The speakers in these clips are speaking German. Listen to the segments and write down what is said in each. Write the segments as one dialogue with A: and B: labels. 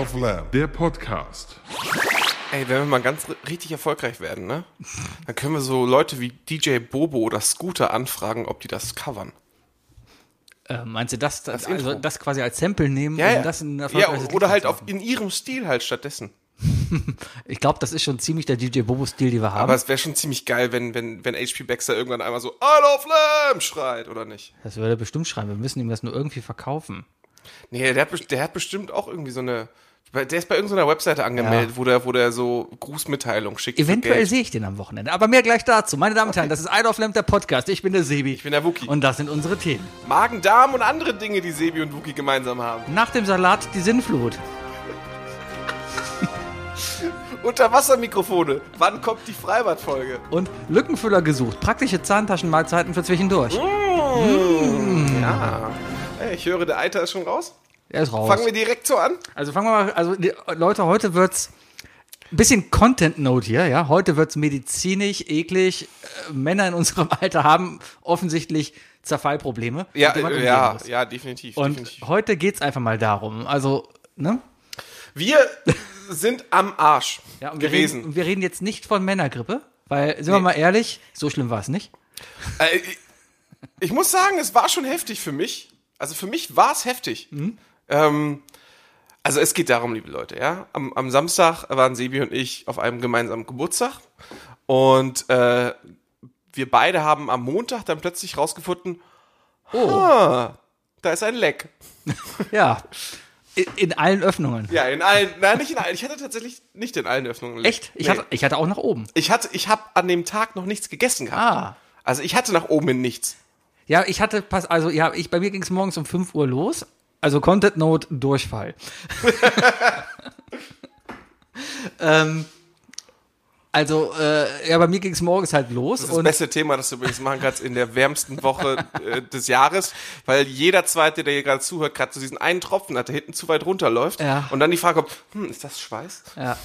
A: of Lamb.
B: Der Podcast.
C: Ey, wenn wir mal ganz ri- richtig erfolgreich werden, ne? Dann können wir so Leute wie DJ Bobo oder Scooter anfragen, ob die das covern.
D: Äh, meinst du das, das, also
C: Intro.
D: das quasi als Sample nehmen
C: Ja,
D: und
C: ja.
D: das in ein
C: ja
D: erfolgreiches Lied
C: oder halt
D: zu
C: auf,
D: machen?
C: in ihrem Stil halt stattdessen.
D: Ich glaube, das ist schon ziemlich der DJ Bobo-Stil, den wir haben.
C: Aber es wäre schon ziemlich geil, wenn, wenn, wenn HP Baxter irgendwann einmal so I love Lamb schreit, oder nicht?
D: das würde er bestimmt schreiben. Wir müssen ihm das nur irgendwie verkaufen.
C: Nee, der hat, best- der hat bestimmt auch irgendwie so eine. Der ist bei irgendeiner Webseite angemeldet, wo, der, wo der so Grußmitteilung schickt. für
D: Eventuell
C: Geld.
D: sehe ich den am Wochenende. Aber mehr gleich dazu. Meine Damen und Herren, das ist Idol of Lamp, der Podcast. Ich bin der Sebi. Ich
C: bin der Wookie.
D: Und das sind unsere Themen.
C: Magen, Darm und andere Dinge, die Sebi und Wookie gemeinsam haben.
D: Nach dem Salat die Sinnflut.
C: Unterwassermikrofone. Wann kommt die Freibadfolge?
D: Und Lückenfüller gesucht. Praktische Zahntaschenmahlzeiten für zwischendurch.
C: Hm? Ja. Ey, Ich höre, der Eiter ist schon raus.
D: Er ist raus.
C: Fangen wir direkt so an.
D: Also fangen wir mal, also die, Leute, heute wird's ein bisschen Content Note hier, ja. Heute wird's medizinisch, eklig. Äh, Männer in unserem Alter haben offensichtlich Zerfallprobleme.
C: Ja,
D: mit denen man
C: äh,
D: umgehen
C: ja,
D: muss.
C: ja, definitiv. definitiv.
D: Und heute geht's einfach mal darum. Also, ne?
C: Wir sind am Arsch
D: Ja, und wir
C: gewesen.
D: Reden, und wir reden jetzt nicht von Männergrippe, weil, sind wir
C: Nee.
D: mal ehrlich, so schlimm war's nicht.
C: Äh, ich- ich muss sagen, es war schon heftig für mich. Also für mich war es heftig.
D: Mhm.
C: Ähm, also es geht darum, liebe Leute, ja. Am, am Samstag waren Sebi und ich auf einem gemeinsamen Geburtstag und äh, wir beide haben am Montag dann plötzlich rausgefunden,
D: Oh,
C: da ist ein Leck.
D: ja. In, in allen Öffnungen.
C: Ja, in allen, nein, nicht in allen. Ich hatte tatsächlich nicht in allen Öffnungen ein Leck.
D: Echt? Ich,
C: Nee.
D: hatte, ich hatte auch nach oben.
C: ich hatte, ich habe an dem Tag noch nichts gegessen gehabt.
D: Ah.
C: Also ich hatte nach oben hin nichts.
D: Ja, ich hatte pass also ja, ich bei mir ging's morgens um 5 Uhr los. Also Content Note Durchfall. ähm, also äh, ja, bei mir ging's morgens halt
C: Das
D: los
C: ist das
D: und
C: beste Thema, das du übrigens machen kannst in der wärmsten Woche äh, des Jahres, weil jeder Zweite, der hier gerade zuhört, gerade so diesen einen Tropfen hat, der hinten zu weit runterläuft.
D: Ja.
C: Und dann die Frage, ob, hm, ist das Schweiß?
D: ja.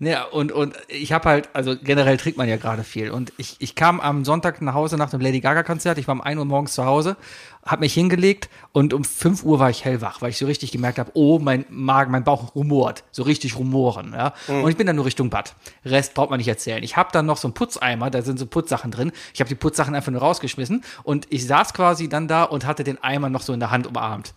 D: Ja, und, und ich habe halt, also generell trinkt man ja gerade viel. Und ich, ich kam am Sonntag nach Hause nach dem Lady Gaga-Konzert. Ich war um 1 Uhr morgens zu Hause, habe mich hingelegt und um 5 Uhr war ich hellwach, weil ich so richtig gemerkt habe, oh, mein Magen, mein Bauch rumort. So richtig rumoren. Ja? Und ich bin dann nur Richtung Bad. Rest braucht man nicht erzählen. Ich habe dann noch so einen Putzeimer, da sind so Putzsachen drin. Ich habe die Putzsachen einfach nur rausgeschmissen. Und ich saß quasi dann da und hatte den Eimer noch so in der Hand umarmt.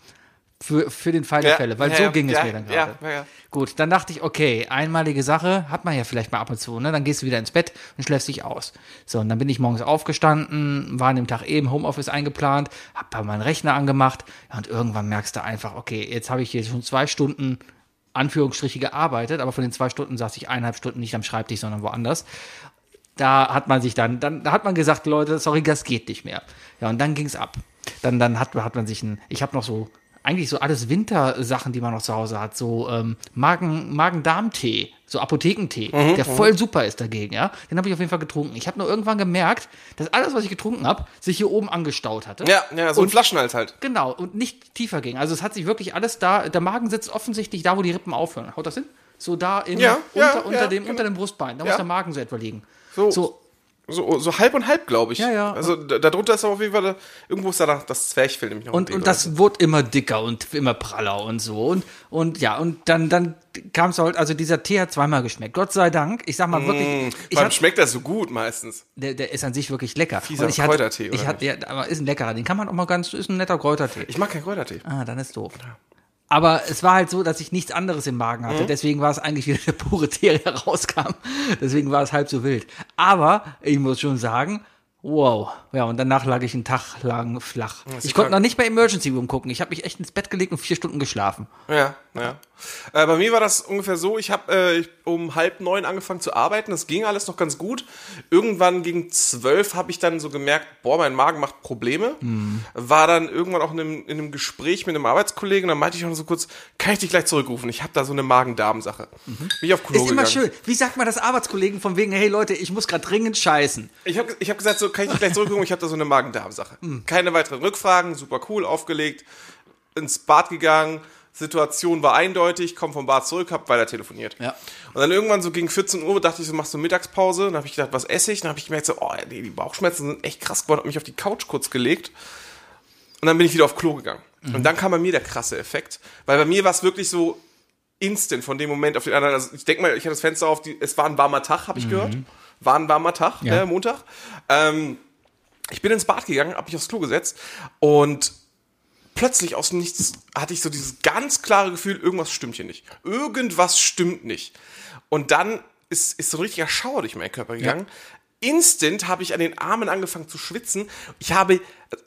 D: Für, für den Fall der
C: Ja,
D: Fälle, weil
C: ja,
D: so
C: ja,
D: ging es
C: ja,
D: mir dann
C: ja,
D: gerade.
C: ja, ja.
D: Gut, dann dachte ich, okay, einmalige Sache, hat man ja vielleicht mal ab und zu, ne? Dann gehst du wieder ins Bett und schläfst dich aus. So, und dann bin ich morgens aufgestanden, war an dem Tag eben Homeoffice eingeplant, hab bei meinen Rechner angemacht ja, und irgendwann merkst du einfach, okay, jetzt habe ich hier schon zwei Stunden Anführungsstriche gearbeitet, aber von den zwei Stunden saß ich eineinhalb Stunden nicht am Schreibtisch, sondern woanders da hat man sich dann, dann da hat man gesagt, Leute, sorry, das geht nicht mehr. Ja, und dann ging's ab. Dann, dann hat, hat man sich ein, ich habe noch so, eigentlich so alles Wintersachen, die man noch zu Hause hat, so ähm, Magen- Magen-Darm-Tee, so Apothekentee,
C: Mhm,
D: der voll super ist dagegen, ja. Den habe ich auf jeden Fall getrunken. Ich habe nur irgendwann gemerkt, dass alles, was ich getrunken habe, sich hier oben angestaut hatte.
C: Ja, ja, so ein
D: Und-
C: Flaschenhals halt.
D: Genau, und nicht tiefer ging. Also es hat sich wirklich alles da, der Magen sitzt offensichtlich da, wo die Rippen aufhören. Haut das hin? So da im,
C: Ja,
D: unter,
C: ja,
D: unter,
C: ja,
D: dem,
C: genau.
D: unter dem Brustbein. Da
C: Ja.
D: muss der Magen so etwa liegen.
C: So.
D: so
C: So, so halb und halb, glaube ich.
D: Ja, ja.
C: Also da, darunter ist aber auf jeden Fall, irgendwo ist da noch das Zwerchfell nämlich noch.
D: Und,
C: im
D: und
C: Weg, oder?
D: das wurde immer dicker und immer praller und so. Und, und ja, und dann, dann kam es halt, also dieser Tee hat zweimal geschmeckt. Gott sei Dank. Ich
C: Mm,
D: sag mal wirklich, ich
C: Warum
D: hab,
C: schmeckt das so gut meistens?
D: der, der ist an sich wirklich lecker.
C: Fieser
D: Und ich hatte-
C: Kräutertee, oder
D: Ich hatte, ja, aber ist ein leckerer. Den kann man auch mal ganz, ist ein netter Kräutertee.
C: Ich mag keinen Kräutertee.
D: Ah, dann ist doof. Aber es war halt so, dass ich nichts anderes im Magen hatte. Deswegen war es eigentlich wieder der pure Tee, der rauskam. Deswegen war es halb so wild. Aber ich muss schon sagen, wow. Ja, und danach lag ich einen Tag lang flach. Ich konnte noch nicht bei Emergency Room gucken. Ich habe mich echt ins Bett gelegt und vier Stunden geschlafen.
C: Ja, ja. Äh, bei mir war das ungefähr so, ich habe äh, ich- um halb neun angefangen zu arbeiten, das ging alles noch ganz gut. Irgendwann gegen zwölf habe ich dann so gemerkt, boah, mein Magen macht Probleme.
D: Mhm.
C: War dann irgendwann auch in einem, in einem Gespräch mit einem Arbeitskollegen, dann meinte ich auch so kurz, kann ich dich gleich zurückrufen? Ich habe da so eine Magen-Darm-Sache. Bin ich auf Klo
D: Mhm. Ist immer
C: gegangen.
D: schön. Wie sagt man das Arbeitskollegen von wegen, hey Leute, ich muss gerade dringend scheißen?
C: Ich habe ich hab gesagt, so kann ich dich gleich zurückrufen, ich habe da so eine Magen-Darm-Sache. Keine weiteren Rückfragen, super cool, aufgelegt, ins Bad gegangen, Situation war eindeutig, komm vom Bad zurück, hab weiter telefoniert.
D: Ja.
C: Und dann irgendwann so gegen 14 Uhr dachte ich so, machst du Mittagspause? Dann habe ich gedacht, was esse ich? Dann habe ich gemerkt, so, oh, nee, die Bauchschmerzen sind echt krass geworden, habe mich auf die Couch kurz gelegt. Und dann bin ich wieder auf Klo gegangen. Und dann kam bei mir der krasse Effekt, weil bei mir war es wirklich so, instant von dem Moment auf den anderen. Also ich denke mal, ich hatte das Fenster auf, die, es war ein warmer Tag, habe ich gehört. War ein warmer Tag,
D: Ja.
C: äh, Montag. Ähm, ich bin ins Bad gegangen, habe mich aufs Klo gesetzt und plötzlich aus dem Nichts hatte ich so dieses ganz klare Gefühl, irgendwas stimmt hier nicht. Irgendwas stimmt nicht. Und dann ist, ist so ein richtiger Schauer durch meinen Körper gegangen. Instant habe ich an den Armen angefangen zu schwitzen. Ich habe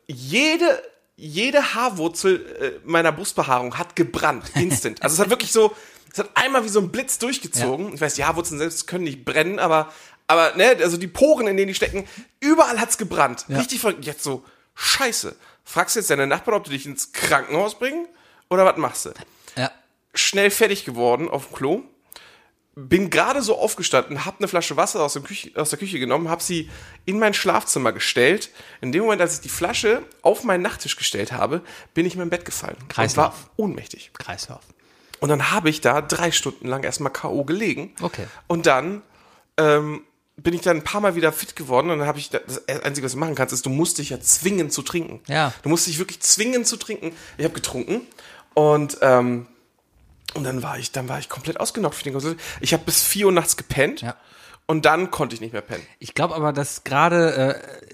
C: jede, jede Haarwurzel äh, meiner Brustbehaarung hat gebrannt. Instant. also es hat wirklich so, es hat einmal wie so ein Blitz durchgezogen. Ich weiß, die Haarwurzeln selbst können nicht brennen, aber, aber ne, also die Poren, in denen die stecken, überall hat's gebrannt. Richtig verrückt. Jetzt so, scheiße. Fragst jetzt deine Nachbarn, ob die dich ins Krankenhaus bringen oder was machst du?
D: Ja.
C: schnell fertig geworden auf dem Klo. Bin gerade so aufgestanden, hab eine Flasche Wasser aus, dem Küche, aus der Küche genommen, hab sie in mein Schlafzimmer gestellt. In dem Moment, als ich die Flasche auf meinen Nachttisch gestellt habe, bin ich in mein Bett gefallen. Und
D: Kreislauf.
C: war ohnmächtig.
D: Kreislauf.
C: Und dann habe ich da drei Stunden lang erstmal K.O. gelegen.
D: Okay.
C: Und dann ähm, bin ich dann ein paar Mal wieder fit geworden. Und dann habe ich, da- das Einzige, was du machen kannst, ist, du musst dich ja zwingen zu trinken.
D: Ja.
C: Du musst dich wirklich zwingen zu trinken. Ich habe getrunken und, ähm, und dann war ich, dann war ich komplett ausgenockt für den Konzert. Ich habe bis 4 Uhr nachts gepennt.
D: Ja.
C: Und dann konnte ich nicht mehr pennen.
D: Ich glaube aber, dass gerade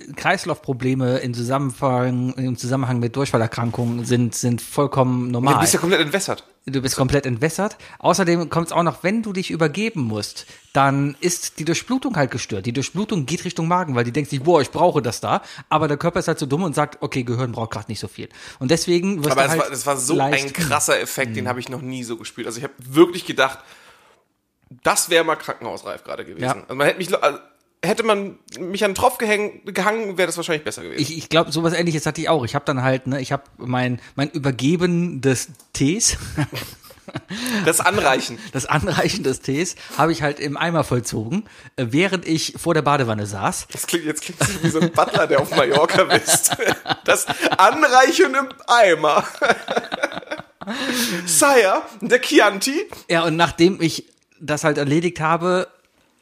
D: äh, Kreislaufprobleme im Zusammenhang, im Zusammenhang mit Durchfallerkrankungen sind, sind vollkommen normal.
C: Du bist ja komplett entwässert.
D: Du bist komplett entwässert. Außerdem kommt es auch noch, wenn du dich übergeben musst, dann ist die Durchblutung halt gestört. Die Durchblutung geht Richtung Magen, weil die denkt sich, boah, ich brauche das da. Aber der Körper ist halt so dumm und sagt, okay, Gehirn braucht gerade nicht so viel. Und deswegen wirst
C: Aber
D: du
C: es
D: halt
C: war, das war so
D: leicht- Mhm.
C: ein krasser Effekt, den habe ich noch nie so gespielt. Also ich habe wirklich gedacht, das wäre mal krankenhausreif gerade gewesen.
D: Ja.
C: Also man hätte mich, lo- also hätte man mich an den Tropf gehäng, gehangen, wäre das wahrscheinlich besser gewesen.
D: Ich, ich glaube, sowas ähnliches hatte ich auch. Ich habe dann halt, ne, ich habe mein, mein Übergeben des Tees,
C: das Anreichen.
D: das Anreichen des Tees, habe ich halt im Eimer vollzogen, äh, während ich vor der Badewanne saß.
C: Das klingt, jetzt klingt es wie so ein Butler, der auf Mallorca ist. Das Anreichen im Eimer. Sire, der Chianti.
D: Ja, und nachdem ich das halt erledigt habe,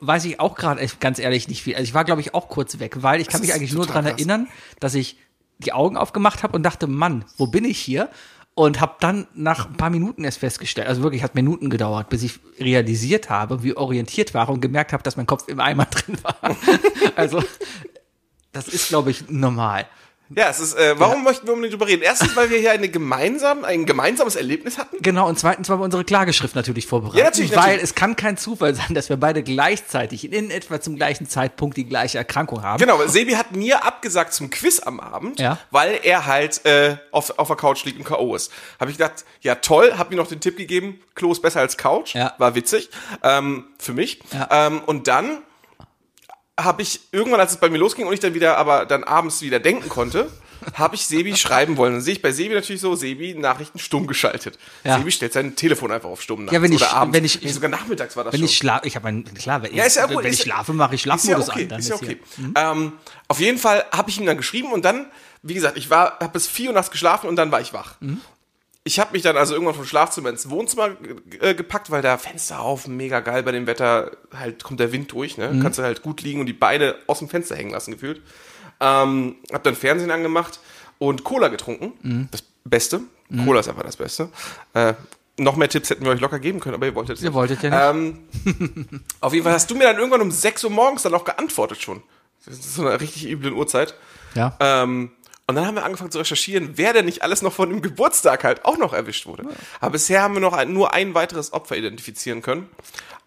D: weiß ich auch gerade echt ganz ehrlich nicht viel. Also ich war, glaube ich, auch kurz weg, weil ich kann mich
C: ist
D: eigentlich nur
C: total
D: dran
C: krass.
D: erinnern, dass ich die Augen aufgemacht habe und dachte, Mann, wo bin ich hier? Und habe dann nach ein paar Minuten erst festgestellt, also wirklich hat Minuten gedauert, bis ich realisiert habe, wie orientiert war und gemerkt habe, dass mein Kopf im Eimer drin war. also das ist, glaube ich, normal.
C: Ja, es ist, äh, warum möchten wir unbedingt drüber reden? Erstens, weil wir hier eine gemeinsam, ein gemeinsames Erlebnis hatten.
D: Genau, und zweitens weil wir unsere Klageschrift natürlich vorbereitet.
C: Ja, natürlich,
D: weil
C: natürlich.
D: es kann kein Zufall sein, dass wir beide gleichzeitig in etwa zum gleichen Zeitpunkt die gleiche Erkrankung haben.
C: Genau, weil Sebi hat mir abgesagt zum Quiz am Abend,
D: Ja.
C: weil er halt äh, auf, auf der Couch liegt und K.O. ist. Habe ich gedacht, ja toll, habe mir noch den Tipp gegeben, Klo ist besser als Couch.
D: Ja.
C: War witzig ähm, für mich.
D: Ja.
C: Ähm, und dann habe ich irgendwann, als es bei mir losging und ich dann wieder, aber dann abends wieder denken konnte, habe ich Sebi schreiben wollen. Dann sehe ich bei Sebi natürlich so, Sebi Nachrichten stumm geschaltet.
D: Ja.
C: Sebi stellt sein Telefon einfach auf stumm nachts
D: wenn ich-
C: oder abends.
D: wenn ich-
C: nee, sogar nachmittags war das
D: Wenn
C: schon.
D: ich schlafe, ich habe einen, klar, wenn,
C: Ja, ist ja
D: ich,
C: gut,
D: wenn
C: ist
D: ich
C: ja-
D: schlafe, mache ich
C: ist
D: Schlafmodus
C: ja okay,
D: an. Dann Mhm.
C: ist ja okay.
D: hier-
C: Ähm, auf jeden Fall habe ich ihm dann geschrieben und dann, wie gesagt, ich war, habe bis 4 Uhr nachts geschlafen und dann war ich wach.
D: Mhm.
C: Ich habe mich dann also irgendwann vom Schlafzimmer ins Wohnzimmer äh, gepackt, weil da Fenster auf, mega geil bei dem Wetter, halt kommt der Wind durch,
D: Mhm.
C: ne? Kannst du halt gut liegen und die Beine aus dem Fenster hängen lassen gefühlt. Ähm, hab dann Fernsehen angemacht und Cola getrunken.
D: Mhm.
C: Das Beste. Cola ist einfach das Beste. Äh, noch mehr Tipps hätten wir euch locker geben können, aber ihr wolltet es
D: Ihr wolltet ja nicht.
C: Ähm, auf jeden Fall hast du mir dann irgendwann um 6 Uhr morgens dann auch geantwortet schon. Das ist so eine richtig üble Uhrzeit.
D: ja.
C: Ähm, und dann haben wir angefangen zu recherchieren, wer denn nicht alles noch von dem Geburtstag halt auch noch erwischt wurde. Aber bisher haben wir noch ein, nur ein weiteres Opfer identifizieren können.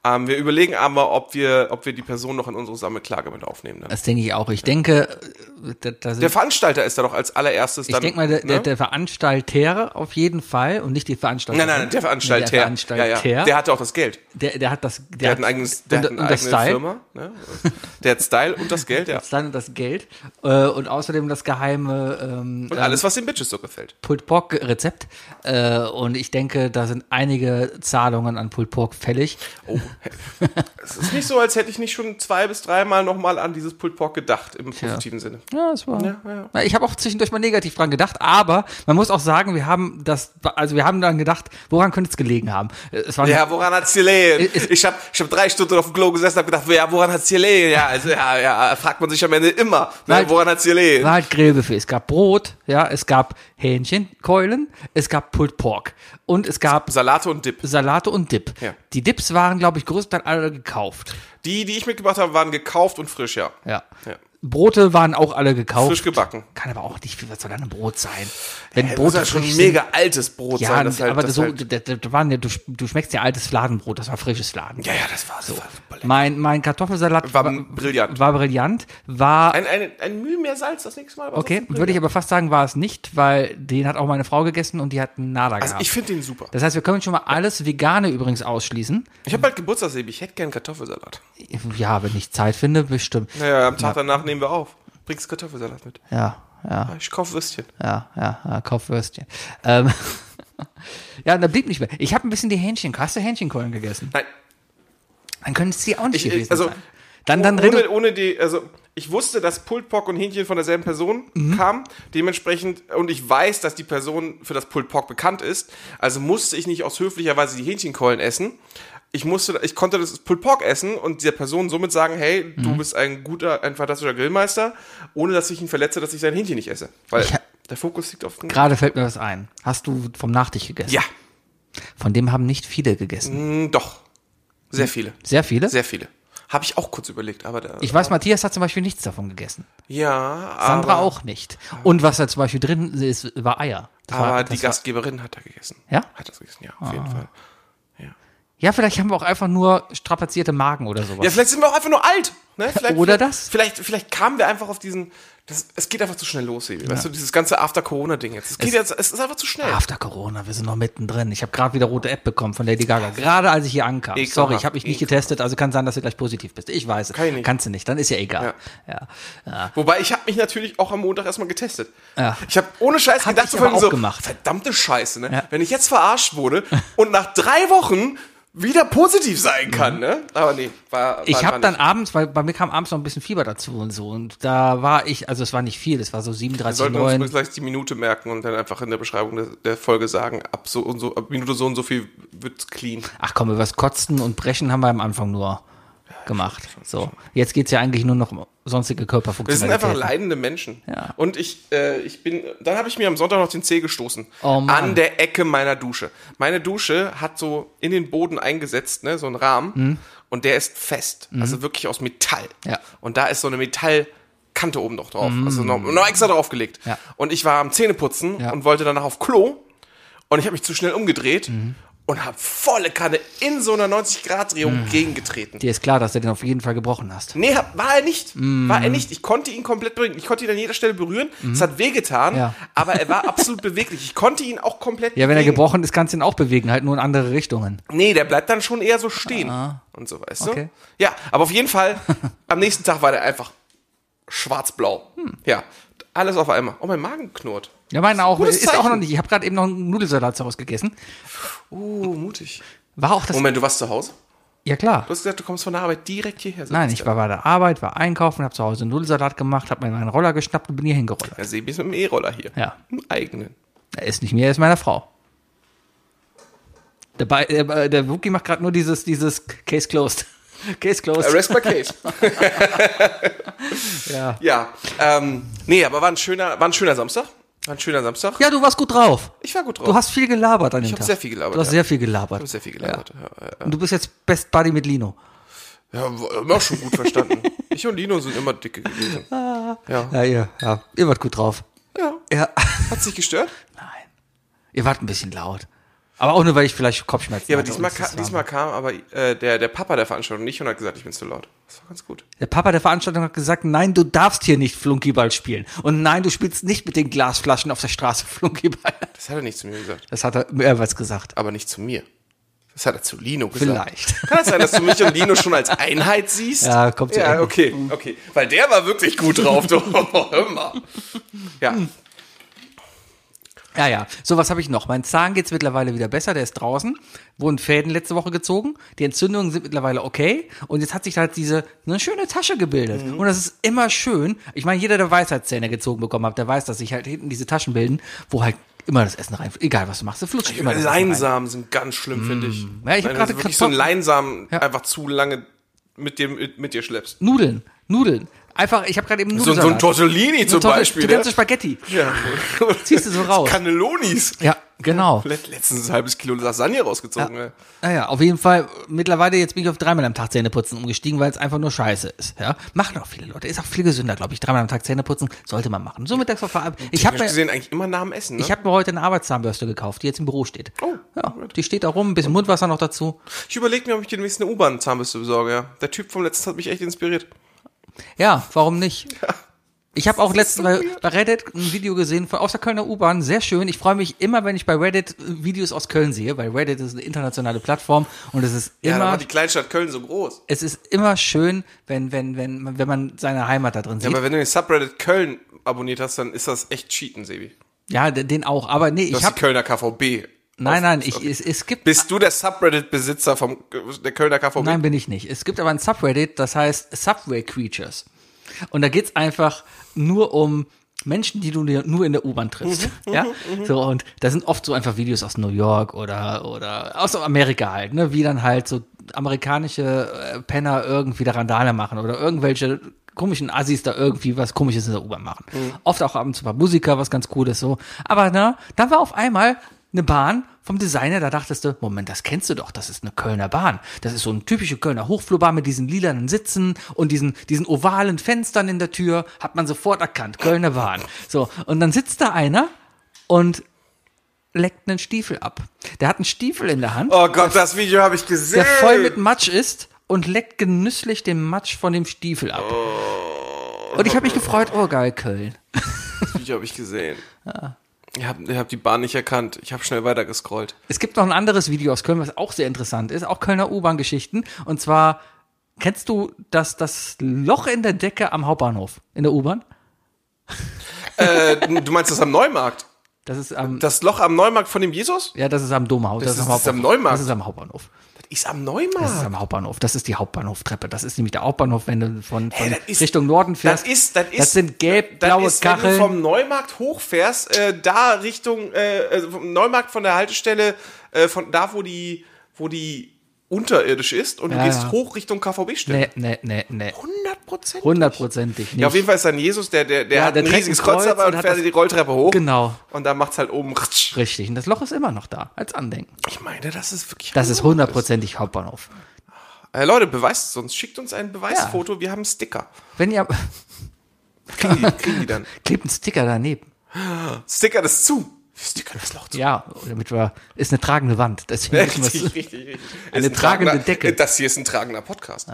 C: Ähm, wir überlegen aber, ob wir, ob wir die Person noch in unsere Sammelklage mit aufnehmen. Dann.
D: das denke ich auch. Ich denke, äh, da, da sind,
C: Der Veranstalter ist da doch als allererstes
D: ich
C: dann.
D: denke mal, der, der,
C: ne?
D: der Veranstalter auf jeden Fall und nicht die Veranstalter.
C: Nein, nein, nein, der Veranstalter.
D: Der Veranstalter.
C: Ja, ja. Der hatte auch das Geld.
D: der, der hat das, der,
C: Der hat ein eigenes, der
D: und,
C: hat eine
D: und das
C: eigene
D: Style.
C: Firma. Ne? Der hat Style und das Geld, ja.
D: Das Style und das Geld. Äh, und außerdem das geheime, ähm,
C: Und alles, was den Bitches so gefällt.
D: Pulled Pork Rezept äh, und ich denke, da sind einige Zahlungen an Pulled Pork fällig.
C: Oh. es ist nicht so, als hätte ich nicht schon zwei bis dreimal nochmal an dieses Pulled Pork gedacht, im positiven Sinne.
D: Ja, das war. Na, Ich habe auch zwischendurch mal negativ dran gedacht, aber man muss auch sagen, wir haben das, also wir haben dann gedacht, woran könnte es gelegen haben? Äh, Es war
C: Ja, woran hat's gelegen? Ich habe ich hab drei Stunden auf dem Klo gesessen und hab gedacht, ja, woran hat's gelegen? Ja, also, ja, ja, fragt man sich am Ende immer, ne?
D: Nein.
C: woran hat's gelegen?
D: war halt Grillbuffet, es gab Brot, ja, es gab Hähnchenkeulen, es gab Pulled Pork und es gab
C: Salate und Dip.
D: Salate und Dip.
C: Ja.
D: Die Dips waren, glaube ich, größtenteils alle gekauft.
C: Die, die ich mitgebracht habe, waren gekauft und frisch, ja.
D: Ja.
C: Ja.
D: Brote waren auch alle gekauft.
C: Frisch gebacken.
D: Kann aber auch nicht viel, was soll an einem Brot sein? Wenn
C: Das muss
D: Brote
C: ja schon
D: frisch
C: ein
D: sind-
C: mega altes Brot
D: Ja,
C: sein. Das halt,
D: aber
C: das
D: so,
C: halt,
D: d- d- d- waren ja, du, sch- du schmeckst ja altes Fladenbrot, das war frisches Fladen.
C: ja, ja, das war so.
D: Mein, mein Kartoffelsalat
C: War brillant.
D: War brillant, war
C: Ein, ein, ein Mühe mehr Salz das nächste Mal. aber
D: Okay,
C: sonst
D: würde ich aber fast sagen, war es nicht, weil den hat auch meine Frau gegessen und die hat einen Nada
C: Also
D: gehabt.
C: ich finde den super.
D: das heißt, wir können schon mal alles Vegane übrigens ausschließen.
C: Ich habe bald Geburtstagsleben, ich hätte gern Kartoffelsalat.
D: Ja, wenn ich Zeit finde, bestimmt.
C: Naja, am Tag danach nehmen wir auf. Bringst Kartoffelsalat mit.
D: Ja, ja,
C: Ich kauf Würstchen.
D: ja, ja, ja Kaufwürstchen. Ähm, ja, und da blieb nicht mehr. Ich habe ein bisschen die Hähnchen. Hast du Hähnchenkeulen gegessen?
C: Nein,
D: Dann können es die auch nicht
C: Ich-
D: gewesen
C: also,
D: sein. Dann, dann redu-
C: ohne, ohne die, also ich wusste, dass Pulled Pork und Hähnchen von derselben Person
D: Mhm.
C: kamen, dementsprechend, und ich weiß, dass die Person für das Pulled Pork bekannt ist, also musste ich nicht aus höflicher Weise die Hähnchenkeulen essen. Ich musste, ich konnte das Pulled Pork essen und der Person somit sagen, hey, du
D: Mhm.
C: bist ein guter, ein fantastischer Grillmeister, ohne dass ich ihn verletze, dass ich sein Hähnchen nicht esse. Weil
D: Ich ha-
C: der Fokus liegt auf den
D: gerade fällt mir was ein. Hast du vom Nachtisch gegessen?
C: Ja,
D: Von dem haben nicht viele gegessen.
C: mh, doch.
D: Hm.
C: Sehr viele.
D: Sehr viele?
C: Sehr viele. Habe ich auch kurz überlegt, aber da.
D: ich weiß, Matthias hat zum Beispiel nichts davon gegessen.
C: ja,
D: Sandra
C: aber,
D: auch nicht. Und was da zum Beispiel drin ist, war Eier. Das
C: Aber
D: war,
C: die
D: das war,
C: Gastgeberin hat da gegessen.
D: Ja? Ah.
C: Hat das gegessen, ja, auf jeden Fall.
D: ja, vielleicht haben wir auch einfach nur strapazierte Magen oder sowas.
C: Ja, vielleicht sind wir auch einfach nur alt. Ne? Vielleicht,
D: Oder
C: vielleicht,
D: das.
C: Vielleicht, vielleicht kamen wir einfach auf diesen. Das, es geht einfach zu schnell los, Sebi. Weißt du, dieses ganze After-Corona-Ding jetzt. Es, geht jetzt. es ist einfach zu schnell.
D: Ah, After Corona, wir sind noch mittendrin. Ich habe gerade wieder rote App bekommen von Lady Gaga. Gerade als ich hier ankam.
C: Ekelhaft.
D: Sorry, ich habe mich nicht getestet, also kann sein, dass du gleich positiv bist. Ich weiß es.
C: Kann ich nicht.
D: Kannst du nicht, dann ist ja egal. Ja.
C: Wobei, ich habe mich natürlich auch am Montag erstmal getestet.
D: Ja.
C: Ich habe ohne Scheiß
D: Hab
C: gedacht,
D: ich
C: zu
D: aber
C: Folgen
D: auch gemacht.
C: verdammte Scheiße, ne?
D: Ja.
C: Wenn ich jetzt verarscht wurde und nach drei Wochen wieder positiv sein kann, ne? Aber nee, war. war
D: Mhm. Ich habe
C: war
D: dann
C: nicht.
D: abends, weil bei mir kam abends noch ein bisschen Fieber dazu und so. Und da war ich, also es war nicht viel, es war so
C: Wir sollten uns
D: 37,9.
C: übrigens gleich die Minute merken und dann einfach in der Beschreibung der, der Folge sagen, ab so und so, ab Minute so und so viel wird clean.
D: Ach komm, über das Kotzen und Brechen haben wir am Anfang nur gemacht. So, jetzt geht's ja eigentlich nur noch um sonstige
C: Wir
D: Körperfunktionen.
C: sind einfach leidende Menschen.
D: Ja.
C: Und ich, äh, ich bin, dann habe ich mir am Sonntag noch den Zeh gestoßen.
D: Oh Mann.
C: An der Ecke meiner Dusche. Meine Dusche hat so in den Boden eingesetzt, ne, so einen Rahmen. Und der ist fest. Also wirklich aus Metall.
D: Mhm. Ja. Mhm.
C: Und da ist so eine Metallkante oben noch drauf. Also noch, noch extra draufgelegt.
D: Ja.
C: Und ich war am Zähneputzen
D: Ja.
C: und wollte danach auf Klo. Und ich habe mich zu schnell umgedreht.
D: Mhm.
C: Und habe volle Kanne in so einer 90-Grad-Drehung
D: Mhm.
C: gegengetreten.
D: Dir ist klar, dass du den auf jeden Fall gebrochen hast.
C: Nee, hab- war er nicht.
D: Mhm.
C: War er nicht. Ich konnte ihn komplett bringen. Ich konnte ihn an jeder Stelle berühren. Es hat wehgetan,
D: Ja.
C: aber er war absolut beweglich. Ich konnte ihn auch komplett
D: Ja, wenn er
C: bewegen.
D: gebrochen ist, kannst du ihn auch bewegen, halt nur in andere Richtungen.
C: Nee, der bleibt dann schon eher so stehen. Und so, weißt
D: Ah. Okay.
C: du? Ja, aber auf jeden Fall, am nächsten Tag war der einfach schwarz-blau.
D: Hm.
C: Ja, alles auf einmal. Oh, mein Magen knurrt.
D: Ja, meine auch.
C: Gutes
D: Ist auch noch
C: Zeichen.
D: nicht. Ich habe gerade eben noch einen Nudelsalat zu Hause gegessen.
C: Uh, mutig.
D: War auch das.
C: Moment, du warst zu Hause?
D: Ja, klar.
C: Du hast gesagt, du kommst von der Arbeit direkt hierher.
D: Nein, ich war bei der Arbeit, war einkaufen, habe zu Hause einen Nudelsalat gemacht, habe mir meinen Roller geschnappt und bin hier hingerollt.
C: Ja, Sebi ist mit dem E-Roller hier.
D: Ja.
C: Im eigenen.
D: Er ist nicht mir, er ist meiner Frau. Der, Bei- äh, der Wookie macht gerade nur dieses, dieses Case closed. Case closed.
C: Arrest my case.
D: Ja.
C: Ja, ähm, nee, aber war ein schöner, war ein schöner Samstag. War ein schöner Samstag.
D: ja, du warst gut drauf.
C: Ich war gut drauf.
D: Du hast viel gelabert an dem
C: hab
D: Tag.
C: sehr viel gelabert,
D: Du hast
C: ja.
D: sehr viel
C: Ich hab
D: gelabert.
C: sehr viel gelernt.
D: Und du bist jetzt Best Buddy mit Lino.
C: Ja, ja. ja immer schon gut verstanden. ich und Lino sind immer dicke gewesen. Ja.
D: Ja, ihr, ja, ihr wart gut drauf.
C: ja.
D: Ja.
C: Hat sich gestört?
D: Nein. Ihr wart ein bisschen laut. Aber auch nur, weil ich vielleicht Kopfschmerzen
C: Ja, aber
D: hatte
C: diesmal,
D: und es
C: ka
D: war-
C: diesmal kam aber äh, der, der Papa der Veranstaltung nicht und hat gesagt, ich bin zu laut. Das war ganz gut.
D: Der Papa der Veranstaltung hat gesagt, nein, du darfst hier nicht Flunkyball spielen. Und nein, du spielst nicht mit den Glasflaschen auf der Straße Flunkyball.
C: Das hat er nicht zu mir gesagt.
D: Das hat er mehrmals gesagt.
C: Aber nicht zu mir. Das hat er zu Lino gesagt.
D: Vielleicht.
C: Kann es sein, dass du mich und Lino schon als Einheit siehst?
D: Ja, kommt so
C: Ja,
D: ähnlich.
C: okay, okay. Weil der war wirklich gut drauf, du. Hör mal. Ja,
D: Ja, ja. So, was habe ich noch? Mein Zahn geht's mittlerweile wieder besser, der ist draußen. Wurden Fäden letzte Woche gezogen. Die Entzündungen sind mittlerweile okay. Und jetzt hat sich halt diese eine schöne Tasche gebildet.
C: Mhm.
D: Und das ist immer schön. Ich meine, jeder, der Weisheitszähne gezogen bekommen hat, der weiß, dass sich halt hinten diese Taschen bilden, wo halt immer das Essen rein. Egal was du machst, du flutscht immer das Essen rein.
C: Leinsamen sind ganz schlimm, finde ich.
D: Ja, ich
C: Wenn
D: hab
C: du
D: gerade
C: wirklich so einen
D: Kartoffeln-
C: Leinsamen
D: Ja.
C: einfach zu lange mit dir, mit dir schleppst.
D: Nudeln, Nudeln. Einfach, ich habe gerade eben nur
C: So, so ein Tortellini zum Beispiel. ne?
D: Die ganze Spaghetti.
C: ja.
D: Ziehst du so raus.
C: Cannellonis.
D: Ja, genau.
C: Let- Letztens ein halbes Kilo Lasagne rausgezogen. Ja.
D: Naja, Ah. auf jeden Fall, mittlerweile, jetzt bin ich auf dreimal am Tag Zähneputzen umgestiegen, weil es einfach nur scheiße ist. Ja? Machen auch viele Leute. Ist auch viel gesünder, glaube ich. Dreimal am Tag Zähneputzen sollte man machen. So mittags auf der Arbeit. Ich habe
C: Ich
D: mir,
C: habe gesehen, eigentlich immer nach dem Essen. Ne?
D: ich hab mir heute eine Arbeitszahnbürste gekauft, die jetzt im Büro steht.
C: Oh,
D: ja, die steht da rum, ein bisschen Mundwasser noch dazu.
C: ich überlege mir, ob ich den nächsten U-Bahn-Zahnbürste besorge. Ja. Der Typ vom letzten hat mich echt inspiriert.
D: Ja, warum nicht? Ich habe auch letztens bei, bei Reddit ein Video gesehen von, aus der Kölner U-Bahn, sehr schön. Ich freue mich immer, wenn ich bei Reddit äh, Videos aus Köln sehe, weil Reddit ist eine internationale Plattform und es ist
C: Ja, da
D: immer
C: war die Kleinstadt Köln so groß.
D: es ist immer schön, wenn, wenn, wenn, wenn man seine Heimat da drin
C: Ja,
D: sieht.
C: aber wenn du den Subreddit Köln abonniert hast, dann ist das echt Cheaten, Sebi.
D: Ja, d- den auch. Aber
C: Das
D: nee, ich
C: ist die
D: habe.
C: Kölner KVB.
D: Nein, nein, ich, es, es gibt.
C: Bist du der Subreddit-Besitzer vom der Kölner KVB?
D: nein, bin ich nicht. Es gibt aber ein Subreddit, das heißt Subway Creatures. Und da geht's einfach nur um Menschen, die du dir nur in der U-Bahn triffst. ja? So, und da sind oft so einfach Videos aus New York oder, oder aus Amerika halt, ne? Wie dann halt so amerikanische äh, Penner irgendwie da Randale machen oder irgendwelche komischen Assis da irgendwie was komisches in der U-Bahn machen. Oft auch abends ein paar Musiker, was ganz cool ist so. Aber na, dann war auf einmal eine Bahn vom Designer, da dachtest du, Moment, das kennst du doch, das ist eine Kölner Bahn. Das ist so eine typische Kölner Hochflurbahn mit diesen lilanen Sitzen und diesen, diesen ovalen Fenstern in der Tür, hat man sofort erkannt, Kölner Bahn. So, und dann sitzt da einer und leckt einen Stiefel ab. Der hat einen Stiefel in der Hand
C: Oh Gott, das Video habe ich gesehen.
D: der voll mit Matsch ist und leckt genüsslich den Matsch von dem Stiefel ab. Und ich habe mich gefreut, oh geil, Köln.
C: das Video habe ich gesehen.
D: Ah.
C: Ich habe ich hab die Bahn nicht erkannt. Ich habe schnell weitergescrollt.
D: Es gibt noch ein anderes Video aus Köln, was auch sehr interessant ist, auch Kölner U-Bahn-Geschichten. Und zwar, kennst du das, das Loch in der Decke am Hauptbahnhof in der U-Bahn?
C: äh, du meinst das am Neumarkt?
D: Das ist am,
C: Das Loch am Neumarkt von dem Jesus?
D: ja, das ist am Domhaus. Das,
C: ist- das ist am Neumarkt.
D: Das ist am Hauptbahnhof.
C: Das ist am
D: Das ist
C: Neumarkt.
D: am Hauptbahnhof. Das ist die Hauptbahnhoftreppe. Das ist nämlich der Hauptbahnhof, wenn du von, von
C: das ist-
D: Richtung Norden
C: Das
D: fährst.
C: ist, das ist,
D: das sind
C: das
D: gelb-blaue
C: ist, wenn du
D: Kacheln.
C: vom Neumarkt hochfährst, äh, da Richtung, äh, also vom Neumarkt von der Haltestelle, äh, von da, wo die, wo die unterirdisch ist und
D: Ja,
C: du gehst
D: ja.
C: hoch Richtung KVB-Stelle.
D: Nee, nee, nee, nee.
C: 100 Prozent.
D: Hundertprozentig nicht.
C: Ja, auf jeden Fall ist dann Jesus, der, der, der
D: Ja,
C: hat
D: der
C: ein
D: trägt
C: riesiges
D: ein
C: Kreuz
D: Kreuz
C: dabei
D: und
C: und
D: hat
C: fährt
D: das-
C: die Rolltreppe hoch.
D: Genau.
C: Und dann macht's halt oben. ratsch.
D: Richtig. Und das Loch ist immer noch da, als Andenken.
C: Ich meine, das ist wirklich.
D: Das ist hundertprozentig Hauptbahnhof.
C: Äh, Leute, beweist es uns. Schickt uns ein Beweisfoto. Wir haben einen Sticker.
D: Wenn ihr
C: Kriegen die, kriegen die dann.
D: klebt einen Sticker daneben.
C: Sticker das zu. Wir stickern das Loch zu.
D: Ja, damit wir ist eine tragende Wand. Deswegen müssen
C: Richtig,
D: wir's-
C: richtig, richtig.
D: Eine
C: Ist ein
D: tragende
C: tragender-
D: Decke.
C: Das hier ist ein tragender Podcast.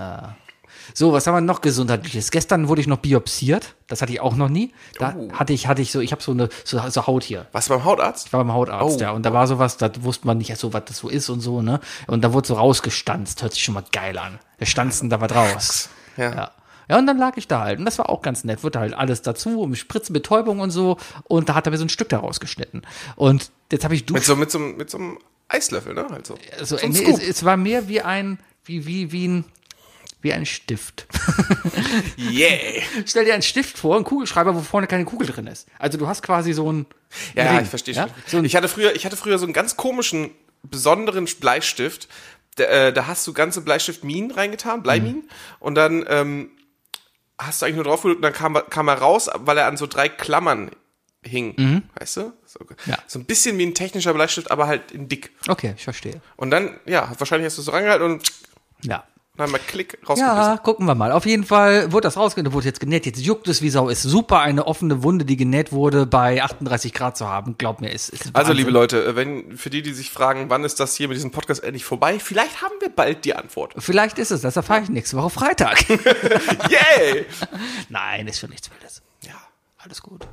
D: so, was haben wir noch gesundheitliches? Gestern wurde ich noch biopsiert. Das hatte ich auch noch nie. Da
C: Oh.
D: hatte ich hatte ich so, ich habe so eine so, so Haut hier.
C: Was beim Hautarzt?
D: Ich war beim Hautarzt,
C: Oh.
D: ja, und da war sowas, da wusste man nicht so, was das so ist und so, ne? Und da wurde so rausgestanzt, hört sich schon mal geil an. Wir stanzen da was raus.
C: Ja.
D: ja. Ja, und dann lag ich da halt. Und das war auch ganz nett. Wurde halt alles dazu, um Spritzen, Betäubung und so. Und da hat er mir so ein Stück da rausgeschnitten. Und jetzt habe ich
C: Mit
D: Dusch.
C: so, mit so, einem- mit so einem Eislöffel, ne? Halt so.
D: Also,
C: so ein
D: nee,
C: Scoop.
D: es, es war mehr wie ein, wie, wie, wie ein, wie ein Stift.
C: Yeah.
D: Stell dir einen Stift vor, einen Kugelschreiber, wo vorne keine Kugel drin ist. Also du hast quasi so ein.
C: Ja,
D: Ring,
C: ich verstehe
D: ja?
C: schon.
D: So ein
C: ich, hatte früher, ich hatte früher so einen ganz komischen, besonderen Bleistift. Da, äh, da hast du ganze Bleistiftminen reingetan, Bleiminen.
D: Mhm.
C: Und dann ähm, hast du eigentlich nur drauf gedrückt und dann kam, er- kam er raus, weil er an so drei Klammern hing. Weißt du? So,
D: Mhm. Ja.
C: so ein bisschen wie ein technischer Bleistift, aber halt in dick.
D: okay, ich verstehe.
C: Und dann, ja, wahrscheinlich hast du es so rangehalten und
D: Ja.
C: dann mal Klick rausgebissen.
D: Ja, gucken wir mal. Auf jeden Fall wurde das rausgenäht, wurde jetzt genäht. Jetzt juckt es wie Sau. Ist super, eine offene Wunde, die genäht wurde, bei 38 Grad zu haben. Glaub mir, ist, ist
C: Also,
D: Wahnsinn.
C: liebe Leute, äh, wenn für die, die sich fragen, wann ist das hier mit diesem Podcast endlich vorbei, vielleicht haben wir bald die Antwort.
D: Vielleicht ist es, das erfahre ich nächste Woche Freitag.
C: Yay!
D: Nein, ist schon nichts Wildes.
C: ja.
D: Alles gut.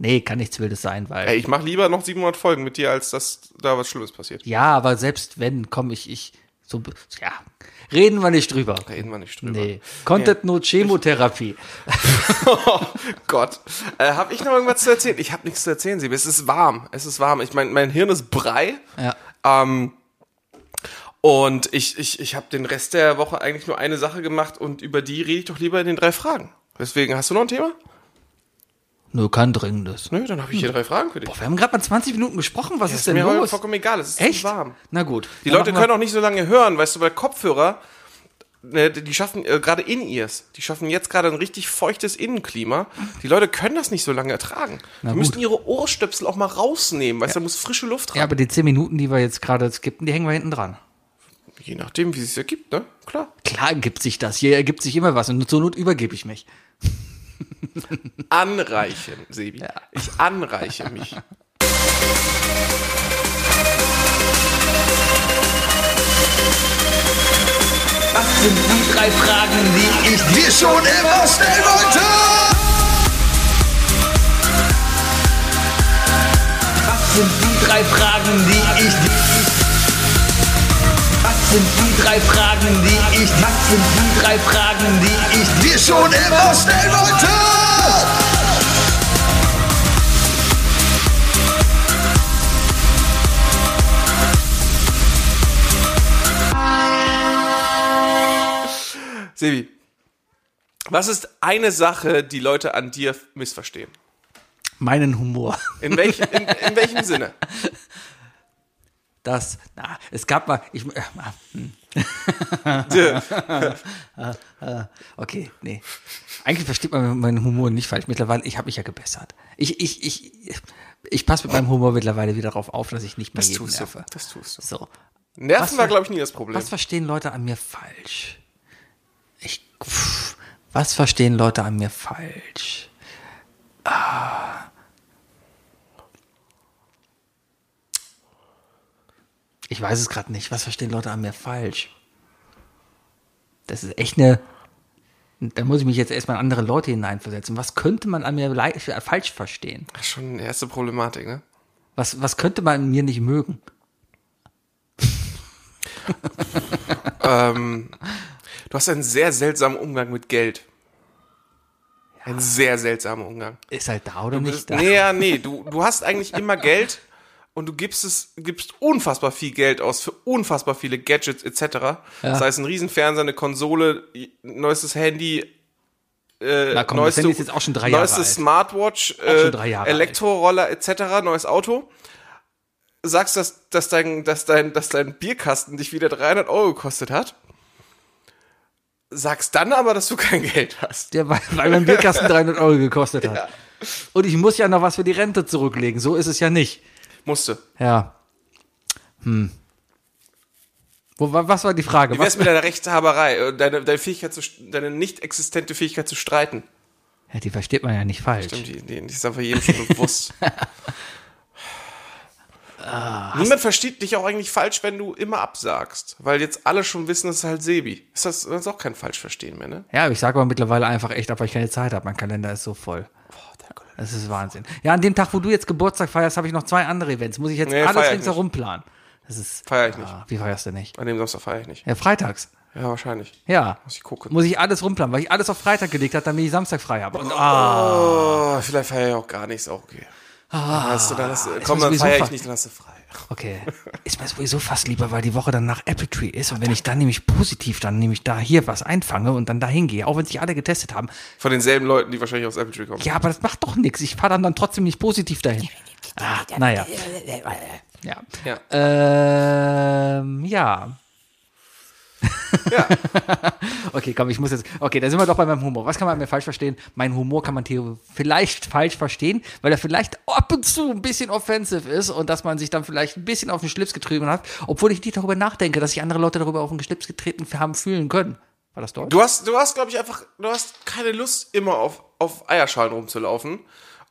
D: Nee, kann nichts Wildes sein, weil.
C: Ey, ich mache lieber noch 700 Folgen mit dir, als dass da was Schlimmes passiert.
D: Ja, aber selbst wenn, komm ich, ich, so, ja. Reden wir nicht drüber.
C: Reden wir nicht drüber.
D: Nee. Content Not Chemotherapie.
C: Oh Gott. Äh, hab ich noch irgendwas zu erzählen? Ich habe nichts zu erzählen, Sieb. Es ist warm. Es ist warm. Ich mein, mein Hirn ist Brei.
D: Ja.
C: Ähm, und ich, ich, ich habe den Rest der Woche eigentlich nur eine Sache gemacht und über die rede ich doch lieber in den drei Fragen. Deswegen, hast du noch ein Thema?
D: Nur kein Dringendes.
C: Nö, dann habe ich hier drei Fragen für dich.
D: Boah, wir haben gerade mal 20 Minuten gesprochen. Was ist
C: ist
D: denn
C: mir aber
D: los?
C: vollkommen egal. Es ist zu
D: Echt?
C: warm.
D: Na gut.
C: Die Leute können auch nicht so lange hören, weißt du, weil Kopfhörer ne, die schaffen äh, gerade In-Ears, die schaffen jetzt gerade ein richtig feuchtes Innenklima. Die Leute können das nicht so lange ertragen. die
D: gut.
C: müssen ihre Ohrstöpsel auch mal rausnehmen, weißt du, da muss frische Luft
D: Ja,
C: rein.
D: aber die zehn Minuten, die wir jetzt gerade skippen, die hängen wir hinten dran.
C: Je nachdem, wie es sich ergibt, ne? Klar.
D: Klar gibt sich das. Hier ergibt sich immer was und zur Not übergebe ich mich.
C: Anreichen, Sebi. Ich anreiche mich.
A: Was sind die drei Fragen, die ich dir schon immer stellen wollte? Was sind die drei Fragen, die ich dir... Was sind die drei Fragen, die ich... Was sind die drei Fragen, die ich dir schon immer stellen wollte?
C: Sebi, was ist eine Sache, die Leute an dir missverstehen?
D: Meinen Humor.
C: In, welch, in, in welchem Sinne?
D: Das, na, es gab mal, ich, äh, hm. Äh, okay, nee. Eigentlich versteht man meinen Humor nicht falsch. Mittlerweile, ich habe mich ja gebessert. Ich, ich, ich, ich passe mit meinem Humor mittlerweile wieder darauf auf, dass ich nicht mehr das jeden
C: tust du,
D: nerve.
C: das tust du.
D: So.
C: Nerven
D: Was
C: war,
D: für-
C: glaube ich, nie das Problem.
D: Was verstehen Leute an mir falsch? Ich, pff, was verstehen Leute an mir falsch? Ah. Ich weiß es gerade nicht. Was verstehen Leute an mir falsch? Das ist echt eine. Da muss ich mich jetzt erstmal in andere Leute hineinversetzen. Was könnte man an mir lei- falsch verstehen?
C: Schon eine erste Problematik, ne?
D: Was, was könnte man an mir nicht mögen?
C: Du hast einen sehr seltsamen Umgang mit Geld. Einen sehr seltsamen Umgang.
D: Ist halt da oder nicht da?
C: Äh, Nee, ja, nee, du, du hast eigentlich immer Geld und du gibst es, gibst unfassbar viel Geld aus für unfassbar viele Gadgets etc. Das heißt, ein Riesenfernseher, eine Konsole, neuestes Handy, äh,
D: Na komm, das
C: neueste,
D: Handy ist jetzt auch schon drei Jahre
C: neueste
D: alt.
C: Smartwatch,
D: schon
C: äh,
D: drei Jahre alt.
C: Elektroroller etc., neues Auto. Sagst, dass, dass, dein, dass, dein, dass dein Bierkasten dich wieder 300 Euro gekostet hat. Sagst dann aber, dass du kein Geld hast.
D: Der, weil, weil mein Bierkasten 300 Euro gekostet hat. Und ich muss ja noch was für die Rente zurücklegen. So ist es ja nicht.
C: Musste.
D: Ja. Hm. Wo, wa- was war die Frage?
C: Wie
D: Was,
C: wär's mit deiner Rechtshaberei, äh, deine, deine Fähigkeit zu, st- deine nicht existente Fähigkeit zu streiten?
D: ja, die versteht man ja nicht falsch.
C: Stimmt, die, die, die ist einfach jedem schon bewusst. Ah, Niemand versteht dich auch eigentlich falsch, wenn du immer absagst, weil jetzt alle schon wissen, es ist halt Sebi. Ist das, das ist auch kein falsch verstehen mehr, ne?
D: Ja, aber ich sage aber mittlerweile einfach echt ab, weil ich keine Zeit habe. Mein Kalender ist so voll. Das ist Wahnsinn. Ja, an dem Tag, wo du jetzt Geburtstag feierst, habe ich noch zwei andere Events. Muss ich jetzt
C: Nee, feier
D: alles
C: ich
D: ringsherum planen. Das ist.
C: Feier ich nicht.
D: Ah, wie feierst du nicht?
C: An dem Samstag feiere ich nicht.
D: Ja, freitags.
C: Ja, wahrscheinlich.
D: Ja.
C: Muss ich gucken.
D: Muss ich alles rumplanen, weil ich alles auf Freitag gelegt habe, damit ich Samstag frei habe. Und Ah.
C: Oh, vielleicht feiere ich auch gar nichts, auch okay. Ah, hast du, dann hast du, komm,
D: muss
C: dann
D: sowieso
C: feiere ich
D: feiern.
C: nicht, dann hast du frei.
D: Okay. Ist mir sowieso fast lieber, weil die Woche danach Apple Tree ist. Und wenn ich dann nämlich positiv dann nämlich da hier was einfange und dann da hingehe, auch wenn sich alle getestet haben.
C: Von denselben Leuten, die wahrscheinlich aus Apple Tree kommen.
D: Ja, aber das macht doch nichts. Ich fahre dann, dann trotzdem nicht positiv dahin. Ah, naja. Ja.
C: Ja.
D: Ähm, ja.
C: Ja.
D: okay, komm, ich muss jetzt. Okay, da sind wir doch bei meinem Humor. Was kann man an mir falsch verstehen? Mein Humor kann man theo- vielleicht falsch verstehen, weil er vielleicht ab und zu ein bisschen offensiv ist und dass man sich dann vielleicht ein bisschen auf den Schlips getrieben hat, obwohl ich nicht darüber nachdenke, dass sich andere Leute darüber auf den Schlips getreten haben fühlen können. War das Deutsch?
C: Du hast, du hast, glaube ich, einfach, du hast keine Lust, immer auf, auf Eierschalen rumzulaufen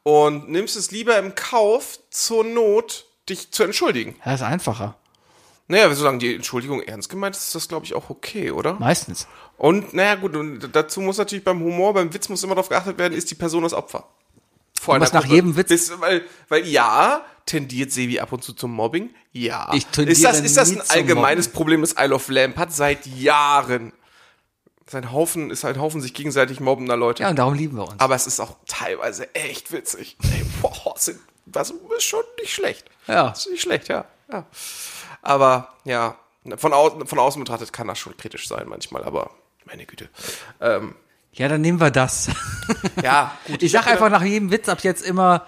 C: und nimmst es lieber im Kauf zur Not, dich zu entschuldigen.
D: Ja, ist einfacher.
C: Naja, solange die Entschuldigung ernst gemeint ist, ist das, glaube ich, auch okay, oder?
D: Meistens.
C: Und, naja, gut, und dazu muss natürlich beim Humor, beim Witz muss immer darauf geachtet werden, ist die Person das Opfer. Vor
D: Du
C: einer
D: machst nach
C: Gruppe.
D: jedem Witz-
C: Bist, weil, weil, ja, tendiert Sebi ab und zu zum Mobbing? Ja.
D: Ich tendiere
C: ist das, ist das
D: nie
C: ein
D: zum
C: allgemeines Problem, das Isle of Lamp hat seit Jahren? Sein Haufen ist ein Haufen sich gegenseitig mobbender Leute.
D: Ja, und darum lieben wir uns.
C: Aber es ist auch teilweise echt witzig. Ey, boah, sind, das ist schon nicht schlecht.
D: Ja.
C: Das ist nicht schlecht, ja. ja. Aber ja, von, au von außen betrachtet kann das schon kritisch sein manchmal, aber meine Güte. Ähm,
D: Ja, dann nehmen wir das.
C: ja, gut.
D: Ich sag einfach nach jedem Witz ab jetzt immer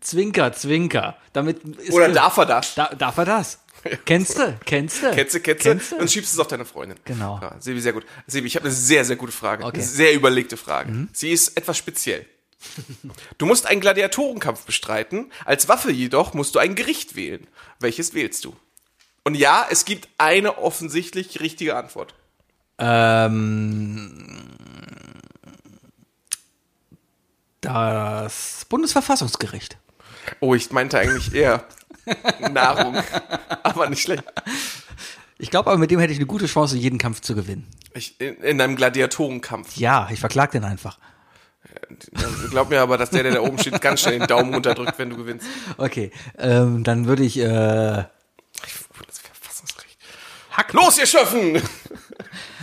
D: Zwinker, Zwinker. Damit ist
C: Oder darf er das?
D: da, darf er das? Kennst du? Kennst du?
C: Ketze, Ketze
D: Kennst du?
C: und schiebst es auf deine Freundin.
D: Genau.
C: Ja, Sebi, sehr gut. Sebi, ich habe eine sehr, sehr gute Frage.
D: Okay. Mhm.
C: Eine sehr überlegte Frage. Sie ist etwas speziell. Du musst einen Gladiatorenkampf bestreiten. Als Waffe jedoch musst du ein Gericht wählen. Welches wählst du? Und ja, es gibt eine offensichtlich richtige Antwort.
D: Ähm, das Bundesverfassungsgericht.
C: Oh, ich meinte eigentlich eher Nahrung. Aber nicht schlecht.
D: Ich glaube, aber mit dem hätte ich eine gute Chance, jeden Kampf zu gewinnen.
C: Ich, in, in einem Gladiatorenkampf. Also
D: Ja, ich verklag den einfach.
C: Glaub mir aber, dass der, der da oben steht, ganz schnell den Daumen runterdrückt, wenn du gewinnst.
D: Okay, ähm, dann würde ich äh,
C: Das Verfassungsrecht.
D: Hack,
C: Los, ihr Schöffen!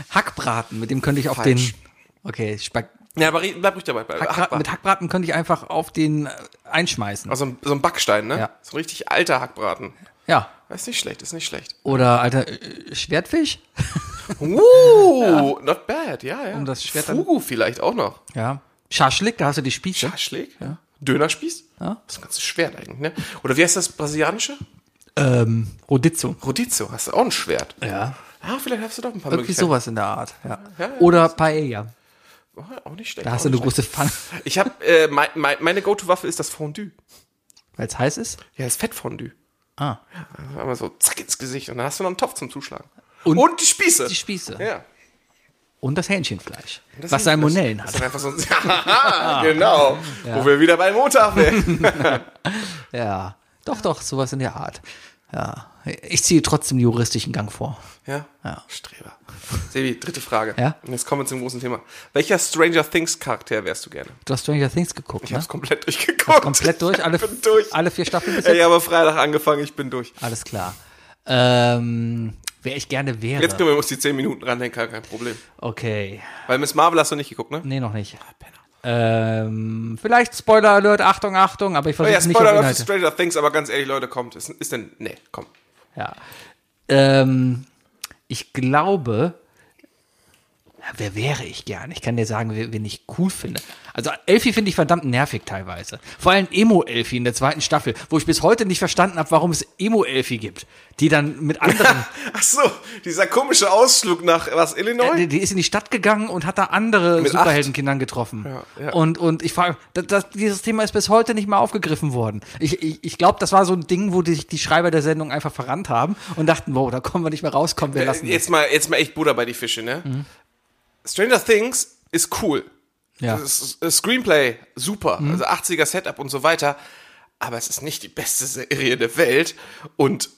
D: Hackbraten, mit dem könnte ich auf
C: Falsch.
D: den. Okay, Spag
C: Ja, aber red- bleib ruhig dabei. Bleib.
D: Hackbra mit Hackbraten könnte ich einfach auf den äh, einschmeißen.
C: Also so ein, so ein Backstein, ne?
D: Ja.
C: So ein richtig alter Hackbraten.
D: Ja.
C: Ist nicht schlecht, ist nicht schlecht.
D: Oder alter äh, Schwertfisch?
C: Uh, not bad, ja, ja.
D: Um das Schwert dann-
C: Fugu vielleicht auch noch.
D: Ja. Schaschlik, da hast du die Spieße.
C: Haschläg? Ja. Dönerspieß? Ja. Das ist ein ganzes Schwert eigentlich, ne? Oder wie heißt das brasilianische?
D: ähm, Rodizzo.
C: Rodizio, hast du auch ein Schwert?
D: Ja.
C: Ah, vielleicht hast du doch ein paar
D: Irgendwie
C: Möglichkeiten.
D: sowas in der Art. Ja.
C: Ja, ja,
D: Oder Paella.
C: Oh, auch nicht schlecht.
D: Da
C: auch
D: hast du eine
C: nicht schlecht.
D: große Pfanne,
C: Ich habe äh, mein, mein, meine Go-To-Waffe ist das Fondue.
D: weil es heiß ist.
C: Ja, das Fettfondue.
D: Ah.
C: Also Einmal so zack ins Gesicht und dann hast du noch einen Topf zum Zuschlagen.
D: Und-
C: Und, die Spieße.
D: Die Spieße.
C: ja.
D: Und das Hähnchenfleisch.
C: Das
D: was
C: sind-
D: Salmonellen
C: das,
D: hat.
C: Das ist einfach so ein, Haha, genau. Wo wir wieder bei Montag wären.
D: Ja, doch, doch, sowas in der Art. Ja, ich ziehe trotzdem den juristischen Gang vor.
C: Ja?
D: Ja.
C: Streber. Sebi, dritte Frage.
D: Ja?
C: Und jetzt kommen wir zum großen Thema. Welcher Stranger Things Charakter wärst du gerne?
D: Du hast Stranger Things geguckt,
C: Ich
D: ne?
C: hab's komplett durchgeguckt.
D: Komplett durch, alle,
C: ich bin durch.
D: alle vier Staffeln bis
C: Ey,
D: jetzt?
C: ich habe Freitag angefangen, ich bin durch.
D: Alles klar. Ähm, wer ich gerne wäre.
C: Jetzt können wir uns die 10 Minuten ranhängen, kein kein Problem.
D: okay,
C: Weil Miss Marvel hast du nicht geguckt, ne?
D: nee, noch nicht. Ähm, vielleicht Spoiler Alert, Achtung, Achtung, aber ich
C: Oh
D: versuche
C: ja,
D: nicht auf
C: Spoiler alert für
D: Inhalte.
C: Stranger Things, aber ganz ehrlich, Leute, kommt. Ist, ist denn. Nee, komm.
D: Ja. Ähm, ich glaube, ja, wer wäre ich gern? Ich kann dir sagen, wer- wen ich cool finde. Also Elfie finde ich verdammt nervig teilweise. Vor allem Emo-Elfie in der zweiten Staffel, wo ich bis heute nicht verstanden habe, warum es Emo-Elfie gibt, die dann mit anderen,
C: Ach so, dieser komische Ausflug nach was, Illinois?
D: die, die ist in die Stadt gegangen und hat da andere
C: Mit
D: Superheldenkindern getroffen.
C: ja.
D: Und, und ich frage, das, das, dieses Thema ist bis heute nicht mal aufgegriffen worden. Ich, ich, ich glaube, das war so ein Ding, wo die, die Schreiber der Sendung einfach verrannt haben und dachten, wow, da kommen wir nicht mehr rauskommen, wir lassen Mhm. das.
C: Äh, jetzt mal, jetzt mal echt Buddha bei die Fische, ne? Stranger Things ist cool.
D: Ja. Mhm.
C: Das ist, das Screenplay, super. Also 80er Setup und so weiter. Aber es ist nicht die beste Serie der Welt. Und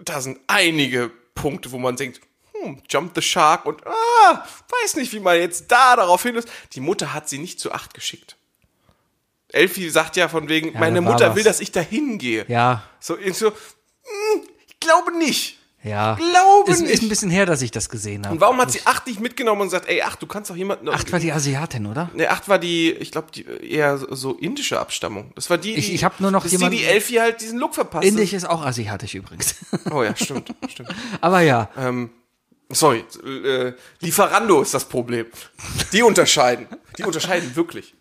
C: da sind einige Punkte, wo man denkt, hm, Jump the Shark und ah, weiß nicht, wie man jetzt da darauf hin ist. Die Mutter hat sie nicht zu acht geschickt. Elfie sagt ja von wegen, meine
D: da war
C: Mutter
D: was.
C: will, dass ich da hingehe.
D: Ja,
C: So, ich so, hm, ich glaube nicht.
D: ja.
C: Glaube
D: ist, ist
C: nicht.
D: ein bisschen her, dass ich das gesehen habe.
C: Und warum hat sie acht nicht mitgenommen und gesagt, ey, acht, du kannst doch jemanden.
D: Acht war die Asiatin, oder?
C: Ne, acht war die, ich glaube, die eher so- so indische Abstammung. Das war die, die
D: Ich- ich hab nur noch
C: das ist die,
D: jemanden-
C: die Elfie halt diesen Look verpasst.
D: Indisch ist auch asiatisch übrigens.
C: Oh ja, stimmt, stimmt.
D: Aber ja,
C: Ähm, Sorry, äh, Lieferando ist das Problem. Die unterscheiden, die unterscheiden wirklich.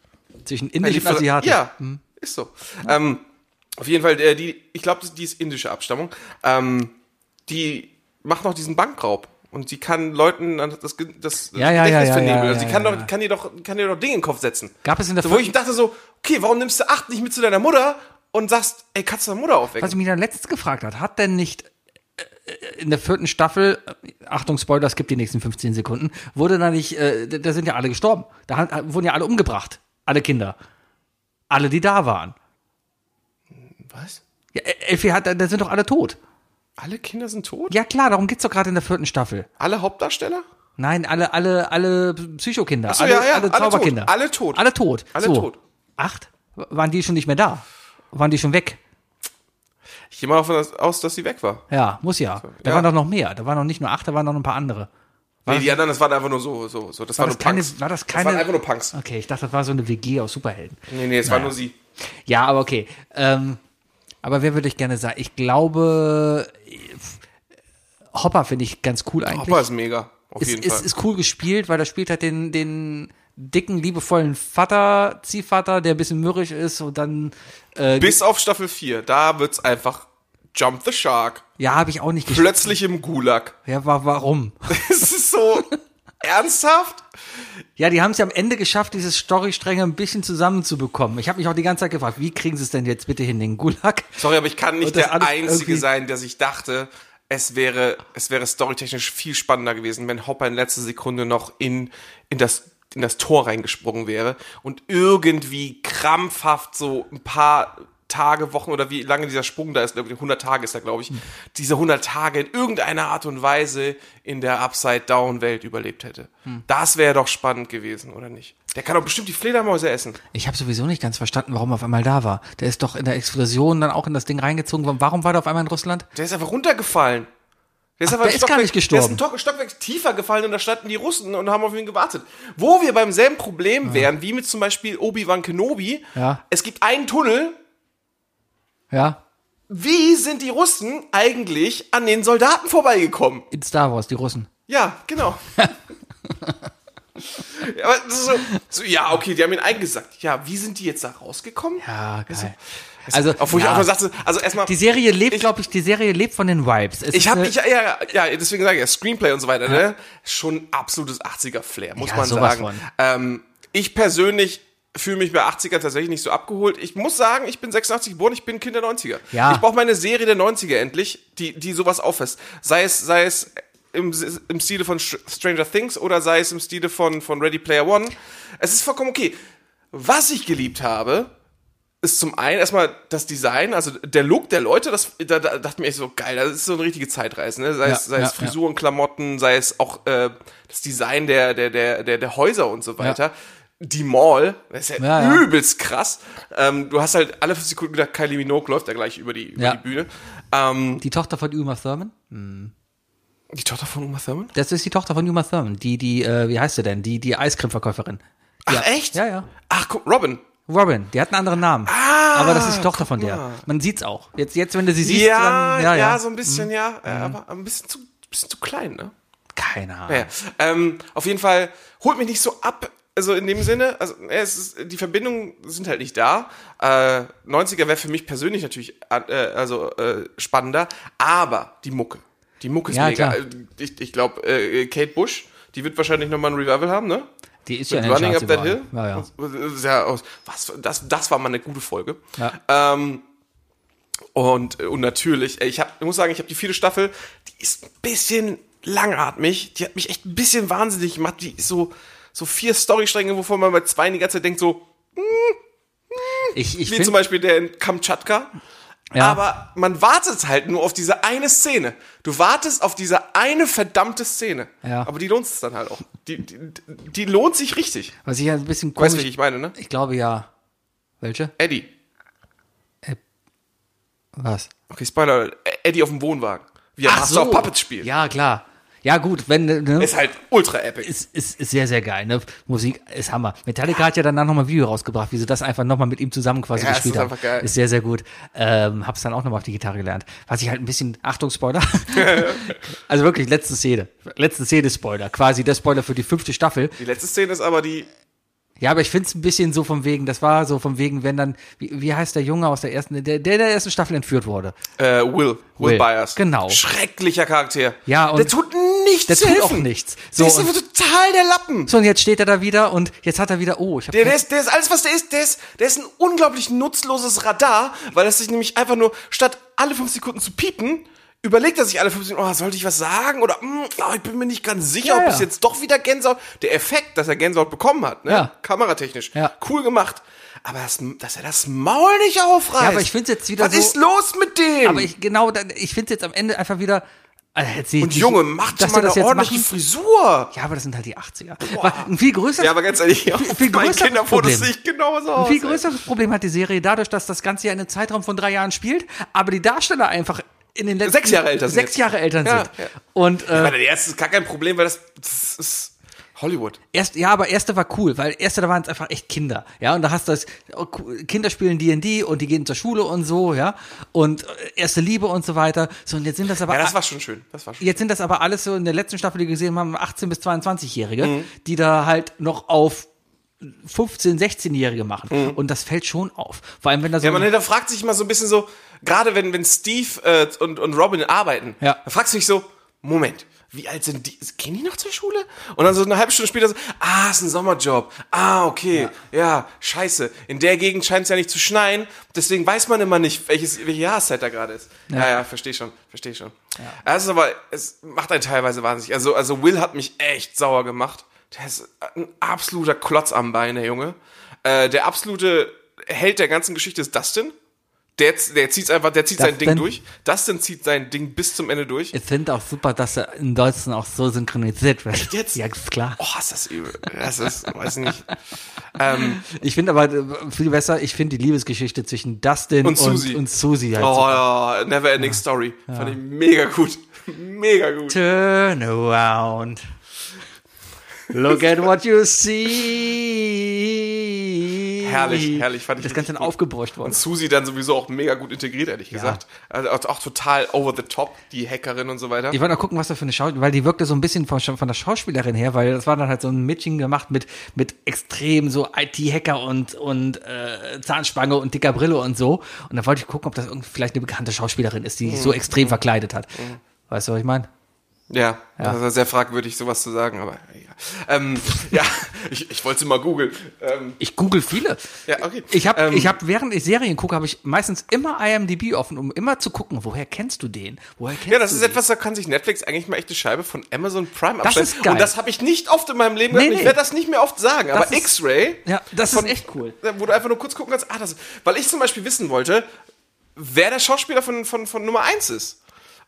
D: zwischen Indisch und
C: Liefer-
D: Asiatisch. Hm.
C: Ja, ist so. Ähm, auf jeden Fall, äh, die, ich glaube, die ist indische Abstammung. Ähm, die macht noch diesen Bankraub. Und die kann Leuten dann das, Ge- das
D: Ja, ja, ja, ja, ja,
C: Also die
D: ja,
C: kann,
D: ja,
C: doch,
D: ja.
C: kann dir doch, kann dir doch Dinge in den Kopf setzen.
D: Gab es in der
C: so, Wo ich
D: vierten-
C: dachte so, okay, warum nimmst du acht nicht mit zu deiner Mutter und sagst, ey, kannst du deine Mutter
D: Was
C: aufwecken?
D: ich mich dann letztens gefragt hat, hat denn nicht äh, in der vierten Staffel, äh, Achtung, Spoiler, es gibt die nächsten 15 Sekunden, wurde da nicht, äh, da- da sind ja alle gestorben. Da hat, wurden ja alle umgebracht. Alle Kinder. Alle, die da waren.
C: Was?
D: Ja, Ä- Elfie hat, da da sind doch alle tot.
C: Alle Kinder sind tot?
D: Ja klar, darum geht's doch gerade in der vierten Staffel.
C: Alle Hauptdarsteller?
D: Nein, alle, alle, alle Psychokinder,
C: so,
D: alle,
C: ja, ja,
D: alle
C: alle tot,
D: Zauberkinder.
C: alle tot.
D: Alle tot.
C: Alle
D: so.
C: tot.
D: Acht? W- Waren die schon nicht mehr da? Waren die schon weg?
C: Ich gehe mal davon aus, dass sie weg war.
D: Ja, muss ja. Da
C: ja.
D: waren doch noch mehr. Da waren doch nicht nur acht, da waren noch ein paar andere.
C: nee, die anderen, das waren einfach nur so, so, so. Das
D: War
C: waren
D: das,
C: nur
D: keine,
C: Punks.
D: war das
C: das
D: keine. Ah.
C: waren einfach nur Punks.
D: okay, ich dachte, das war so eine WG aus Superhelden.
C: Nee, nee, es war nur sie.
D: Ja, aber okay. Ähm, aber wer würde ich gerne sagen? Ich glaube, äh, Hopper finde ich ganz cool eigentlich.
C: Hopper ist mega. Auf
D: ist,
C: jeden
D: ist,
C: Fall.
D: ist cool gespielt, weil er spielt halt den, den dicken, liebevollen Vater, Ziehvater, der ein bisschen mürrisch ist und dann
C: Bis auf Staffel 4, da wird's einfach Jump the Shark.
D: Ja, habe ich auch nicht gespielt.
C: Plötzlich im Gulag.
D: Ja, wa warum?
C: Es ist so ernsthaft.
D: Ja, die haben es ja am Ende geschafft, diese Storystränge ein bisschen zusammenzubekommen. Ich habe mich auch die ganze Zeit gefragt, wie kriegen sie es denn jetzt bitte hin, den Gulag?
C: Sorry, aber ich kann nicht
D: Und das
C: der
D: alles
C: Einzige
D: irgendwie-
C: sein, der sich dachte, es wäre, es wäre storytechnisch viel spannender gewesen, wenn Hopper in letzter Sekunde noch in, in das in das Tor reingesprungen wäre und irgendwie krampfhaft so ein paar Tage, Wochen oder wie lange dieser Sprung da ist, irgendwie 100 Tage ist da, glaube
D: Hm.
C: ich, diese 100 Tage in irgendeiner Art und Weise in der Upside-Down-Welt überlebt hätte.
D: Hm.
C: Das wäre doch spannend gewesen, oder nicht? Der kann doch bestimmt die Fledermäuse essen.
D: Ich habe sowieso nicht ganz verstanden, warum er auf einmal da war. Der ist doch in der Explosion dann auch in das Ding reingezogen worden. Warum war der auf einmal in Russland?
C: Der ist einfach runtergefallen. Der ist,
D: Ach, der ist gar nicht
C: Der ist
D: gestorben.
C: ein Stock- Stockwerk tiefer gefallen und da standen die Russen und haben auf ihn gewartet. Wo wir beim selben Problem wären, wie mit zum Beispiel Obi-Wan Kenobi.
D: Ja.
C: Es gibt einen Tunnel.
D: Ja,
C: Wie sind die Russen eigentlich an den Soldaten vorbeigekommen?
D: in Star Wars, die Russen.
C: Ja, genau. Ja, Aber das ist so, so, ja, okay, die haben ihn eingesackt. Ja, wie sind die jetzt da rausgekommen?
D: Ja, geil.
C: Also,
D: Also,
C: Obwohl ich
D: ja.
C: auch mal sagte, also erstmal.
D: Die Serie lebt,
C: Ich-
D: glaube ich, die Serie lebt von den Vibes. Es
C: Ich
D: ist
C: habe
D: eine-
C: ich ja, ja, deswegen sage ich ja, Screenplay und so weiter, ne? Schon absolutes 80er Flair, muss
D: Ja,
C: man
D: sowas
C: sagen.
D: von.
C: Ähm, ich persönlich fühle mich bei 80er tatsächlich nicht so abgeholt. Ich muss sagen, ich bin 86 geboren, ich bin Kind der 90er.
D: Ja.
C: Ich brauche meine Serie der 90er endlich, die die sowas auffasst. Sei es sei es im, im Stile von Str- Stranger Things oder sei es im Stile von von Ready Player One. Es ist vollkommen okay. Was ich geliebt habe, ist zum einen erstmal das Design, also der Look der Leute, das da, da dachte mir echt so geil, das ist so eine richtige Zeitreise, ne? Sei
D: Ja,
C: es, sei
D: ja,
C: es Frisuren, Klamotten, sei es auch äh, das Design der, der, der, der, der Häuser und so weiter. Die Mall, das ist ja,
D: Ja, ja.
C: übelst krass. Ähm, du hast halt alle fünf Sekunden gedacht, Kylie Minogue läuft da gleich über die, über
D: Ja.
C: die Bühne. Ähm,
D: die Tochter von Uma Thurman?
C: die Tochter von Uma Thurman?
D: Das ist die Tochter von Uma Thurman. Die, die, äh, wie heißt sie denn? Die, die Eiscreme-Verkäuferin.
C: Ach, echt?
D: Ja, ja.
C: Ach, guck, Robin.
D: Robin, die hat einen anderen Namen. Ah, aber das ist die Tochter von der. Man sieht's auch. Jetzt, jetzt, wenn du sie siehst,
C: Ja,
D: dann, Mhm.
C: ja, so ein bisschen, ja. Äh, aber ein bisschen zu, bisschen zu klein, ne?
D: Keine Ahnung.
C: Ja, ähm, auf jeden Fall holt mich nicht so ab. Also in dem Sinne, also äh, es ist, die Verbindungen sind halt nicht da. Äh, 90er wäre für mich persönlich natürlich äh, also äh, spannender, aber die Mucke, die Mucke ist
D: Ja,
C: mega.
D: klar.
C: Äh, Ich, ich glaube äh, Kate Bush, die wird wahrscheinlich noch mal ein Revival haben, ne?
D: Die ist ja
C: Mit
D: in den
C: Running
D: Charts
C: Up That
D: überall.
C: Hill.
D: Ja, ja.
C: Das ist ja aus- was, das, das war mal eine gute Folge.
D: Ja.
C: Ähm, und, und natürlich, ey, ich, hab, ich muss sagen, ich habe die vierte Staffel, die ist ein bisschen langatmig, die hat mich echt ein bisschen wahnsinnig gemacht, die ist so, so vier Storystränge, wovon man bei zwei die ganze Zeit denkt, so,
D: Ich, ich
C: wie zum
D: finde,
C: Beispiel der in Kamtschatka.
D: Ja.
C: Aber man wartet halt nur auf diese eine Szene. Du wartest auf diese eine verdammte Szene.
D: Ja.
C: Aber die lohnt es dann halt auch. Die, die, die lohnt sich richtig.
D: was Oh, ich ja ein bisschen
C: Weißt
D: komisch,
C: du, wie ich meine, ne?
D: ich glaube ja. Welche?
C: Eddie.
D: Was?
C: Okay, Spoiler, Eddie auf dem Wohnwagen. Wie er Master of Puppets spielt.
D: Ja, klar. Ja, gut, wenn, ne,
C: Ist halt ultra epic.
D: ist, ist, ist sehr, sehr geil. Ne? Musik ist Hammer. Metallica hat ja danach nochmal ein Video rausgebracht, wie sie das einfach nochmal mit ihm zusammen quasi
C: Ja, es
D: gespielt
C: ist
D: haben.
C: einfach geil.
D: Ist sehr, sehr gut. Ähm, hab's dann auch nochmal auf die Gitarre gelernt. Was ich halt ein bisschen, Achtung, Spoiler. also wirklich, letzte Szene. Letzte Szene Spoiler. Quasi der Spoiler für die fünfte Staffel.
C: Die letzte Szene ist aber die,
D: Ja, aber ich find's ein bisschen so von wegen, das war so von wegen, wenn dann, wie, wie heißt der Junge aus der ersten, der, der in der ersten Staffel entführt wurde.
C: äh, Will. Will,
D: Will,
C: Byers.
D: genau.
C: Schrecklicher Charakter.
D: Ja, und-
C: Der tut nichts
D: Der
C: zu
D: tut auch
C: helfen.
D: nichts.
C: Der
D: So,
C: ist
D: und,
C: einfach total der Lappen.
D: so, und jetzt steht er da wieder und jetzt hat er wieder, oh, ich hab
C: Der, der, ist, der ist alles, was der ist. Der ist, der ist ein unglaublich nutzloses Radar, weil er sich nämlich einfach nur, statt alle fünf Sekunden zu piepen, überlegt er sich alle fünf Sekunden, oh, sollte ich was sagen? Oder, mm, oh, ich bin mir nicht ganz sicher,
D: Ja,
C: ob
D: ja.
C: es jetzt doch wieder Gänsehaut. Der Effekt, dass er Gänsehaut bekommen hat, ne?
D: Ja.
C: Kameratechnisch.
D: Ja.
C: Cool gemacht. Aber das, dass er das Maul nicht aufreißt.
D: Ja, aber ich find's jetzt wieder
C: Was
D: so-
C: ist los mit dem?
D: Aber ich genau, dann- ich finde es jetzt am Ende einfach wieder. Also jetzt sehe ich
C: Und
D: nicht,
C: Junge, macht
D: dass
C: mal
D: wir das
C: eine
D: jetzt
C: ordentliche
D: machen.
C: Frisur.
D: Ja, aber das sind halt die 80er. Weil Ein viel größeres,
C: Ja, aber genau ganz ehrlich, auf
D: viel
C: meinen
D: größeres
C: Kinderfotos
D: Problem.
C: sehe ich genauso
D: ein
C: aus.
D: viel
C: ey.
D: größeres Problem hat die Serie dadurch, dass das Ganze ja in einem Zeitraum von drei Jahren spielt, aber die Darsteller einfach in den letzten
C: Sechs Jahre älter sind
D: sechs
C: jetzt.
D: Jahre älter
C: Ja,
D: sind.
C: ja.
D: Und
C: Ich
D: äh,
C: meine, der erste ist gar kein Problem, weil das, das ist Hollywood.
D: erst, ja, aber erste war cool, weil erste da waren es einfach echt Kinder, ja. Und da hast du das oh, cool, Kinder spielen D&D und die gehen zur Schule und so, ja. Und äh, erste Liebe und so weiter. So und jetzt sind das aber
C: Ja, das war schon schön. Das war schön.
D: Jetzt sind das aber alles so in der letzten Staffel, die wir gesehen haben, 18- bis 22-Jährige,
C: Mhm.
D: die da halt noch auf
C: Mhm.
D: 15-, 16-Jährige machen. Und das fällt schon auf. Vor allem, wenn da so.
C: ne- Ja, man hinterfragt sich mal so ein bisschen so, gerade wenn, wenn Steve äh, und, und Robin arbeiten,
D: Ja.
C: dann fragst du dich so, Moment, wie alt sind die? Gehen die noch zur Schule? Und dann so eine halbe Stunde später so, ah, ist ein Sommerjob. Ah, okay, ja, scheiße. In der Gegend scheint es ja nicht zu schneien, deswegen weiß man immer nicht, welches, welche Jahreszeit da gerade ist. Ja, ja, verstehe schon, verstehe schon. Das ist aber, es macht einen teilweise wahnsinnig. Also, also Will hat mich echt sauer gemacht. Der ist ein absoluter Klotz am Bein, der Junge. Äh, der absolute Held der ganzen Geschichte ist Dustin. Der, der zieht einfach, der zieht sein Ding
D: Dustin?
C: durch. Dustin zieht sein Ding bis zum Ende durch.
D: Ich finde auch super, dass er in Deutschland auch so synchronisiert wird. Echt
C: jetzt?
D: Ja, ist klar.
C: Oh, ist das übel. Das ist, weiß nicht. Ähm,
D: Ich finde aber äh, viel besser, ich finde die Liebesgeschichte zwischen Dustin
C: Und
D: und,
C: Susi.
D: und, Susi halt.
C: oh,
D: so.
C: ja, never ending story. Fand ich mega gut. Mega gut.
D: Turn around. Look at what you see.
C: Herrlich, herrlich, fand ich
D: Das
C: richtig
D: Ganze dann
C: gut.
D: aufgebräucht worden.
C: Und Susi dann sowieso auch mega gut integriert, ehrlich gesagt. Also auch, auch total over the top, die Hackerin und so weiter.
D: Ich wollte noch gucken, was da für eine Schauspielerin, weil die wirkte so ein bisschen von, von der Schauspielerin her, weil das war dann halt so ein Mitching gemacht mit, mit extrem so IT-Hacker und, und äh, Zahnspange und dicker Brille und so. Und da wollte ich gucken, ob das irgendwie vielleicht eine bekannte Schauspielerin ist, die sich
C: Mhm.
D: so extrem verkleidet hat. Weißt du, was ich meine?
C: Ja, das war sehr fragwürdig, sowas zu sagen, aber ja. Ähm, ja, ich, ich wollte sie mal googeln. Ähm,
D: Ich google viele.
C: Ja, okay.
D: Ich habe,
C: Ähm.
D: ich hab, während ich Serien gucke, habe ich meistens immer IMDb offen, um immer zu gucken, woher kennst du den? Woher kennst
C: ja, das
D: du
C: ist
D: den?
C: etwas, da kann sich Netflix eigentlich mal echt eine Scheibe von Amazon Prime
D: Das
C: abschneiden.
D: ist geil.
C: Und das habe ich nicht oft in meinem Leben gehört.
D: Nee,
C: Ich
D: nee.
C: werde das nicht mehr oft sagen, aber
D: ist-
C: X-Ray.
D: Ja, das
C: von-
D: ist echt cool.
C: Wo du einfach nur kurz gucken kannst, ah, das, weil ich zum Beispiel wissen wollte, wer der Schauspieler von, von, von Nummer 1 ist.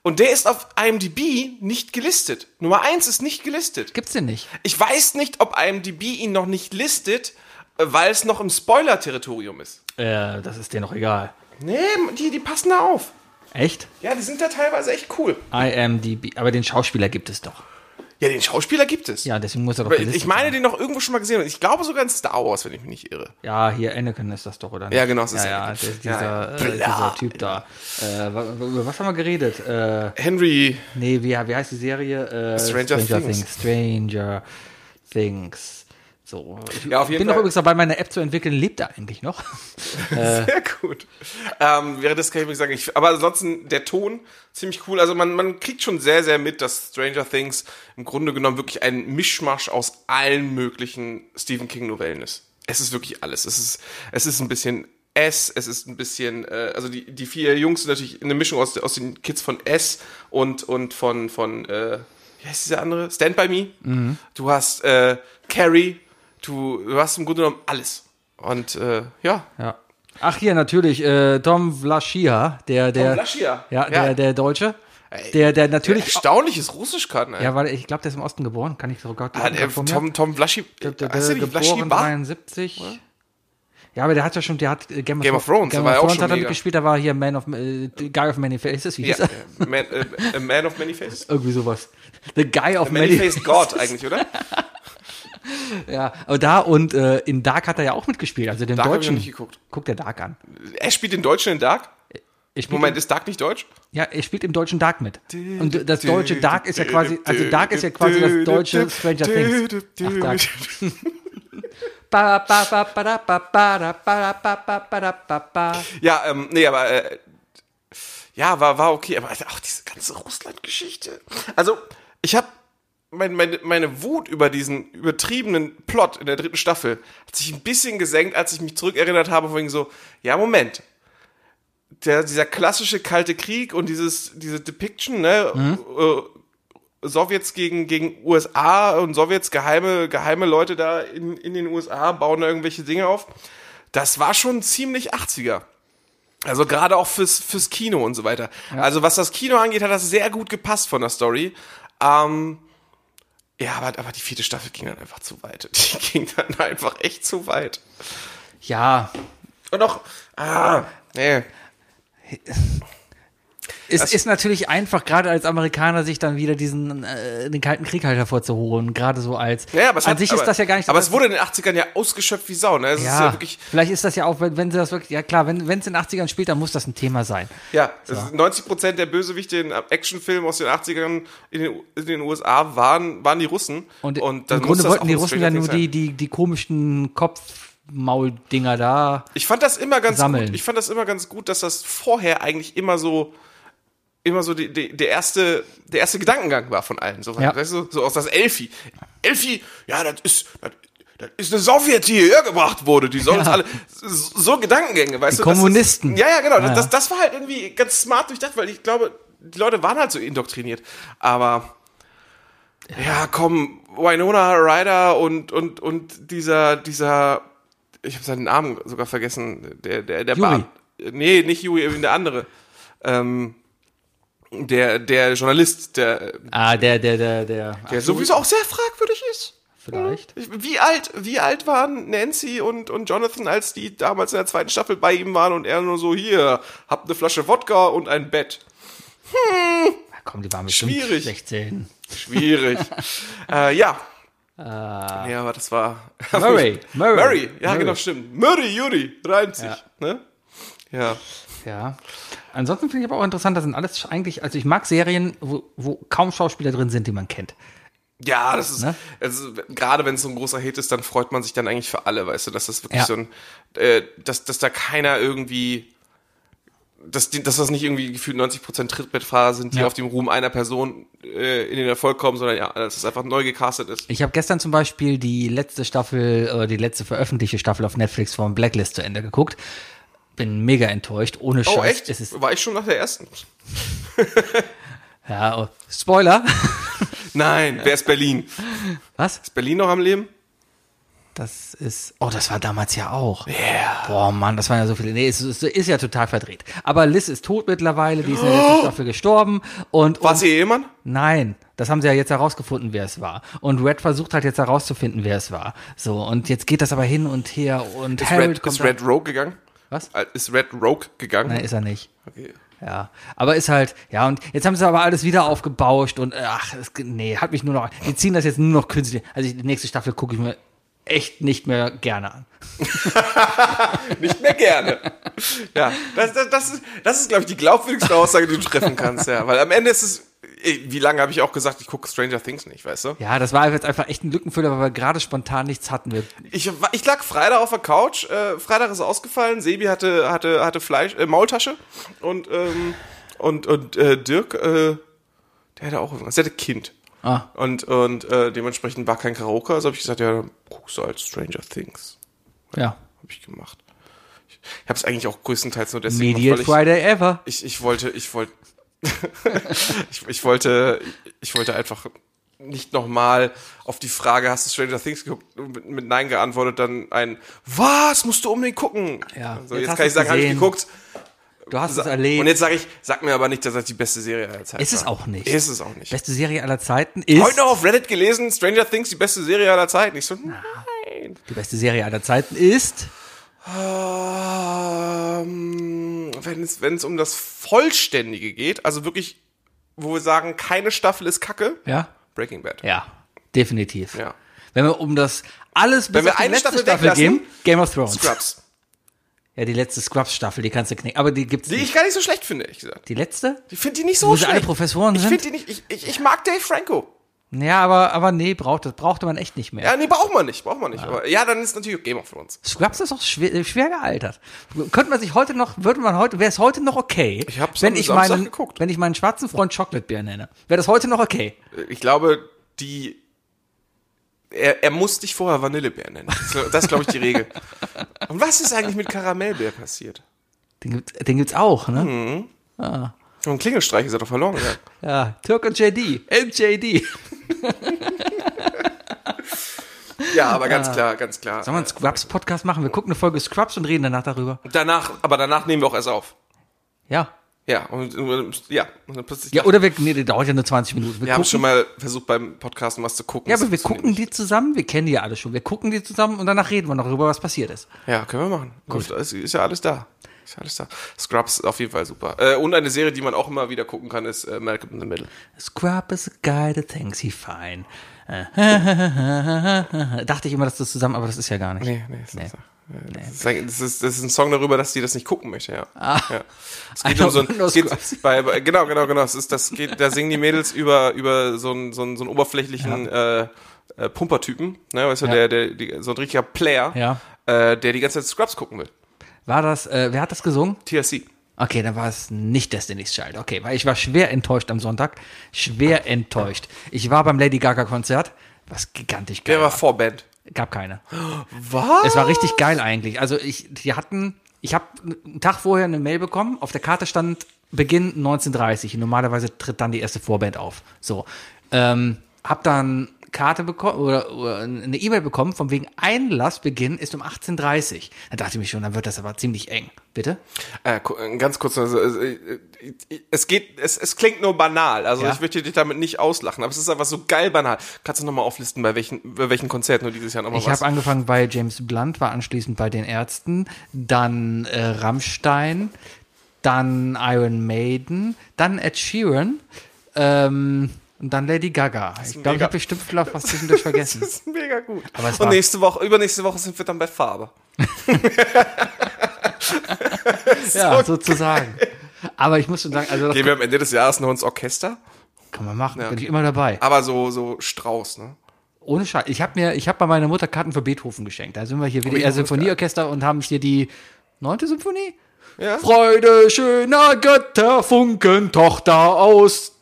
C: Und der ist auf IMDb nicht gelistet. Nummer 1 ist nicht gelistet.
D: Gibt's den nicht?
C: Ich weiß nicht, ob IMDb ihn noch nicht listet, äh, weil es noch im Spoiler-Territorium ist.
D: Äh, das ist dir noch egal.
C: Nee, die, die passen da auf.
D: Echt?
C: Ja, die sind da teilweise echt cool.
D: IMDb, aber den Schauspieler gibt es doch.
C: Ja, den Schauspieler gibt es.
D: Ja, deswegen muss er doch
C: Aber
D: gelistet
C: Ich meine,
D: sein.
C: den noch irgendwo schon mal gesehen. Ich glaube sogar in Star Wars, wenn ich mich nicht irre.
D: Ja, hier Anakin ist das doch, oder nicht?
C: Ja, genau, es ist
D: ja, ja,
C: Anakin.
D: der, dieser,
C: Ja, ja.
D: Äh, dieser Typ da. Äh, wa- wa- über was haben wir geredet? Äh,
C: Henry,
D: nee, wie, wie heißt die Serie? Äh,
C: Stranger Things.
D: Stranger Things. So. Ich
C: Ja, auf jeden
D: bin
C: Fall.
D: noch übrigens dabei, meine App zu entwickeln. Lebt er eigentlich noch?
C: sehr gut. Ähm, wäre das kann ich wirklich sagen. Ich, aber ansonsten der Ton ziemlich cool. Also man, man kriegt schon sehr, sehr mit, dass Stranger Things im Grunde genommen wirklich ein Mischmasch aus allen möglichen Stephen King Novellen ist. Es ist wirklich alles. Es ist, es ist ein bisschen S, es ist ein bisschen, äh, also die, die vier Jungs sind natürlich eine Mischung aus, aus den Kids von S und, und von, von äh, wie heißt dieser andere? Stand by Me. Du hast äh, Carrie, du, du hast im Grunde genommen alles. Und äh, ja,
D: Ja. Ach, hier natürlich, äh, Tom Vlaschia, der, der,
C: Vlaschia.
D: Ja,
C: Ja.
D: der, der Deutsche. Der, der natürlich,
C: Erstaunliches Russisch kann, ey.
D: ja, weil ich glaube, der ist im Osten geboren, kann ich sogar
C: Ah, der
D: von mir-
C: Tom, Tom Vlaschi.
D: Der, der,
C: Heißt
D: der
C: der nicht Vlaschi
D: geboren
C: Bar?
D: 73. Ja, aber der hat ja schon, der hat äh, Game,
C: Game of Thrones,
D: Game
C: da war
D: of
C: er auch
D: Thrones
C: schon
D: hat er
C: mega.
D: mitgespielt, da war hier Man of, äh, Guy of Many Faces, wie
C: Ja,
D: hieß er?
C: äh, man, äh, a man of Many Faces.
D: Irgendwie sowas. The Guy of Many,
C: Many-Faced God eigentlich, oder?
D: Ja, aber da und äh, in Dark hat er ja auch mitgespielt, also den
C: Dark hab ich noch
D: Deutschen.
C: nicht geguckt.
D: Guck dir Dark an.
C: Er spielt den Deutschen in Dark.
D: Er spielt
C: Moment,
D: im,
C: ist Dark nicht deutsch?
D: ja, er spielt im deutschen Dark mit. Und das deutsche Dark ist ja quasi, also Dark ist ja quasi das deutsche Stranger Things. Ach, Dark. Ba, ba, ba, ba, da, ba, ba, da, ba, da, ba, ba, ba, da, ba, ba.
C: Ja, ähm, nee, aber äh, ja, war, war okay, aber also auch diese ganze Russland-Geschichte. Also, ich habe mein, meine, meine Wut über diesen übertriebenen Plot in der dritten Staffel hat sich ein bisschen gesenkt, als ich mich zurückerinnert habe, vorhin so, ja, Moment. Der, dieser klassische Kalte Krieg und dieses, diese Depiction, ne,
D: Mhm.
C: äh, Sowjets gegen, gegen USA und Sowjets geheime, geheime Leute da in, in den USA bauen da irgendwelche Dinge auf. Das war schon ziemlich 80er. Also gerade auch fürs, fürs Kino und so weiter. Also was das Kino angeht, hat das sehr gut gepasst von der Story. Ähm, ja, aber, aber die vierte Staffel ging dann einfach zu weit. Die ging dann einfach echt zu weit.
D: Ja,
C: Und auch, ah, nee.
D: Es ist natürlich einfach, gerade als Amerikaner, sich dann wieder diesen äh, den Kalten Krieg halt hervorzuholen. Gerade so als.
C: Ja, aber es
D: an
C: hat,
D: sich
C: aber,
D: ist das ja gar nicht.
C: Aber es wurde in den 80ern ja ausgeschöpft wie Sau, ne? Es
D: ja,
C: ist ja wirklich,
D: vielleicht ist das ja auch, wenn, wenn sie das wirklich. Ja klar, wenn wenn es in den 80ern spielt, dann muss das ein Thema sein.
C: ja, es ist 90% der Bösewichte in Actionfilmen aus den 80ern in den, U- in den USA waren, waren die Russen.
D: Und,
C: dann
D: im Grunde
C: muss das
D: wollten
C: auch
D: die
C: ein
D: Russen
C: Stranger
D: ja nur
C: Things sein.
D: die, die, die komischen Kopf. Mauldinger da.
C: Ich fand das immer ganz
D: Sammeln.
C: gut. Ich fand das immer ganz gut, dass das vorher eigentlich immer so immer so die, die, der erste der erste Gedankengang war von allen so,
D: Ja.
C: weißt du, so aus das Elfi. Elfi, ja, das ist das, das ist eine Sowjet, die hierher gebracht wurde. Die sollen uns alle so so Gedankengänge, weißt du, das
D: Kommunisten.
C: Ist, ja, ja, genau,
D: Ja.
C: Das, das war halt irgendwie ganz smart durchdacht, weil ich glaube, die Leute waren halt so indoktriniert, aber ja, komm, Winona Ryder und, und, und dieser, dieser, ich habe seinen Namen sogar vergessen, der, der, der
D: Yuri.
C: Bart. Nee, nicht Yuri, eben der andere. Ähm, der, der Journalist, der,
D: Ah, der, der, der, der.
C: der sowieso auch sehr fragwürdig ist.
D: Vielleicht.
C: Ich- Wie alt, wie alt waren Nancy und, und Jonathan, als die damals in der zweiten Staffel bei ihm waren und er nur so, hier, habt eine Flasche Wodka und ein Bett.
D: Ah, Komm, die waren bestimmt
C: Schwierig.
D: 16.
C: Schwierig. äh, ja. ja, aber das war.
D: Murray, Murray.
C: Murray. Ja,
D: Murray.
C: genau, stimmt. Murray, Yuri, reimt sich. Ja. Ne? ja.
D: Ja. Ansonsten finde ich aber auch interessant, das sind alles eigentlich, also ich mag Serien, wo, wo kaum Schauspieler drin sind, die man kennt.
C: Ja, das ist,
D: Ne?
C: also, gerade wenn es so ein großer Hit ist, dann freut man sich dann eigentlich für alle, weißt du, dass das wirklich
D: Ja.
C: so ein, äh, dass, dass da keiner irgendwie, dass, die, dass das nicht irgendwie gefühlt 90% Trittbettfahrer sind, die
D: Ja.
C: auf dem Ruhm einer Person äh, in den Erfolg kommen, sondern ja, dass es einfach neu gecastet ist.
D: Ich habe gestern zum Beispiel die letzte Staffel, äh, die letzte veröffentlichte Staffel auf Netflix von Blacklist zu Ende geguckt. Bin mega enttäuscht, ohne Scheiß.
C: Oh, echt?
D: Es ist,
C: War ich schon nach der ersten?
D: ja, oh, Spoiler.
C: Nein, wer ist Berlin?
D: Was?
C: Ist Berlin noch am Leben?
D: Das ist, oh, das war damals ja auch. Yeah. Boah, Mann, das waren ja so viele. Nee, es ist, ist ja total verdreht. Aber Liz ist tot mittlerweile, die ist in der letzten Staffel gestorben. Und,
C: War es ihr jemand?
D: Nein, das haben sie ja jetzt herausgefunden, wer es war. Und Red versucht halt jetzt herauszufinden, wer es war. So, und jetzt geht das aber hin und her und
C: Ist
D: Harold
C: Red,
D: kommt.
C: ist Red Rogue gegangen?
D: Was?
C: Äh, Ist Red Rogue gegangen?
D: Nein, ist er nicht.
C: Okay.
D: Ja, aber ist halt, ja, und jetzt haben sie aber alles wieder aufgebauscht und ach, es, nee, hat mich nur noch, die ziehen das jetzt nur noch künstlich. Also ich, die nächste Staffel gucke ich mir echt nicht mehr gerne an.
C: Nicht mehr gerne. ja, das, das, das ist, das ist glaube ich, die glaubwürdigste Aussage, die du treffen kannst, ja. Weil am Ende ist es, ey, wie lange habe ich auch gesagt, ich gucke Stranger Things nicht, weißt du?
D: Ja, das war jetzt einfach echt ein Lückenfüller, weil wir gerade spontan nichts hatten. Wir,
C: Ich, war- ich lag Freitag auf der Couch, äh, Freitag ist ausgefallen, Sebi hatte, hatte, hatte Fleisch, äh, Maultasche und, ähm, und, und äh, Dirk, äh, der hatte auch irgendwas, der hatte Kind.
D: Ah.
C: Und, und äh, dementsprechend war kein Karaoke, also habe ich gesagt, ja, dann guckst du halt Stranger Things.
D: ja.
C: Habe ich gemacht. Ich habe es eigentlich auch größtenteils nur deswegen gemacht,
D: Media
C: weil ich,
D: Friday ever.
C: ich, ich wollte, ich wollte, ich, ich wollte, ich wollte einfach nicht nochmal auf die Frage, hast du Stranger Things geguckt, mit, mit Nein geantwortet, dann ein, was, musst du unbedingt gucken?
D: Ja,
C: Also
D: jetzt
C: jetzt,
D: hast
C: kann ich
D: du's
C: sagen, habe ich
D: gesehen.
C: geguckt.
D: Du hast es erlebt.
C: Und jetzt sage ich, sag mir aber nicht, dass das die beste Serie aller Zeiten
D: Ist es
C: war.
D: auch nicht.
C: Ist es auch nicht.
D: Beste Serie aller Zeiten ist.
C: Heute noch auf Reddit gelesen, Stranger Things, die beste Serie aller Zeiten. Ich so, nein.
D: Die beste Serie aller Zeiten ist.
C: Ähm, wenn es, wenn es um das Vollständige geht, also wirklich, wo wir sagen, keine Staffel ist kacke,
D: Ja.
C: Breaking Bad.
D: Ja, definitiv.
C: Ja.
D: Wenn wir um das alles bis
C: Wenn wir
D: auf die
C: eine
D: letzte
C: Staffel
D: Staffel
C: weglassen,
D: gehen, Game of Thrones.
C: Scrubs.
D: Ja, die letzte Scrubs-Staffel, die kannst du knicken. Aber die gibt's
C: Die
D: nicht.
C: ich gar nicht so schlecht finde, ehrlich gesagt.
D: Die letzte?
C: Ich finde die nicht so
D: Wo sie
C: schlecht.
D: alle Professoren
C: ich
D: sind?
C: finde die nicht, ich, ich, ich mag Dave Franco.
D: Ja, aber, aber nee, braucht, das brauchte man echt nicht mehr.
C: Ja, nee, braucht man nicht, braucht man nicht. Aber ja, dann ist natürlich Game of Thrones.
D: Scrubs ist auch schwer, äh, schwer gealtert. Könnte man sich heute noch, würde man heute, wäre es heute noch okay,
C: Ich hab's
D: wenn,
C: am
D: ich
C: Samstag
D: meinen,
C: geguckt.
D: wenn ich meinen schwarzen Freund Chocolate Bear nenne. Wäre das heute noch okay?
C: Ich glaube, die, er, er muss dich vorher Vanillebär nennen. Das ist, das ist, glaube ich, die Regel. Und was ist eigentlich mit Karamellbär passiert?
D: Den, gibt, den gibt's auch, ne?
C: Hm. Und Klingelstreich ist er doch verloren gegangen.
D: Ja, Türk und JD, MJD.
C: Ja, aber ganz klar, ganz klar.
D: Sollen wir einen Scrubs-Podcast machen? Wir gucken eine Folge Scrubs und reden danach darüber.
C: Danach, aber danach nehmen wir auch erst auf.
D: Ja.
C: Ja, und, und ja, und dann plötzlich.
D: Ja, oder wir, nee, das dauert ja nur 20 Minuten.
C: wir haben schon mal versucht beim Podcasten was zu gucken.
D: Ja,
C: Das
D: aber wir
C: funktioniert
D: gucken die zusammen, wir kennen die ja alle schon. Wir gucken die zusammen und danach reden wir noch darüber, was passiert ist.
C: nicht. Ja, können wir machen. Gut, ist, ist ja alles da. Ist ja alles da. Scrubs ist auf jeden Fall super. Äh, und eine Serie, die man auch immer wieder gucken kann, ist äh, Malcolm in the Middle.
D: Scrub is a guy that thinks he fine. Äh, Dachte ich immer, dass das zusammen, aber das ist ja gar nicht.
C: Nee, nee, Ah. ist nicht so. Äh, Das ist, ein- das, ist, das ist ein Song darüber, dass die das nicht gucken möchte, ja. ja. Es geht
D: Einer
C: um so ein,
D: von
C: es geht
D: Scrubs.
C: bei, bei, genau, genau, genau. Es ist, das geht, da singen die Mädels über, über so einen, so einen, so einen oberflächlichen äh, äh, Pumpertypen, ne, weißt du, der, der, die, so ein richtiger Player,
D: Ja.
C: äh, der die ganze Zeit Scrubs gucken will.
D: War das, äh, wer hat das gesungen?
C: TLC.
D: Okay, dann war es nicht Destiny's Child. Okay, weil ich war schwer enttäuscht am Sonntag. Schwer enttäuscht. Ich war beim Lady Gaga Konzert, was gigantisch geil
C: Der war Vorband.
D: Gab keine.
C: Was?
D: Es war richtig geil eigentlich. Also ich, die hatten, ich habe einen Tag vorher eine Mail bekommen. Auf der Karte stand Beginn 1930. Normalerweise tritt dann die erste Vorband auf. So, ähm, hab dann Karte bekommen oder, oder eine E-Mail bekommen von wegen Einlassbeginn ist um 18:30. Da dachte ich mir schon, dann wird das aber ziemlich eng. Bitte?
C: Äh, ku- äh, ganz kurz, also, äh, äh, es geht, es, es klingt nur banal, also
D: Ja.
C: ich möchte dich damit nicht auslachen, aber es ist einfach so geil banal. Kannst du nochmal auflisten, bei welchen, bei welchen Konzerten du dieses Jahr nochmal
D: Ich habe angefangen bei James Blunt, war anschließend bei den Ärzten, dann äh, Rammstein, dann Iron Maiden, dann Ed Sheeran ähm, und dann Lady Gaga. Ich glaube, ich
C: mega-
D: habe bestimmt vielleicht was zwischendurch vergessen.
C: Das ist mega gut.
D: Aber es
C: Und
D: war-
C: nächste Woche, übernächste Woche sind wir dann bei Farbe.
D: ja, sozusagen. Aber ich muss schon sagen, also das
C: Gehen wir am Ende des Jahres noch ins Orchester,
D: kann man machen, bin ich immer dabei.
C: aber so, so Strauß, ne?
D: Ohne Scheiß. Ich habe mir, ich habe bei meiner Mutter Karten für Beethoven geschenkt. Da sind wir hier wieder eher
C: Beethoven ist
D: Symphonieorchester und haben hier die neunte Symphonie.
C: Ja.
D: Freude schöner Götter, Funken, Tochter aus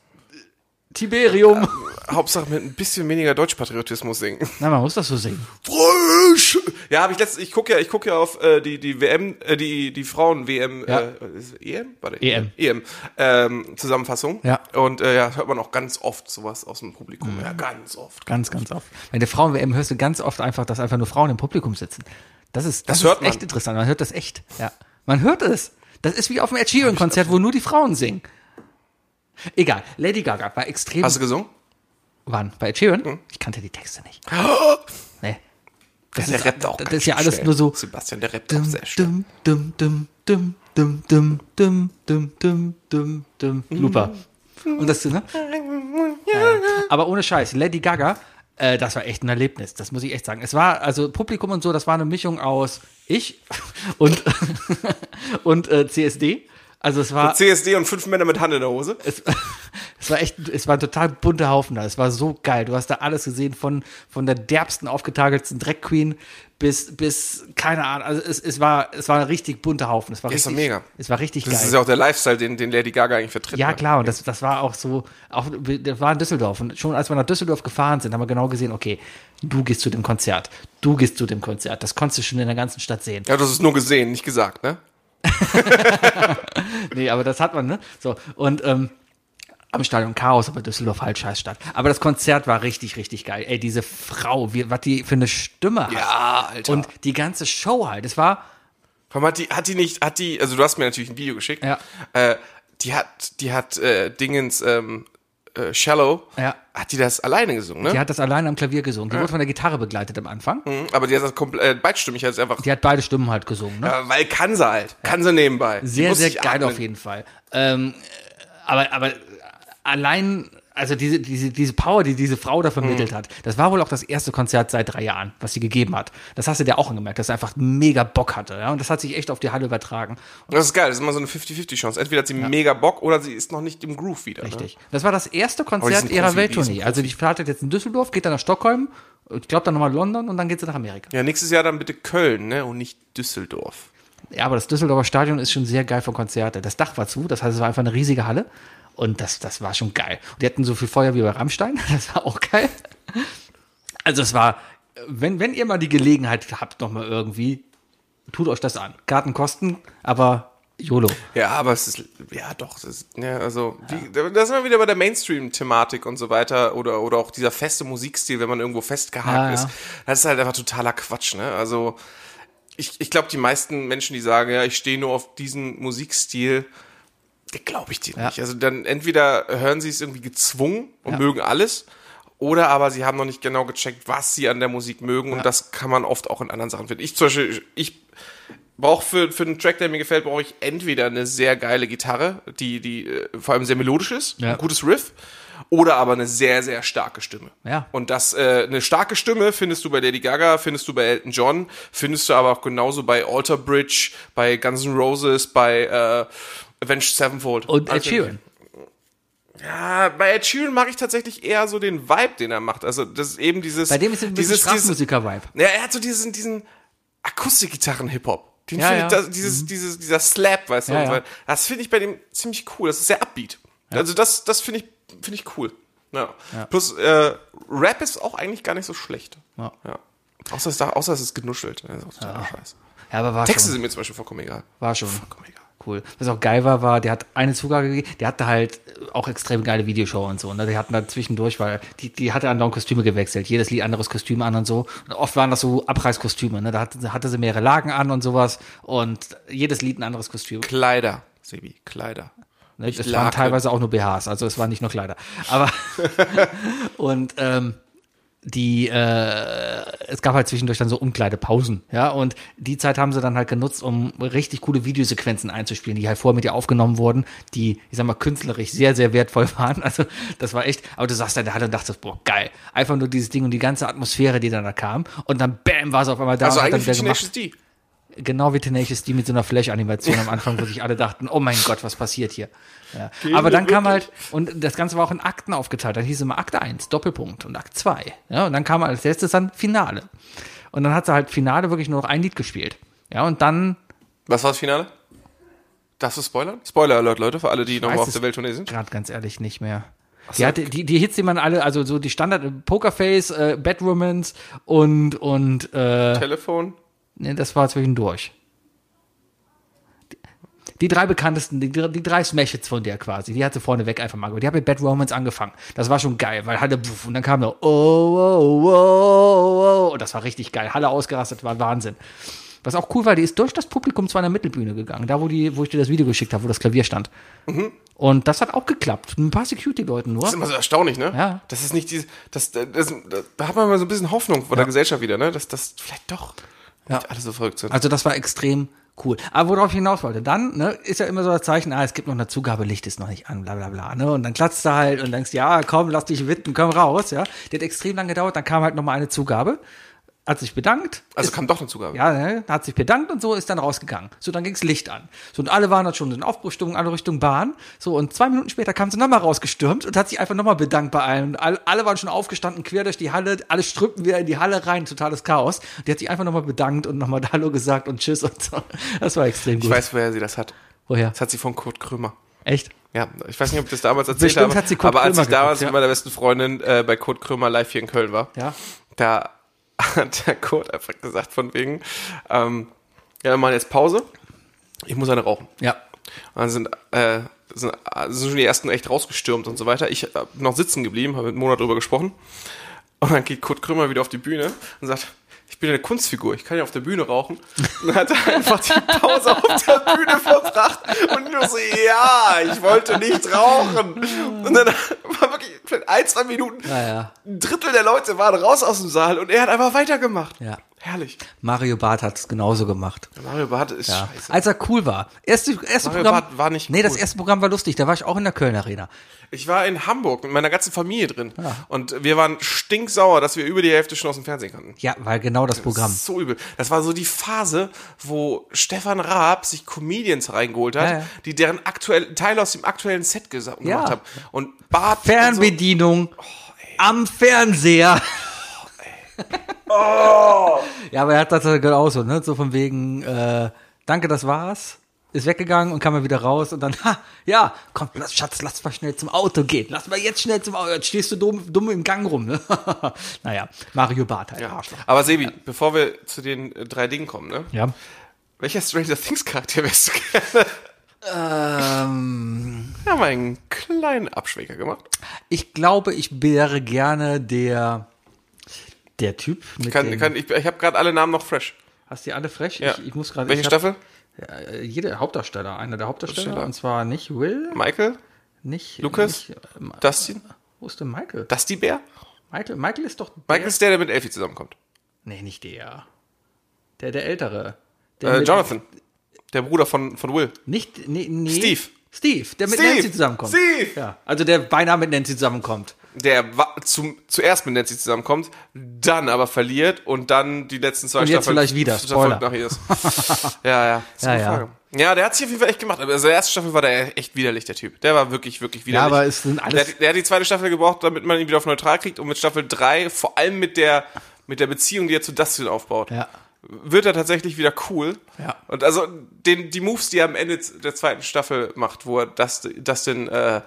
D: Tiberium.
C: Hauptsache mit ein bisschen weniger Deutschpatriotismus singen.
D: Na, man muss das so singen.
C: Frisch. Ja, habe ich letztens, ich gucke ja, ich gucke ja auf äh, die die WM, äh, die die Frauen WM,
D: Ja.
C: äh, ist es EM, warte,
D: EM.
C: EM ähm, Zusammenfassung.
D: Ja.
C: Und äh, ja, hört man auch ganz oft sowas aus dem Publikum. Ja, ganz oft.
D: Ganz, ganz oft. Wenn der Frauen-WM hörst du ganz oft einfach, dass einfach nur Frauen im Publikum sitzen. Das ist, das,
C: Das hört
D: ist
C: man.
D: echt interessant. Man hört das echt. Ja. Man hört es. Das ist wie auf dem Ed Sheeran-Konzert, wo nur die Frauen singen. Egal. Lady Gaga war extrem.
C: Hast du gesungen?
D: Wann? Bei Ed Sheeran? Ich kannte die Texte nicht. Nee. Das
C: Der rappt auch
D: Das
C: ganz
D: ist ja
C: schön
D: alles
C: schnell.
D: nur so.
C: Sebastian, der rappt auch
D: Dum,
C: sehr schnell.
D: dum, dum, dum, dum, dum, dum, dum, dum, dum, dum, dum. Looper. Und das, ne? Ja, ja. Aber ohne Scheiß, Lady Gaga, äh, das war echt ein Erlebnis, das muss ich echt sagen. Es war, also Publikum und so, das war eine Mischung aus ich und, und äh, CSD. Also es war,
C: CSD und fünf Männer mit Hand in der Hose.
D: es, es war echt, es war ein total bunter Haufen da. Es war so geil. Du hast da alles gesehen von, von der derbsten, aufgetakelten Drag Queen bis, bis, keine Ahnung. Also es, es war, es war ein richtig bunter Haufen. Es war
C: Ist doch
D: richtig,
C: mega.
D: es war richtig
C: Das
D: geil.
C: ist ja auch der Lifestyle, den, den Lady Gaga eigentlich vertritt.
D: Ja,
C: ne?
D: klar, und das, das war auch so, auch, das war in Düsseldorf. Und schon als wir nach Düsseldorf gefahren sind, haben wir genau gesehen, okay, du gehst zu dem Konzert, du gehst zu dem Konzert. Das konntest du schon in der ganzen Stadt sehen.
C: Ja, das ist nur gesehen, nicht gesagt, ne?
D: Nee, aber das hat man, ne? So, und ähm, am Stadion Chaos, aber Düsseldorf halt Scheißstadt. Aber das Konzert war richtig, richtig geil. Ey, diese Frau, wie, was die für eine Stimme hat.
C: Ja, Alter.
D: Und die ganze Show halt. Es war,
C: Warum hat die, hat die nicht, hat die, also du hast mir natürlich ein Video geschickt.
D: Ja.
C: Äh, die hat, die hat äh, Dingens ähm, äh, Shallow,
D: Ja.
C: hat die das alleine gesungen, ne?
D: die hat das alleine am Klavier gesungen. Die wurde von der Gitarre begleitet am Anfang.
C: Mhm, Aber die hat das komplett äh, beidstimmig, hat es einfach,
D: Die hat beide Stimmen halt gesungen, ne?
C: äh, weil kann sie halt, kann sie nebenbei. Die
D: Sehr,
C: muss
D: sehr
C: nicht
D: geil
C: atmen.
D: auf jeden Fall. Ähm, aber, aber allein, also diese, diese, diese Power, die diese Frau da
C: Mhm.
D: vermittelt hat, das war wohl auch das erste Konzert seit drei Jahren, was sie gegeben hat. Das hast du dir auch angemerkt, dass sie einfach mega Bock hatte. Ja? Und das hat sich echt auf die Halle übertragen.
C: Das ist geil, das ist immer so eine 50-50-Chance. Entweder hat sie mega Bock oder sie ist noch nicht im Groove wieder. ne?
D: Richtig. Das war das erste Konzert
C: die sind
D: ihrer
C: Profi, die
D: Welttournee.
C: sind
D: Also die startet jetzt in Düsseldorf, geht dann nach Stockholm, ich glaube dann nochmal London und dann geht sie nach Amerika.
C: Ne? Ja, nächstes Jahr dann bitte Köln, ne? Und nicht Düsseldorf.
D: Ja, aber das Düsseldorfer Stadion ist schon sehr geil für Konzerte. Das Dach war zu, das heißt, es war einfach eine riesige Halle. Und das, das war schon geil. Und die hatten so viel Feuer wie bei Rammstein. Das war auch geil. Also es war, wenn, wenn ihr mal die Gelegenheit habt, nochmal irgendwie, tut euch das an. Karten kosten, aber YOLO.
C: Ja, aber es ist, ja doch, das ist, ja, also, Wie, da sind wir wieder bei der Mainstream-Thematik und so weiter oder, oder auch dieser feste Musikstil, wenn man irgendwo festgehakt
D: Ja, ja.
C: ist. Das ist halt einfach totaler Quatsch, ne? Also, ich, ich glaube, die meisten Menschen, die sagen, ja, ich stehe nur auf diesen Musikstil, glaube ich dir nicht. Also dann entweder hören sie es irgendwie gezwungen und mögen alles, oder aber sie haben noch nicht genau gecheckt, was sie an der Musik mögen. Und das kann man oft auch in anderen Sachen finden. Ich zum Beispiel, ich brauche für, für einen Track, der mir gefällt, brauche ich entweder eine sehr geile Gitarre, die, die äh, vor allem sehr melodisch ist,
D: Ja.
C: ein gutes Riff, oder aber eine sehr, sehr starke Stimme.
D: Ja.
C: Und das, äh, eine starke Stimme findest du bei Lady Gaga, findest du bei Elton John, findest du aber auch genauso bei Alter Bridge, bei Guns N' Roses, bei äh, Avenged Sevenfold.
D: Und Ed
C: Also-
D: Sheeran.
C: Ja, bei Ed Sheeran mag ich tatsächlich eher so den Vibe, den er macht. Also das ist eben dieses...
D: Bei dem ist ein bisschen
C: dieses, dieses,
D: Straßenmusiker-Vibe.
C: ja, er hat so diesen, diesen, Akustikgitarren-Hip-Hop. Den
D: Ja,
C: finde
D: ja.
C: ich, das, dieses, dieses, dieser Slap, weißt du,
D: Ja,
C: und so
D: ja.
C: weiter. das finde ich bei dem ziemlich cool. Das ist sehr upbeat. Also das, das finde ich, finde ich cool. Ja. Plus, äh, Rap ist auch eigentlich gar nicht so schlecht.
D: Ja.
C: Außer, es da, außer es ist genuschelt. Das ist auch totaler Scheiß.
D: Ja, aber war
C: Texte
D: schon.
C: sind mir zum Beispiel vollkommen egal.
D: War schon.
C: Vollkommen egal.
D: Cool. Was auch geil war, war, der hat eine Zugabe gegeben, der hatte halt auch extrem geile Videoshow und so. Ne? Die hatten da zwischendurch, weil die, die hatte andauernd Kostüme gewechselt. Jedes Lied anderes Kostüm an und so. Und oft waren das so Abreißkostüme. Ne? Da hatte, hatte sie mehrere Lagen an und sowas. Und jedes Lied ein anderes Kostüm.
C: Kleider, Sebi, Kleider.
D: Ne? Es
C: Laken.
D: waren teilweise auch nur BHs, also es waren nicht nur Kleider. Aber und ähm, die, äh, es gab halt zwischendurch dann so Umkleidepausen, ja, und die Zeit haben sie dann halt genutzt, um richtig coole Videosequenzen einzuspielen, die halt vorher mit ihr aufgenommen wurden, die, ich sag mal, künstlerisch sehr, sehr wertvoll waren. Also das war echt, aber du saßt da halt und dachtest, boah, geil. Einfach nur dieses Ding und die ganze Atmosphäre, die dann da kam. Und dann bam, war es auf einmal da
C: Also
D: und hat dann
C: eigentlich
D: wieder
C: wie
D: gemacht
C: Tenacious D.
D: genau wie Tenacious D mit so einer Flash-Animation am Anfang, wo sich alle dachten, oh mein Gott, was passiert hier? Ja. Aber dann kam halt, und das Ganze war auch in Akten aufgeteilt, dann hieß immer Akt 1, Doppelpunkt und Akt 2. Ja, und dann kam als letztes dann Finale. Und dann hat sie halt Finale wirklich nur noch ein Lied gespielt. Ja, und dann
C: Was war das Finale? Darfst du spoilern? Spoiler Alert, Leute, für alle, die noch
D: weiß
C: mal auf
D: es
C: der Welttournee sind.
D: gerade ganz ehrlich nicht mehr. Die, hatte, die, die Hits, die man alle, also so die Standard Pokerface, äh, Bad Romance und, und äh,
C: Telefon.
D: Nee, das war zwischendurch. Die, die drei bekanntesten, die, die drei Smash-Hits von der quasi, die hatte vorneweg einfach mal gemacht. Die hat mit Bad Romance angefangen. Das war schon geil, weil Halle, puff, und dann kam noch, oh, oh, oh, oh, oh, und das war richtig geil. Halle ausgerastet, war Wahnsinn. Was auch cool war, die ist durch das Publikum zu einer Mittelbühne gegangen, da wo, die, wo ich dir das Video geschickt habe, wo das Klavier stand. Und das hat auch geklappt. Ein paar Security-Leuten nur.
C: Mhm. Das ist immer so erstaunlich, ne?
D: Hm? Ja.
C: Das ist nicht diese, das, das, das, da hat man mal so ein bisschen Hoffnung von der Gesellschaft wieder, ne? Dass das vielleicht doch nicht alle so verrückt sind.
D: Also das war extrem cool. Aber worauf ich hinaus wollte, dann ne, ist ja immer so das Zeichen, ah, es gibt noch eine Zugabe, Licht ist noch nicht an, bla bla bla. Ne? Und dann klatzt er halt und denkst, ja, komm, lass dich witten, komm raus. Ja? Die hat extrem lange gedauert, dann kam halt nochmal eine Zugabe, hat sich bedankt,
C: Also kam doch eine Zugabe.
D: ja, ne, hat sich bedankt und so, ist dann rausgegangen. So, dann ging's Licht an. So, und alle waren dann schon in Aufbruchstimmung, alle Richtung Bahn. So, und zwei Minuten später kam sie nochmal rausgestürmt und hat sich einfach nochmal bedankt bei allen. Und Alle, alle waren schon aufgestanden, quer durch die Halle, alle strömten wieder in die Halle rein, totales Chaos. Und die hat sich einfach nochmal bedankt und nochmal Hallo gesagt und Tschüss und so. Das war extrem
C: Ich
D: gut.
C: weiß, woher sie das hat.
D: Woher?
C: Das hat sie von Kurt Krömer.
D: Echt?
C: Ja, ich weiß nicht, ob ich das damals erzählt
D: Bestimmt
C: habe,
D: hat sie Kurt
C: aber als
D: Krömer
C: ich damals
D: geguckt, ja.
C: mit meiner besten Freundin äh, bei Kurt Krömer live hier in Köln war,
D: Ja.
C: da hat der Kurt einfach gesagt von wegen, ähm, ja, wir machen jetzt Pause, ich muss eine rauchen.
D: Ja.
C: Und dann sind, äh, sind, äh, sind schon die ersten echt rausgestürmt und so weiter. Ich äh, bin noch sitzen geblieben, habe mit Mona drüber gesprochen. Und dann geht Kurt Krümmer wieder auf die Bühne und sagt, ich bin eine Kunstfigur, ich kann ja auf der Bühne rauchen. Und dann hat er einfach die Pause auf der Bühne verbracht und nur so, ja, ich wollte nicht rauchen. Und dann war wirklich vielleicht ein, zwei Minuten,
D: Naja.
C: ein Drittel der Leute waren raus aus dem Saal und er hat einfach weitergemacht.
D: Ja.
C: Herrlich.
D: Mario Barth hat's genauso gemacht.
C: Mario Barth ist
D: Ja.
C: scheiße.
D: Als er cool war. Erste, erste
C: Mario
D: Programm
C: Barth war nicht
D: Nee, das
C: cool.
D: erste Programm war lustig. Da war ich auch in der Köln Arena.
C: Ich war in Hamburg mit meiner ganzen Familie drin. Und wir waren stinksauer, dass wir über die Hälfte schon aus dem Fernsehen kannten.
D: Ja, weil genau das Programm.
C: Das ist so übel. Das war so die Phase, wo Stefan Raab sich Comedians reingeholt hat,
D: Ja, ja.
C: die deren aktuell, Teile aus dem aktuellen Set gesa- gemacht
D: Ja.
C: haben. Und Bart.
D: Fernbedienung am Fernseher.
C: Oh,
D: ja, aber er hat das halt auch so, ne? So von wegen, äh, danke, das war's. Ist weggegangen und kam mal wieder raus und dann, ha, ja, komm, lass, Schatz, lass mal schnell zum Auto gehen. Lass mal jetzt schnell zum Auto. Jetzt stehst du dumm, dumm im Gang rum, ne? naja, Mario Barth halt.
C: Und so. Ja.
D: Arschloch.
C: Aber Sebi, bevor wir zu den äh, drei Dingen kommen, ne?
D: Ja.
C: Welcher Stranger Things Charakter wärst du gerne?
D: Ähm,
C: Wir haben einen kleinen Abschweger gemacht.
D: ich glaube, ich wäre gerne der, der Typ. Mit
C: Kann,
D: den,
C: kann, ich ich habe gerade alle Namen noch fresh.
D: hast du die alle frech?
C: Ja.
D: Ich, ich muss gerade.
C: Welche
D: ich hab-
C: Staffel?
D: Äh, jeder Hauptdarsteller, einer der Hauptdarsteller,
C: Hauptdarsteller.
D: und zwar nicht Will,
C: Michael?
D: nicht
C: Lucas?
D: Nicht, ähm,
C: Dustin?
D: wo ist denn Michael?
C: Dusty Bär?
D: Michael, Michael ist doch
C: Michael ist der, der mit Elfie zusammenkommt.
D: nee, nicht der. Der der ältere. Der
C: Äh,
D: mit-
C: Jonathan. Der Bruder von, von Will.
D: Nicht nee, nee.
C: Steve.
D: Steve, der mit
C: Steve.
D: Nancy zusammenkommt.
C: Steve.
D: Ja, also der beinahe mit Nancy zusammenkommt.
C: Der wa- zum, zuerst mit Nancy zusammenkommt, dann aber verliert und dann die letzten zwei
D: Und jetzt vielleicht wieder,
C: Staffeln
D: Spoiler.
C: nach ihr ist. ja, ja. Das ist
D: Ja,
C: eine
D: ja.
C: Frage. ja, der hat sich auf jeden Fall echt gemacht. Aber also in der ersten Staffel war der echt widerlich, der Typ. Der war wirklich, wirklich
D: Ja,
C: widerlich.
D: aber es sind
C: der,
D: alles
C: hat- der hat die zweite Staffel gebraucht, damit man ihn wieder auf neutral kriegt und mit Staffel 3, vor allem mit der, mit der Beziehung, die er zu Dustin aufbaut.
D: Ja.
C: wird er tatsächlich wieder cool.
D: Ja.
C: Und also den, die Moves, die er am Ende der zweiten Staffel macht, wo er das, das denn äh,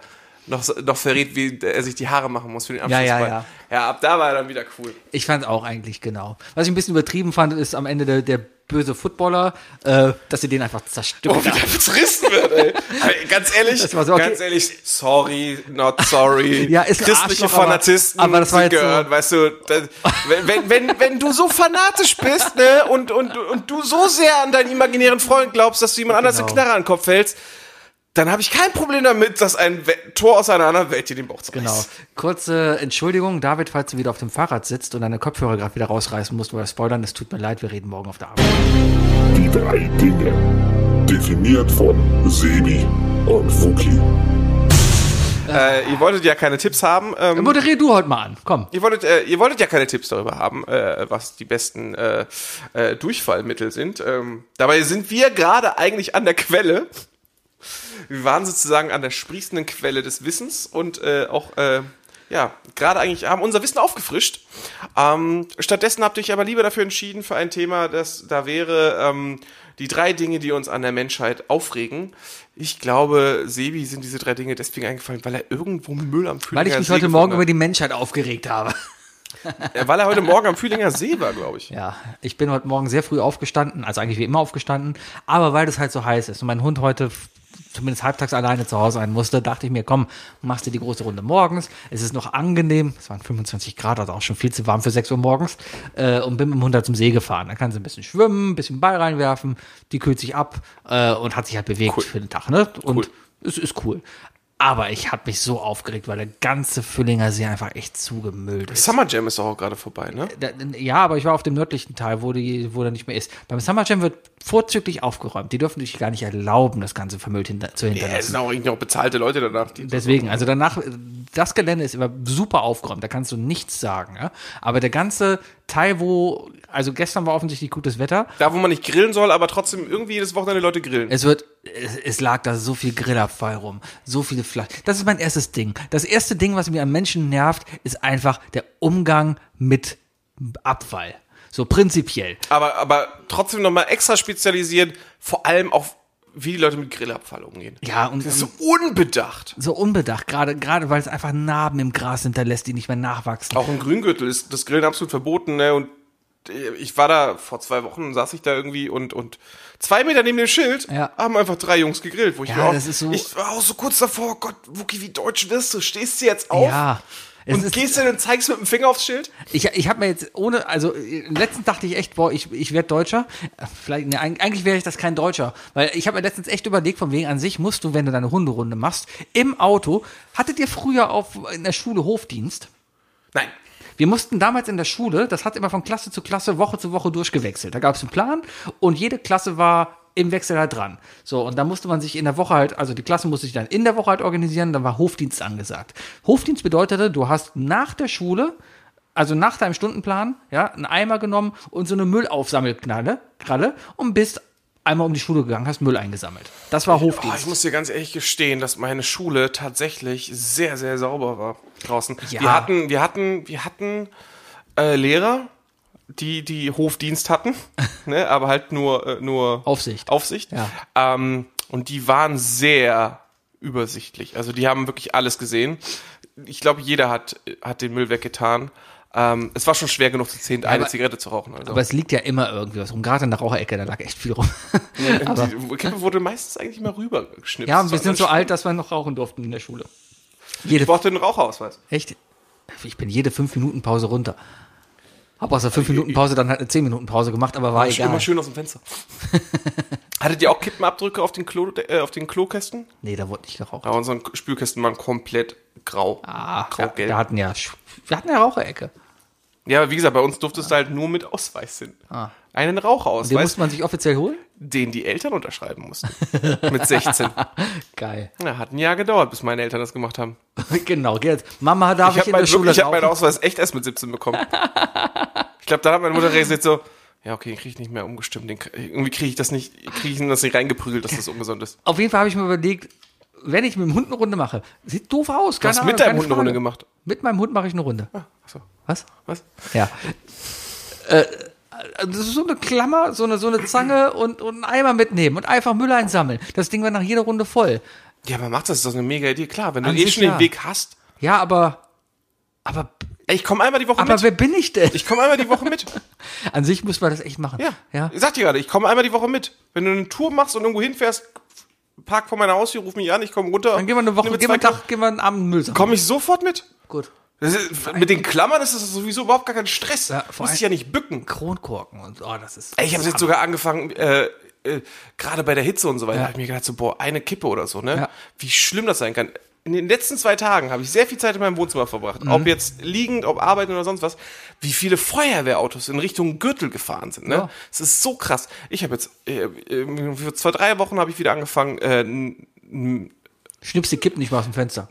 C: noch, noch verrät, wie er sich die Haare machen muss für den Abschlussball.
D: ja, ja.
C: ja, ab da war er dann wieder cool.
D: Ich fand auch eigentlich genau. Was ich ein bisschen übertrieben fand, ist am Ende der, der böse Footballer, äh, dass sie den einfach zerstört
C: Oh, wie der zerrissen wird, ey. Aber ganz ehrlich,
D: Das war so, okay.
C: ganz ehrlich, sorry, not sorry.
D: Ja, ist ein
C: Christliche
D: Arschloch, aber-
C: Fanatisten,
D: aber das war
C: sie
D: jetzt so-
C: gehört, weißt du, das, wenn, wenn, wenn, wenn du so fanatisch bist, ne, und, und, und du so sehr an deinen imaginären Freund glaubst, dass du jemand anders
D: Genau.
C: einen Knarre an den Kopf hältst, dann habe ich kein Problem damit, dass ein We Tor aus einer anderen Welt dir den Bauch zerreißt.
D: Genau. Kurze Entschuldigung, David, falls du wieder auf dem Fahrrad sitzt und deine Kopfhörer gerade wieder rausreißen musst, weil wir spoilern, es tut mir leid, wir reden morgen auf der Arbeit.
B: Die drei Dinge. Definiert von Sebi und Fuki.
D: Genau.
C: Äh, ihr wolltet ja keine Tipps haben. Ähm,
D: Moderier du heute mal an, komm.
C: Ihr wolltet, äh, ihr wolltet ja keine Tipps darüber haben, äh, was die besten äh, äh, Durchfallmittel sind. Ähm, dabei sind wir gerade eigentlich an der Quelle. Wir waren sozusagen an der sprießenden Quelle des Wissens und äh, auch, äh, ja, gerade eigentlich haben unser Wissen aufgefrischt. Ähm, stattdessen habt ihr euch aber lieber dafür entschieden, für ein Thema, das da wäre, ähm, die drei Dinge, die uns an der Menschheit aufregen. Ich glaube, Sebi sind diese drei Dinge deswegen eingefallen, weil er irgendwo Müll am Fühlinger
D: Weil ich mich
C: See
D: heute Morgen
C: gefunden hat.
D: über die Menschheit aufgeregt habe.
C: Ja, weil er heute Morgen am Fühlinger See war, glaube ich.
D: Ja, ich bin heute Morgen sehr früh aufgestanden, also eigentlich wie immer aufgestanden, aber weil es halt so heiß ist und mein Hund heute f- zumindest halbtags alleine zu Hause sein musste, dachte ich mir, komm, machst du die große Runde morgens. Es ist noch angenehm, es waren 25 Grad, also auch schon viel zu warm für 6 Uhr morgens äh, und bin mit dem Hund halt zum See gefahren. Da kann sie ein bisschen schwimmen, ein bisschen Ball reinwerfen, die kühlt sich ab äh, und hat sich halt bewegt für den Tag. Ne? Und
C: Cool.
D: es ist cool. Aber ich habe mich so aufgeregt, weil der ganze Füllinger See einfach echt zugemüllt ist.
C: Summer Jam ist doch auch gerade vorbei, ne?
D: Da- Ja, aber ich war auf dem nördlichen Teil, wo, die, wo der nicht mehr ist. Beim Summer Jam wird vorzüglich aufgeräumt. Die dürfen sich gar nicht erlauben, das ganze Vermögen hinter, zu
C: Ja, es
D: hinterlassen.
C: sind auch irgendwie auch bezahlte Leute danach. Die
D: Deswegen, also danach, das Gelände ist immer super aufgeräumt, da kannst du nichts sagen. Ja? Aber der ganze Teil, wo, also gestern war offensichtlich gutes Wetter,
C: da, wo man nicht grillen soll, aber trotzdem irgendwie jedes Wochenende Leute grillen.
D: Es wird, es, es lag da so viel Grillabfall rum, so viele Flaschen. Das ist mein erstes Ding. Das erste Ding, was mir am Menschen nervt, ist einfach der Umgang mit Abfall. So prinzipiell.
C: aber, aber trotzdem nochmal extra spezialisiert, vor allem auf, wie die Leute mit Grillabfall umgehen.
D: Ja, und
C: Das ist so unbedacht.
D: so unbedacht, gerade gerade weil es einfach Narben im Gras hinterlässt, die nicht mehr nachwachsen.
C: Auch im Grüngürtel ist das Grillen absolut verboten, ne? Und äh, ich war da vor zwei Wochen, saß ich da irgendwie und, und zwei Meter neben dem Schild
D: Ja.
C: haben einfach drei Jungs gegrillt, wo ich
D: Ja,
C: mir auch,
D: das ist so-
C: ich war auch so kurz davor, oh Gott, Wookie, wie deutsch wirst du? Stehst du jetzt auf?
D: Ja. Es
C: Und
D: ist-
C: gehst du und zeigst mit dem Finger aufs Schild?
D: Ich, ich habe mir jetzt ohne, also äh, letztens dachte ich echt, boah, ich, ich werde Deutscher. Äh, Vielleicht, ne, eig- eigentlich wäre ich das kein Deutscher. Weil ich habe mir letztens echt überlegt, von wegen an sich musst du, wenn du deine Hunderunde machst, im Auto. Hattet ihr früher auf, in der Schule Hofdienst?
C: Nein.
D: Wir mussten damals in der Schule, das hat immer von Klasse zu Klasse, Woche zu Woche durchgewechselt. Da gab es einen Plan und jede Klasse war im Wechsel halt dran. So, und da musste man sich in der Woche halt, also die Klasse musste sich dann in der Woche halt organisieren, dann war Hofdienst angesagt. Hofdienst bedeutete, du hast nach der Schule, also nach deinem Stundenplan, ja, einen Eimer genommen und so eine Müllaufsammelknalle, Kralle und bist einmal um die Schule gegangen, hast Müll eingesammelt. Das war
C: Oh,
D: Hofdienst.
C: ich muss dir ganz ehrlich gestehen, dass meine Schule tatsächlich sehr, sehr sauber war draußen.
D: Ja.
C: Wir hatten, wir hatten, wir hatten äh, Lehrer, die, die Hofdienst hatten, ne, aber halt nur, äh, nur
D: Aufsicht.
C: Aufsicht.
D: Ja.
C: Ähm, und die waren sehr übersichtlich. Also die haben wirklich alles gesehen. Ich glaube, jeder hat, hat den Müll weggetan. Ähm, es war schon schwer genug, zu zehn eine
D: aber-
C: Zigarette zu rauchen. Also.
D: Aber es liegt ja immer irgendwie was rum. Gerade in der Raucherecke, da lag echt viel rum.
C: die Kippe wurde meistens eigentlich mal rübergeschnipst.
D: Ja, und wir sind so
C: alt.
D: alt, dass wir noch rauchen durften in der Schule. Jede,
C: Ich brauchte einen Raucherausweis.
D: echt? Ich bin jede 5-Minuten-Pause runter. Hab aus der 5-Minuten-Pause dann halt eine 10-Minuten-Pause gemacht, aber war
C: Äh, Immer
D: egal.
C: schön aus dem Fenster. Hattet ihr auch Kippenabdrücke auf den, Klo, äh, auf den Klokästen?
D: Nee, da wurde nicht geraucht.
C: Ja, unsere Spülkästen waren komplett grau.
D: Ah, ja,
C: Grau-gelb.
D: wir hatten ja, wir hatten ja Raucherecke.
C: Ja, aber wie gesagt, bei uns durftest du halt nur mit Ausweis hin.
D: Ah.
C: Einen
D: Den
C: Raucherausweis,
D: musste man sich offiziell holen?
C: den die Eltern unterschreiben mussten. mit 16.
D: Geil.
C: Ja, hat ein Jahr gedauert, bis meine Eltern das gemacht haben.
D: genau, geh jetzt. Mama, darf
C: Ich habe
D: ich, in der
C: meinen
D: Schule
C: ich hab meinen
D: rauchen?
C: Ausweis echt erst mit 17 bekommen. ich glaube, da hat meine Mutter realisiert so, ja, okay, den krieg ich nicht mehr umgestimmt. Den, krieg- irgendwie kriege ich das nicht, kriege ich ihm das nicht reingeprügelt, dass das ungesund ist.
D: Auf jeden Fall habe ich mir überlegt, wenn ich mit dem Hund eine Runde mache, sieht doof aus.
C: Du
D: keine
C: hast
D: Ahnung,
C: mit deinem
D: keine
C: Hund eine Runde
D: Frage.
C: gemacht. Ah.
D: Mit meinem Hund mache ich eine Runde.
C: Achso,
D: Was?
C: was?
D: Ja. also das ist so eine Klammer, so eine, so eine Zange und, und einen Eimer mitnehmen und einfach Müll einsammeln. Das Ding war nach jeder Runde voll.
C: Ja, man macht das, das ist doch eine mega Idee. Klar, wenn du
D: An
C: eh
D: sich
C: schon den
D: ja.
C: Weg hast.
D: Ja, aber, aber,
C: Ey, ich komme einmal die Woche
D: aber
C: mit.
D: wer bin ich denn?
C: Ich komme einmal die Woche mit.
D: An sich muss man das echt machen.
C: Ja.
D: ja.
C: Ich sag dir gerade, ich komme einmal die Woche mit. Wenn du eine Tour machst und irgendwo hinfährst, park vor meiner Haustür, ruf mich an, ich komme runter.
D: Dann gehen wir eine Woche,
C: nimm mir
D: gehen wir einen
C: zwei
D: Tag, gehen wir einen Abend Müll sammeln.
C: Komme ich sofort mit?
D: Gut.
C: Das ist, mit den Klammern ist das sowieso überhaupt gar kein Stress.
D: Ja, vor
C: Muss ich
D: allem-
C: ja nicht bücken.
D: Kronkorken und, oh, das ist.
C: Ey, ich habe jetzt sogar angefangen, äh, äh, gerade bei der Hitze und so weiter, hab ich mir gedacht, so, boah, eine Kippe oder so, ne?
D: Ja.
C: Wie schlimm das sein kann. In den letzten zwei Tagen habe ich sehr viel Zeit in meinem Wohnzimmer verbracht.
D: Mhm.
C: Ob jetzt liegend, ob arbeiten oder sonst was. Wie viele Feuerwehrautos in Richtung Gürtel gefahren sind, ne?
D: Ja.
C: Es ist so krass. Ich habe jetzt, äh, äh, für zwei, drei Wochen habe ich wieder angefangen, äh,
D: Schnips die Kippen nicht mal aus dem Fenster.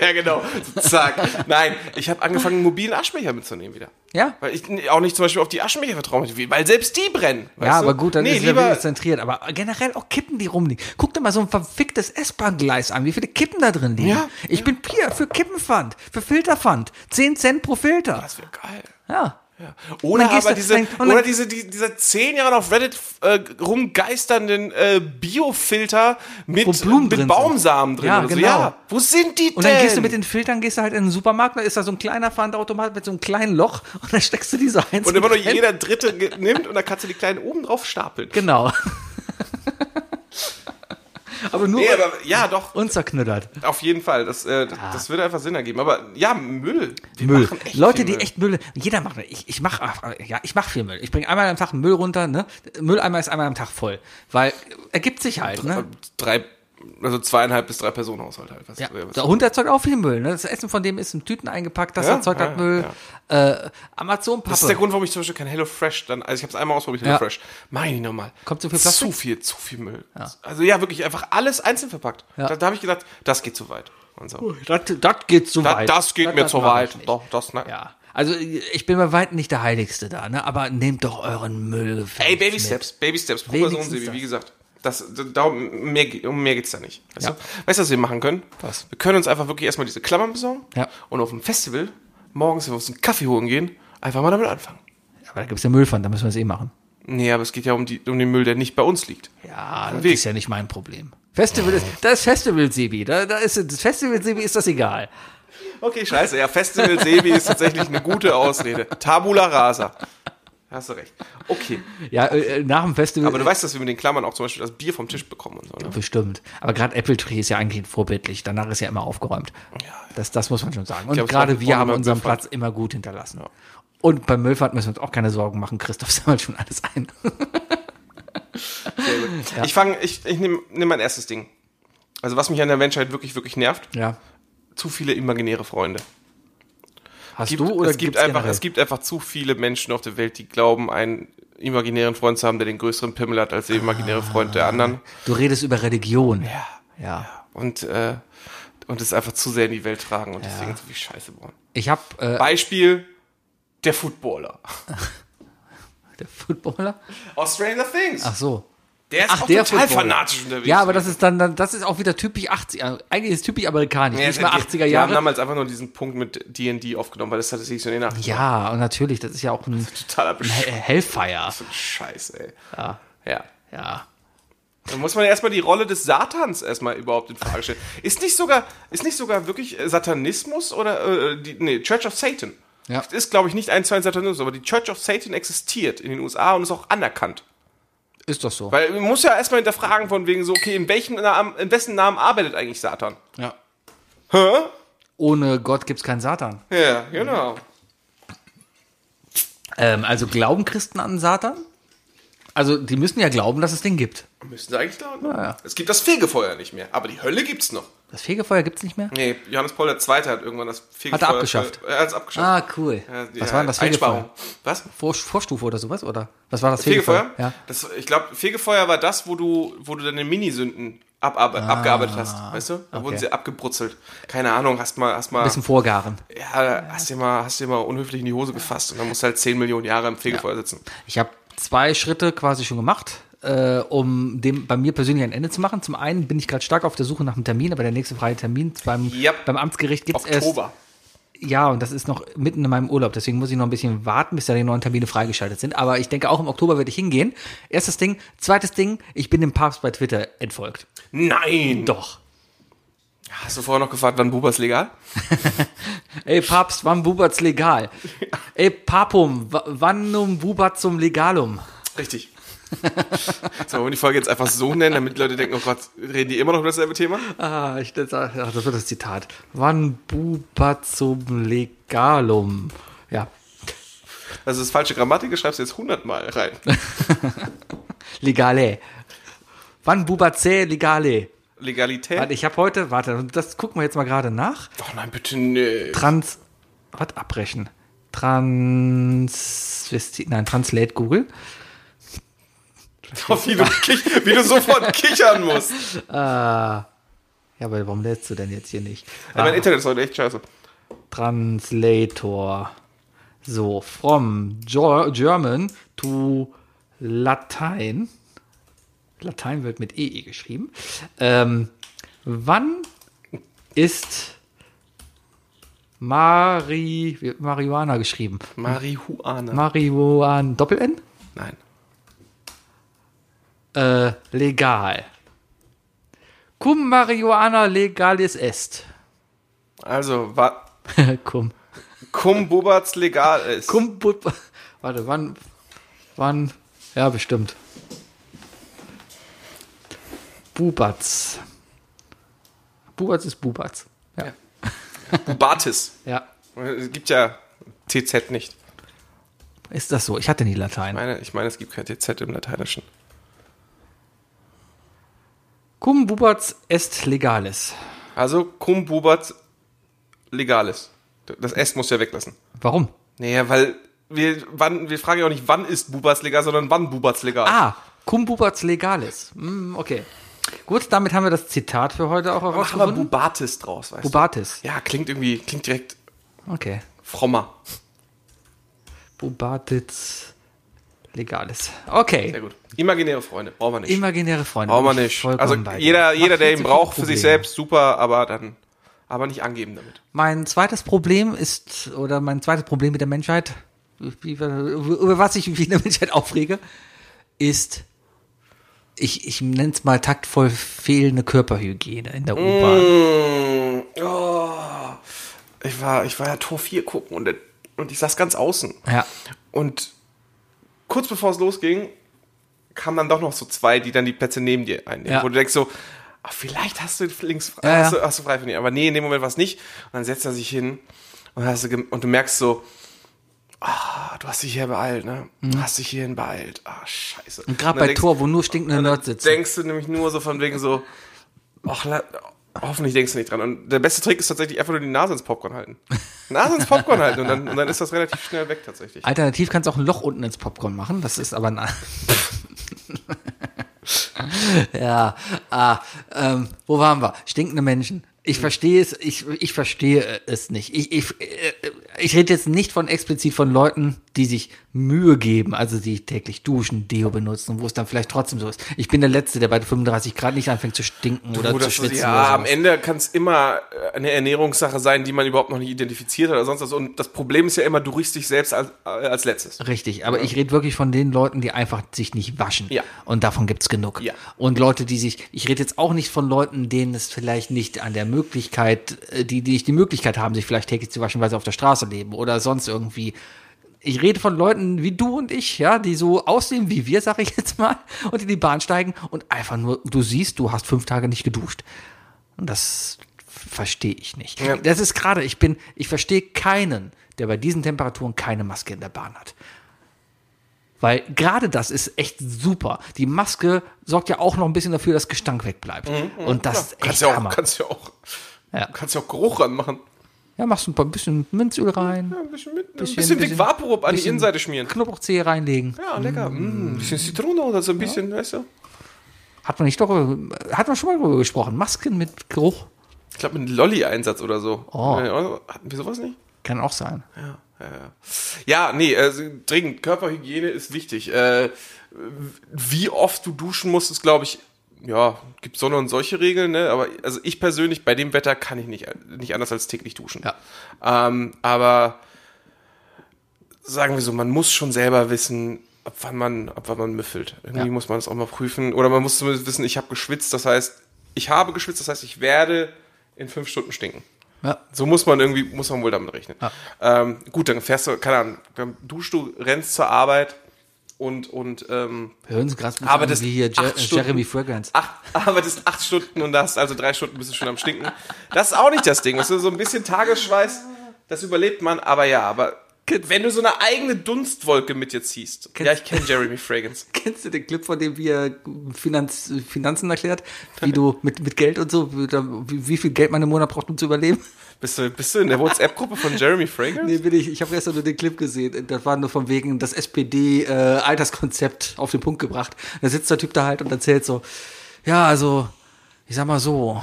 C: ja, genau. So, Zack. Nein, ich habe angefangen, einen mobilen Aschenbecher mitzunehmen wieder.
D: Ja?
C: Weil ich auch nicht zum Beispiel auf die Aschenbecher vertrauen möchte, weil selbst die brennen.
D: Ja, aber gut, dann
C: nee,
D: ist es ja
C: lieber,
D: wieder zentriert. Aber generell auch Kippen, die rumliegen. Guck dir mal so ein verficktes S-Bahn-Gleis an, wie viele Kippen da drin liegen.
C: Ja.
D: Ich bin Pier für Kippenpfand, für Filterpfand. 10 Cent pro Filter.
C: Das wäre geil.
D: Ja.
C: Ja. Oder
D: gehst
C: aber
D: du-
C: diese,
D: dann- und dann-
C: oder diese, die, dieser zehn Jahre auf Reddit äh, rumgeisternden äh, Biofilter mit,
D: Wo Blumen
C: mit
D: drin sind.
C: Baumsamen drin.
D: Ja,
C: oder so.
D: genau.
C: ja, wo sind die denn?
D: Und dann gehst du mit den Filtern, gehst du halt in den Supermarkt, da ist da so ein kleiner Pfandautomat mit so einem kleinen Loch und dann steckst du diese einzelnen.
C: und immer nur
D: rein.
C: jeder Dritte ge- nimmt und dann kannst du die kleinen oben drauf stapeln.
D: Genau. aber nur
C: Nee, aber, ja, doch,
D: unzerknüttert.
C: auf jeden Fall. Das, äh, das, das würde einfach Sinn ergeben. Aber ja, Müll. Wir
D: Ah. Müll.
C: machen um echt
D: Leute,
C: viel
D: die
C: Müll.
D: echt Müll, jeder macht Müll. Ich, ich mach, ja, ich mach viel Müll. Ich bringe einmal am Tag Müll runter, ne? Mülleimer ist einmal am Tag voll. Weil, äh, ergibt sich halt, ne?
C: drei, also zweieinhalb bis drei Personen Haushalt halt. Was,
D: Ja.
C: was-
D: Der Hund erzeugt auch viel Müll, ne? Das Essen von dem ist in Tüten eingepackt, das
C: Ja,
D: erzeugt
C: ja,
D: hat Müll. Äh, Amazon
C: Das ist der
D: Pappe.
C: Grund, warum ich zum Beispiel kein Hello Fresh dann, also ich habe es einmal ausprobiert, Hello
D: Ja.
C: Fresh. Meine ich nochmal.
D: Kommt zu viel Plastik?
C: Zu viel, zu viel Müll. Also ja, wirklich einfach alles einzeln verpackt.
D: Ja.
C: Da, da habe ich gedacht, das geht zu weit. Und so.
D: Das, das geht zu
C: da, das geht mir zu
D: mach
C: weit.
D: ich nicht.
C: Doch, das, ne.
D: Ja. Also, ich bin bei weitem nicht der Heiligste da, ne? Aber nehmt doch euren Müll.
C: Ey, Baby Steps, Baby Steps, pro Person,
D: Wenigstens
C: Sebi,
D: das.
C: um wie gesagt. Das, da, da- um, mehr, ge- um mehr geht's da nicht. Weißt,
D: Ja.
C: du? weißt du, was wir machen können?
D: Was?
C: Wir können uns einfach wirklich erstmal diese Klammern besorgen
D: Ja.
C: und auf dem Festival morgens, wenn wir uns einen Kaffee holen gehen, einfach mal damit anfangen.
D: Aber da gibt's ja Müllpfand, da müssen wir es eh machen.
C: Nee, aber es geht ja um, die, um den Müll, der nicht bei uns liegt.
D: Ja, das
C: Weg.
D: ist ja nicht mein Problem. Ah, Festival ist, das ist Festival Sebi. Da, da ist, das Festival Sebi ist das egal.
C: Okay, scheiße. Also, Ja, Festival Sebi ist tatsächlich eine gute Ausrede. Tabula rasa. Hast du recht. Okay.
D: Ja, äh, äh, nach dem Festival.
C: Aber du weißt, dass wir mit den Klammern auch zum Beispiel das Bier vom Tisch bekommen und so, ne?
D: Bestimmt. Aber gerade Apple Tree ist ja eigentlich vorbildlich. Danach ist ja immer aufgeräumt. Das, das muss man schon sagen. Und
C: glaub, es
D: gerade
C: war-
D: wir
C: war
D: haben
C: immer
D: unseren
C: Müllfahrt.
D: Platz immer gut hinterlassen. Und beim Müllfahrt müssen wir uns auch keine Sorgen machen. Christoph sammelt schon alles ein.
C: Ich fange, ich, ich nehme nehm mein erstes Ding. Also was mich an der Menschheit wirklich, wirklich nervt,
D: Ja.
C: zu viele imaginäre Freunde.
D: Hast
C: Gibt,
D: du oder
C: es gibt
D: gibt's
C: einfach,
D: generell?
C: es gibt einfach zu viele Menschen auf der Welt, die glauben, einen imaginären Freund zu haben, der den größeren Pimmel hat als der imaginäre Freund
D: Ah.
C: der anderen.
D: Du redest über Religion.
C: Ja.
D: Ja.
C: Und, äh, und es einfach zu sehr in die Welt tragen und deswegen so viel Scheiße bauen.
D: Ich habe äh,
C: Beispiel der Footballer.
D: der Footballer.
C: Aus Stranger Things.
D: Ach so.
C: der ist auch total
D: Footballer.
C: fanatisch unterwegs.
D: Ja, aber das ist dann, dann, das ist auch wieder typisch 80er. Eigentlich ist typisch amerikanisch,
C: Ja,
D: nicht mal
C: die-
D: 80er
C: Die haben
D: Jahre.
C: damals einfach nur diesen Punkt mit D&D aufgenommen, weil das tatsächlich so in den 80ern
D: Ja, und natürlich, das ist ja auch ein
C: totaler
D: Hell-
C: Besch-
D: Hellfire.
C: Scheiße, ey. Ja. ja.
D: Ja.
C: Dann muss man ja erstmal die Rolle des Satans erstmal überhaupt in Frage stellen. Ist nicht sogar, ist nicht sogar wirklich äh, Satanismus oder äh, die, nee, Church of Satan.
D: Ja.
C: Das ist, glaube ich, nicht eins zu eins Satanismus, aber die Church of Satan existiert in den USA und ist auch anerkannt.
D: Ist doch so.
C: Weil man muss ja erstmal hinterfragen von wegen so, okay, in welchem Namen, in wessen Namen arbeitet eigentlich Satan?
D: ja.
C: Hä?
D: Ohne Gott gibt's keinen Satan.
C: Ja, genau.
D: Ähm, also glauben Christen an Satan? Also, die müssen ja glauben, dass es den gibt.
C: Müssen sie eigentlich glauben. Es gibt das Fegefeuer nicht mehr, aber die Hölle gibt's noch.
D: Das Fegefeuer gibt's nicht mehr?
C: Nee, Johannes Paul II. hat irgendwann das Fegefeuer... Äh,
D: Hat er abgeschafft.
C: Er hat es abgeschafft.
D: Ah, cool.
C: Ja,
D: Was
C: ja,
D: war denn das Fegefeuer?
C: Einsparung. Was?
D: Vor, Vorstufe oder sowas, oder? Was war das
C: Fegefeuer?
D: Fegefeuer? Ja.
C: Das, ich glaube, Fegefeuer war das, wo du, wo du deine Minisünden abarbe- abgearbeitet hast, weißt du? Da wurden
D: Ah, okay.
C: sie abgebrutzelt. Keine Ahnung, hast mal, hast mal,
D: Bisschen Vorgaren.
C: ja, hast dir mal, hast dir mal unhöflich in die Hose gefasst und dann musst du halt 10 Millionen Jahre im Fegefeuer sitzen.
D: Ich habe zwei Schritte quasi schon gemacht, äh, um dem bei mir persönlich ein Ende zu machen. Zum einen bin ich gerade stark auf der Suche nach einem Termin, aber der nächste freie Termin beim,
C: Yep.
D: beim Amtsgericht gibt es erst
C: Oktober.
D: ja, und das ist noch mitten in meinem Urlaub, deswegen muss ich noch ein bisschen warten, bis da die neuen Termine freigeschaltet sind. Aber ich denke, auch im Oktober werde ich hingehen. Erstes Ding. Zweites Ding, ich bin dem Papst bei Twitter entfolgt.
C: Nein!
D: Doch.
C: Hast du vorher noch gefragt, wann Bubas legal?
D: Ey, Papst, wann bubert's legal? Ey, Papum, wa- wannum bubat zum um Legalum?
C: Richtig. So, wollen wir die Folge jetzt einfach so nennen, damit die Leute denken, oh Gott, reden die immer noch über dasselbe Thema?
D: Ah, ich, das, ach, das wird das Zitat. Wann bubat zum Legalum? Ja,
C: Also das ist falsche Grammatik, das schreibst du jetzt hundertmal rein.
D: legale. Wann bubat se legale? Warte,
C: Legalität?
D: ich habe heute, warte, das gucken wir jetzt mal gerade nach.
C: Doch nein, bitte nee.
D: Trans, was abbrechen? Transvestit, nein, Translate Google.
C: Doch, wie, du kich, wie du sofort kichern musst.
D: Ja, aber warum lädst du denn jetzt hier nicht?
C: Aber Mein Internet ist heute echt scheiße.
D: Translator. So, from Ger- German to Latein. Latein wird mit EE geschrieben. Ähm, wann ist Mari, wie- Marihuana geschrieben?
C: Marihuana.
D: Marihuan Doppel-N?
C: nein.
D: Äh, legal. Cum Marihuana legalis est.
C: Also, wa-
D: Cum.
C: cum Bubats legal ist.
D: Cum. bu- Warte, wann. Wann. Ja, bestimmt. Bubatz. Bubatz ist Bubatz. Ja. Ja.
C: Bubatis. Es gibt ja TZ nicht.
D: Ist das so? Ich hatte nie
C: Ich
D: Latein.
C: meine, ich meine, es gibt kein TZ im Lateinischen.
D: Cum Bubatz est legalis.
C: Also, cum Bubats legal ist. Das S muss ja weglassen.
D: Warum?
C: Naja, weil wir, wann, wir fragen ja auch nicht, wann ist Bubats legal, sondern wann Bubats legal.
D: Ah, cum Bubatz legalis. Hm, okay. Gut, damit haben wir das Zitat für heute auch
C: Mach mal
D: herausgefunden.
C: Bubatis draus, weißt
D: Bubatis.
C: du? Ja, klingt irgendwie, klingt direkt
D: Okay.
C: frommer.
D: Bubatitz legalis. Okay.
C: Sehr gut. Imaginäre Freunde, brauchen wir nicht.
D: Imaginäre Freunde.
C: brauchen wir
D: bin ich
C: nicht.
D: vollkommen
C: Also
D: bei dir.
C: jeder,
D: Macht
C: jeder der
D: viel
C: ihn
D: zu
C: braucht
D: viele
C: für sich
D: Probleme.
C: selbst, super, aber dann, aber nicht angeben damit.
D: Mein zweites Problem ist, oder mein zweites Problem mit der Menschheit, wie, über was ich mich in der Menschheit aufrege, ist, ich, ich nenne es mal taktvoll fehlende Körperhygiene in der U-Bahn. Hm,
C: Mm, oh. Ich war, ich war ja Tor 4 gucken und, und ich saß ganz außen.
D: Ja.
C: Und kurz bevor es losging, kamen dann doch noch so zwei, die dann die Plätze neben dir einnehmen.
D: Ja.
C: Wo du denkst so, ah, vielleicht hast du links frei,
D: Ja,
C: hast,
D: ja.
C: Du, hast du frei von dir. Aber nee, in dem Moment war es nicht. Und dann setzt er sich hin und, hast du, gem- und du merkst so, ah, du hast dich hier beeilt, ne? Hast dich hierhin beeilt. Ah, scheiße.
D: Mhm. Und gerade
C: dann
D: bei
C: denkst-
D: Tor, wo nur stinkende
C: und dann
D: Nerds sitzen.
C: Denkst du nämlich nur so von wegen so, ach, la- hoffentlich denkst du nicht dran. Und der beste Trick ist tatsächlich einfach nur die Nase ins Popcorn halten. Nase ins Popcorn halten und dann, und dann ist das relativ schnell weg tatsächlich.
D: Alternativ kannst du auch ein Loch unten ins Popcorn machen, das ist aber ein... ja, ah, ähm, wo waren wir? Stinkende Menschen. Ich verstehe es, ich, ich verstehe es nicht. Ich, ich, äh, ich rede jetzt nicht von explizit von Leuten, die sich Mühe geben, also die täglich duschen, Deo benutzen, wo es dann vielleicht trotzdem so ist. Ich bin der Letzte, der bei 35 Grad nicht anfängt zu stinken oder
C: Wo
D: zu
C: das so-
D: schwitzen.
C: ja,
D: oder
C: am
D: sowas.
C: Ende kann es immer äh, eine Ernährungssache sein, die man überhaupt noch nicht identifiziert hat oder sonst was. Und das Problem ist ja immer, du riechst dich selbst als, äh, als letztes.
D: Richtig, aber ich rede wirklich von den Leuten, die einfach sich nicht waschen.
C: Ja.
D: Und davon gibt's genug.
C: Ja.
D: Und Leute, die sich, ich rede jetzt auch nicht von Leuten, denen es vielleicht nicht an der Möglichkeit, äh, die, die nicht die Möglichkeit haben, sich vielleicht täglich zu waschen, weil sie auf der Straße leben oder sonst irgendwie. Ich rede von Leuten wie du und ich, ja, die so aussehen wie wir, sag ich jetzt mal, und in die Bahn steigen und einfach nur, du siehst, du hast fünf Tage nicht geduscht. Und das verstehe ich nicht.
C: Ja.
D: Das ist gerade, ich bin, ich verstehe keinen, der bei diesen Temperaturen keine Maske in der Bahn hat. Weil gerade das ist echt super. Die Maske sorgt ja auch noch ein bisschen dafür, dass Gestank wegbleibt. Und das ist echt
C: Kannst Mhm. ja
D: Hammer.
C: auch, kannst ja auch,
D: Ja.
C: kannst ja auch Geruch ranmachen.
D: Ja, machst ein paar bisschen Minzöl rein,
C: Ein bisschen, mit, bisschen,
D: Bisschen-
C: bisschen Vic
D: bisschen-
C: Vaporub an die
D: bisschen-
C: Innenseite schmieren.
D: Knoblauchzehe reinlegen.
C: Ja, lecker. Mm. Ein bisschen Zitrone oder so ein bisschen, weißt du?
D: Hat man nicht doch, äh, hat man schon mal darüber gesprochen. Masken mit Geruch
C: Ich glaube, mit einem Lolli-Einsatz oder so.
D: Oh.
C: Äh, Hatten wir sowas nicht?
D: kann auch sein.
C: Ja, ja, ja. ja nee, also dringend. Körperhygiene ist wichtig. Äh, wie oft du duschen musst, ist, glaube ich, ja, gibt Sonne und solche Regeln, ne? Aber also ich persönlich, bei dem Wetter kann ich nicht, nicht anders als täglich duschen. Ähm, aber sagen wir so, man muss schon selber wissen, ab wann man, ab wann man müffelt. Irgendwie
D: Ja.
C: muss man das auch mal prüfen. Oder man muss zumindest wissen, ich habe geschwitzt, das heißt, ich habe geschwitzt, das heißt, ich werde in fünf Stunden stinken.
D: Ja.
C: So muss man irgendwie, muss man wohl damit rechnen. Ähm, gut, dann fährst du, keine Ahnung, dann duschst du, rennst zur Arbeit und, und ähm,
D: Hören Sie gerade
C: Aber das
D: wie hier Je
C: acht Stunden-
D: Jeremy Fragrance.
C: acht, arbeitest acht Stunden und hast also drei Stunden bist du schon am Stinken. Das ist auch nicht das Ding. Das ist so ein bisschen Tagesschweiß, das überlebt man, aber ja, aber wenn du so eine eigene Dunstwolke mit dir ziehst. Ja, ich kenne Jeremy Fragrance.
D: Kennst du den Clip, von dem wir Finanz, Finanzen erklärt, wie du mit, mit Geld und so, wie, wie viel Geld man im Monat braucht, um zu überleben?
C: Bist du, bist du in der WhatsApp-Gruppe von Jeremy Fragrance?
D: Nee, bin ich. Ich habe gestern nur den Clip gesehen. Das war nur von wegen das SPD-Alterskonzept äh, auf den Punkt gebracht. Da sitzt der Typ da halt und erzählt so, ja, also, ich sag mal so,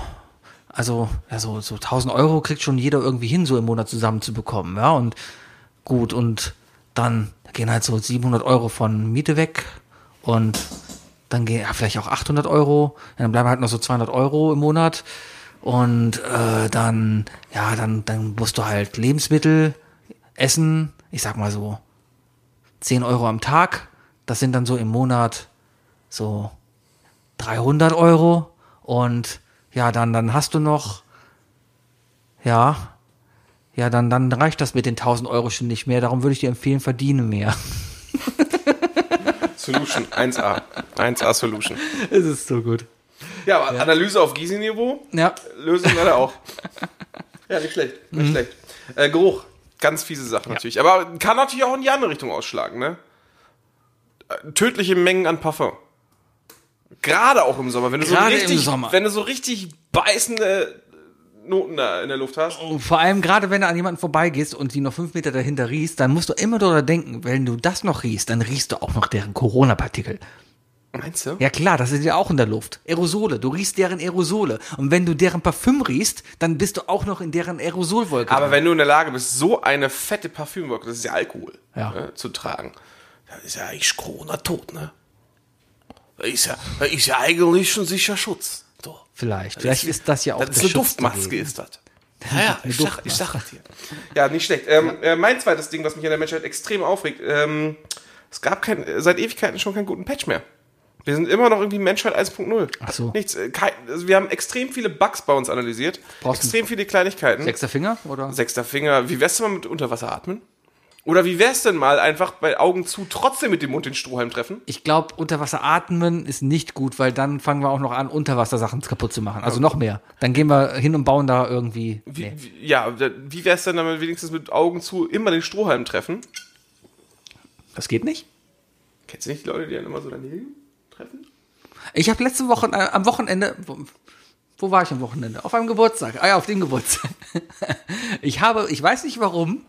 D: also, ja, so, so 1000 Euro kriegt schon jeder irgendwie hin, so im Monat zusammenzubekommen, ja, und gut, und dann gehen halt so 700 Euro von Miete weg und dann gehen ja, vielleicht auch 800 Euro, ja, dann bleiben halt noch so 200 Euro im Monat und äh, dann, ja, dann, dann musst du halt Lebensmittel essen, ich sag mal so 10 Euro am Tag, das sind dann so im Monat so 300 Euro und ja, dann, dann hast du noch, ja, ja, dann, dann reicht das mit den 1000 Euro schon nicht mehr, darum würde ich dir empfehlen, verdiene mehr.
C: Solution, 1A. 1A Solution.
D: Es ist so gut.
C: Ja, aber Analyse auf Gysi-Niveau.
D: Ja,
C: Lösung hat er auch. ja, nicht schlecht. Nicht schlecht. Äh, Geruch. Ganz fiese Sache natürlich. Aber kann natürlich auch in die andere Richtung ausschlagen, ne? Äh, Tödliche Mengen an Parfum. Gerade auch im Sommer. Wenn du, so
D: Gerade im
C: richtig,
D: Sommer.
C: wenn du so richtig beißende Noten da in der Luft hast.
D: Und vor allem gerade, wenn du an jemanden vorbeigehst und die noch fünf Meter dahinter riechst, dann musst du immer darüber denken, wenn du das noch riechst, dann riechst du auch noch deren Corona-Partikel.
C: Meinst du?
D: Ja klar, das ist ja auch in der Luft. Aerosole, du riechst deren Aerosole. Und wenn du deren Parfüm riechst, dann bist du auch noch in deren Aerosolwolke.
C: Aber
D: drin.
C: wenn du in der Lage bist, so eine fette Parfümwolke, das ist ja Alkohol,
D: Ja.
C: ne, zu tragen, dann ist ja eigentlich Corona tot, ne? Da Ist ja, da ist ja eigentlich schon sicher Schutz. So.
D: vielleicht. Vielleicht ist das ja auch
C: Das ist
D: der
C: eine
D: Schutz
C: Duftmaske,
D: dagegen.
C: ist das. Ja, ja, ich sag, ich
D: Duftmaske.
C: sag es dir. Ja, nicht schlecht. Ähm, äh, mein zweites Ding, was mich an der Menschheit extrem aufregt, ähm, es gab kein, äh, seit Ewigkeiten schon keinen guten Patch mehr. Wir sind immer noch irgendwie Menschheit 1.0.
D: Ach so.
C: Nichts, äh, kein, also wir haben extrem viele Bugs bei uns analysiert.
D: Brauchst
C: extrem viele Kleinigkeiten.
D: Sechster Finger oder?
C: Sechster Finger. Wie wär's denn mal mit Unterwasser atmen? Oder wie wär's denn mal einfach bei Augen zu trotzdem mit dem Mund den Strohhalm treffen?
D: Ich glaube, Unterwasser atmen ist nicht gut, weil dann fangen wir auch noch an, Unterwassersachen kaputt zu machen. Also noch mehr. Dann gehen wir hin und bauen da irgendwie.
C: Wie,
D: Nee.
C: wie, ja, wie wär's denn dann wenigstens mit Augen zu immer den Strohhalm treffen?
D: Das geht nicht?
C: Kennst du nicht die Leute, die dann immer so daneben treffen?
D: Ich habe letzte Woche äh, am Wochenende, wo, wo war ich am Wochenende? Auf einem Geburtstag. Ah ja, auf dem Geburtstag. Ich habe, ich weiß nicht warum,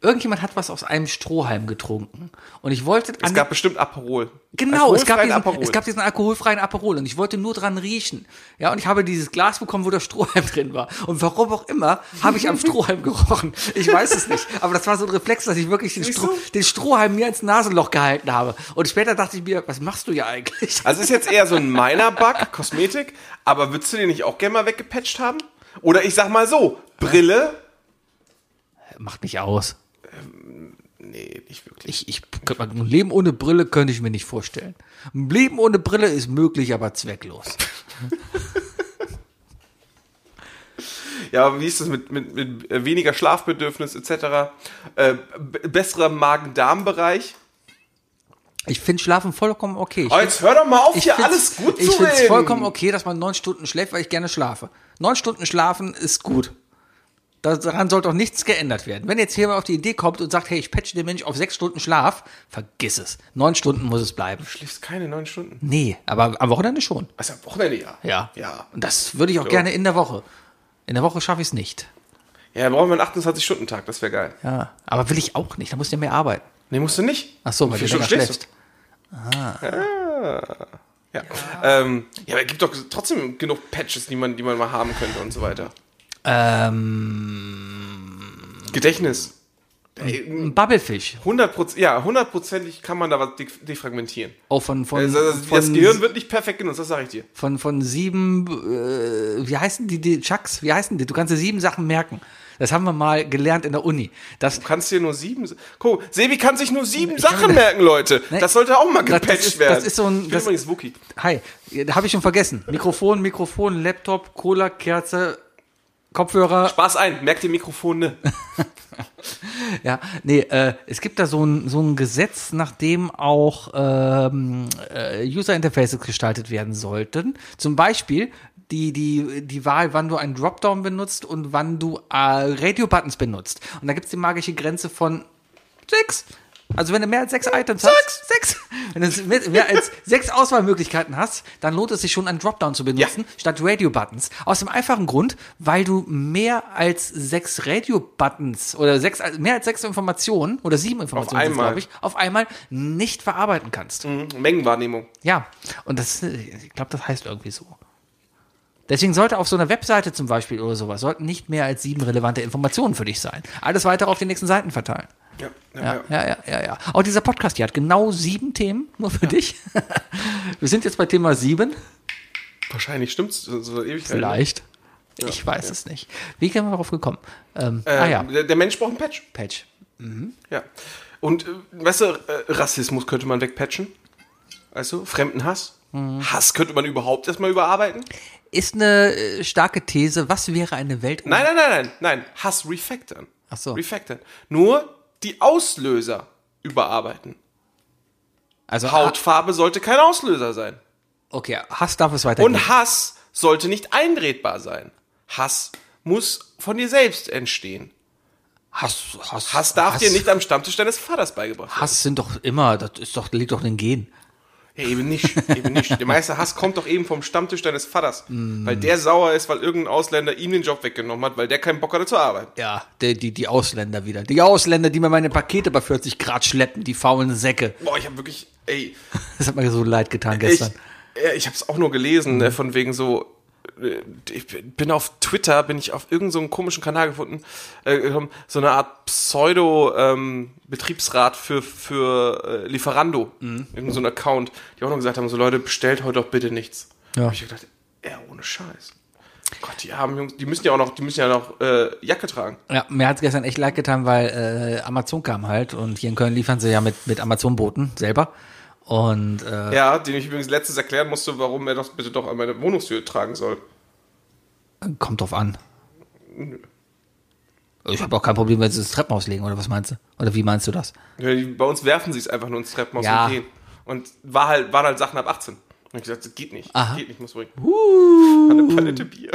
D: irgendjemand hat was aus einem Strohhalm getrunken und ich wollte
C: Es gab bestimmt Aperol.
D: Genau, es gab,
C: Alkoholfreien
D: diesen,
C: Aperol.
D: es gab diesen alkoholfreien Aperol und ich wollte nur dran riechen. Ja, und ich habe dieses Glas bekommen, wo der Strohhalm drin war. Und warum auch immer, habe ich am Strohhalm gerochen. Ich weiß es nicht. Aber das war so ein Reflex, dass ich wirklich den,
C: Siehst
D: Stroh,
C: du?
D: den Strohhalm mir ins Nasenloch gehalten habe. Und später dachte ich mir, was machst du ja eigentlich?
C: Also ist jetzt eher so ein meiner Bug, Kosmetik, aber würdest du den nicht auch gerne mal weggepatcht haben? Oder ich sag mal so, Brille?
D: Macht mich aus.
C: Nee, nicht wirklich.
D: Ich, ich, könnte mal- ein Leben ohne Brille könnte ich mir nicht vorstellen. Ein Leben ohne Brille ist möglich, aber zwecklos.
C: Ja, aber wie ist das mit, mit, mit äh, weniger Schlafbedürfnis etc.? Äh, b- besserer Magen-Darm-Bereich?
D: Ich finde Schlafen vollkommen okay. Ich
C: Aber jetzt hör doch mal auf, hier
D: find's-
C: alles gut
D: ich
C: zu
D: find's
C: reden.
D: vollkommen okay, dass man neun Stunden schläft, weil ich gerne schlafe. Neun Stunden schlafen ist gut. Da- Daran soll doch nichts geändert werden. Wenn jetzt jemand auf die Idee kommt und sagt, hey, ich patche den Mensch auf sechs Stunden Schlaf, vergiss es. Neun Stunden muss es bleiben.
C: Du schläfst keine neun Stunden.
D: Nee, aber am Wochenende schon.
C: Also am Wochenende ja.
D: Ja.
C: Ja.
D: Und das würde ich auch gerne in der Woche. In der Woche schaffe ich es nicht.
C: Ja, da brauchen wir einen 28-Stunden-Tag, das wäre geil.
D: Ja. Aber will ich auch nicht. Da muss ich ja mehr arbeiten.
C: Nee, musst du nicht.
D: Ach so,
C: Wie
D: weil du
C: viele
D: länger
C: Stunden
D: schläfst.
C: Ja. Ja. Ähm, ja, aber es gibt doch trotzdem genug Patches, die man, die man mal haben könnte und so weiter.
D: Ähm,
C: Gedächtnis.
D: Ein Bubblefisch.
C: 100%, ja, hundertprozentig kann man da was de- defragmentieren.
D: Auch Oh, von, von,
C: Also das,
D: von,
C: das Gehirn wird nicht perfekt genutzt, das sage ich dir.
D: von, von sieben, äh, wie heißen die, die Chucks, wie heißen die? Du kannst dir sieben Sachen merken. Das haben wir mal gelernt in der Uni. Das,
C: Du kannst dir nur sieben. Guck, Sebi kann sich nur sieben Sachen merken, Leute.
D: Ne?
C: Das sollte auch mal
D: Das- das
C: gepatcht
D: ist-
C: werden.
D: das ist so ein-
C: Ich bin
D: das-
C: übrigens Wookie.
D: hi, da habe ich schon vergessen. Mikrofon, Mikrofon, Laptop, Cola, Kerze, Kopfhörer.
C: Spaß ein, merk dir Mikrofone.
D: Ja, nee, äh, es gibt da so ein, so ein Gesetz, nach dem auch ähm, äh, User Interfaces gestaltet werden sollten. Zum Beispiel die, die, die Wahl, wann du einen Dropdown benutzt und wann du äh, Radio-Buttons benutzt. Und da gibt's die magische Grenze von sechs. Also wenn du mehr als sechs Items hast, sechs. Wenn du mit- mehr als sechs Auswahlmöglichkeiten hast, dann lohnt es sich schon, einen Dropdown zu benutzen, statt Radio-Buttons. Aus dem einfachen Grund, weil du mehr als sechs Radio-Buttons oder sechs, also mehr als sechs Informationen oder sieben Informationen,
C: einmal. Mhm.
D: glaube ich, auf einmal nicht verarbeiten kannst.
C: Mengenwahrnehmung.
D: Ja, und das, äh, ich glaube, das heißt irgendwie so. Deswegen sollte auf so einer Webseite zum Beispiel oder sowas, sollten nicht mehr als sieben relevante Informationen für dich sein. Alles weitere auf den nächsten Seiten verteilen.
C: Ja, ja,
D: Ja, ja, ja, ja, ja. Auch dieser Podcast hier hat genau sieben Themen, nur für dich. Wir sind jetzt bei Thema sieben.
C: Wahrscheinlich stimmt's so, so Ewigkeit.
D: Vielleicht. ich weiß es nicht. Wie sind wir darauf gekommen? Ähm,
C: Äh,
D: ah ja,
C: der, der Mensch braucht einen Patch.
D: Patch.
C: Ja. Und äh, weißt du, äh, Rassismus könnte man wegpatchen. Weißt du, Fremdenhass.
D: Mhm.
C: Hass könnte man überhaupt erstmal überarbeiten.
D: Ist eine äh, starke These. Was wäre eine Welt ohne
C: Nein, nein, nein, nein, nein. Hass refactoren.
D: Ach so.
C: Refactoren. Nur die Auslöser überarbeiten.
D: also, Ha
C: Hautfarbe sollte kein Auslöser sein.
D: okay, Hass darf es weitergeben.
C: Und Hass sollte nicht einredbar sein. Hass muss von dir selbst entstehen.
D: Hass, Hass,
C: Hass darf dir nicht am Stammtisch deines Vaters beigebracht werden.
D: Hass sind doch immer, das ist doch, liegt doch in den Gen.
C: Ja, eben nicht, eben nicht. Der meiste Hass kommt doch eben vom Stammtisch deines Vaters. Weil der sauer ist, weil irgendein Ausländer ihm den Job weggenommen hat, weil der keinen Bock hatte zu arbeiten.
D: Ja, die, die, die Ausländer wieder. Die Ausländer, die mir meine Pakete bei 40 Grad schleppen, die faulen Säcke.
C: Boah, ich habe wirklich, ey,
D: Das hat mir so leid getan
C: ich,
D: gestern. Mhm.
C: ja, ich habe es auch nur gelesen, ne, von wegen so, äh, ich bin auf Twitter, bin ich auf irgendeinem so einen komischen Kanal gefunden, äh, gekommen, so eine Art Pseudo-Betriebsrat für, für äh, Lieferando,
D: Mhm.
C: irgend so ein Account, die auch noch gesagt haben, so Leute, bestellt heute doch bitte nichts.
D: Ja.
C: Hab ich gedacht, ja, ohne Scheiß. Gott, die armen Jungs, die müssen ja auch noch, die müssen ja noch äh, Jacke tragen.
D: Ja, mir hat's gestern echt leid getan, weil äh, Amazon kam halt und hier in Köln liefern sie ja mit, mit Amazon-Booten selber. Und äh,
C: Ja, den ich übrigens letztens erklären musste, warum er das bitte doch an meine Wohnungstür tragen soll.
D: kommt drauf an. Ich habe auch kein Problem, wenn sie das Treppenhaus legen, oder was meinst du? Oder wie meinst du das?
C: Ja, die- Bei uns werfen sie es einfach nur ins Treppenhaus
D: Ja.
C: und gehen. Und war halt, waren halt Sachen ab 18. Und ich gesagt, das geht nicht. Geht nicht, muss bringen.
D: Uh.
C: Eine Palette Bier.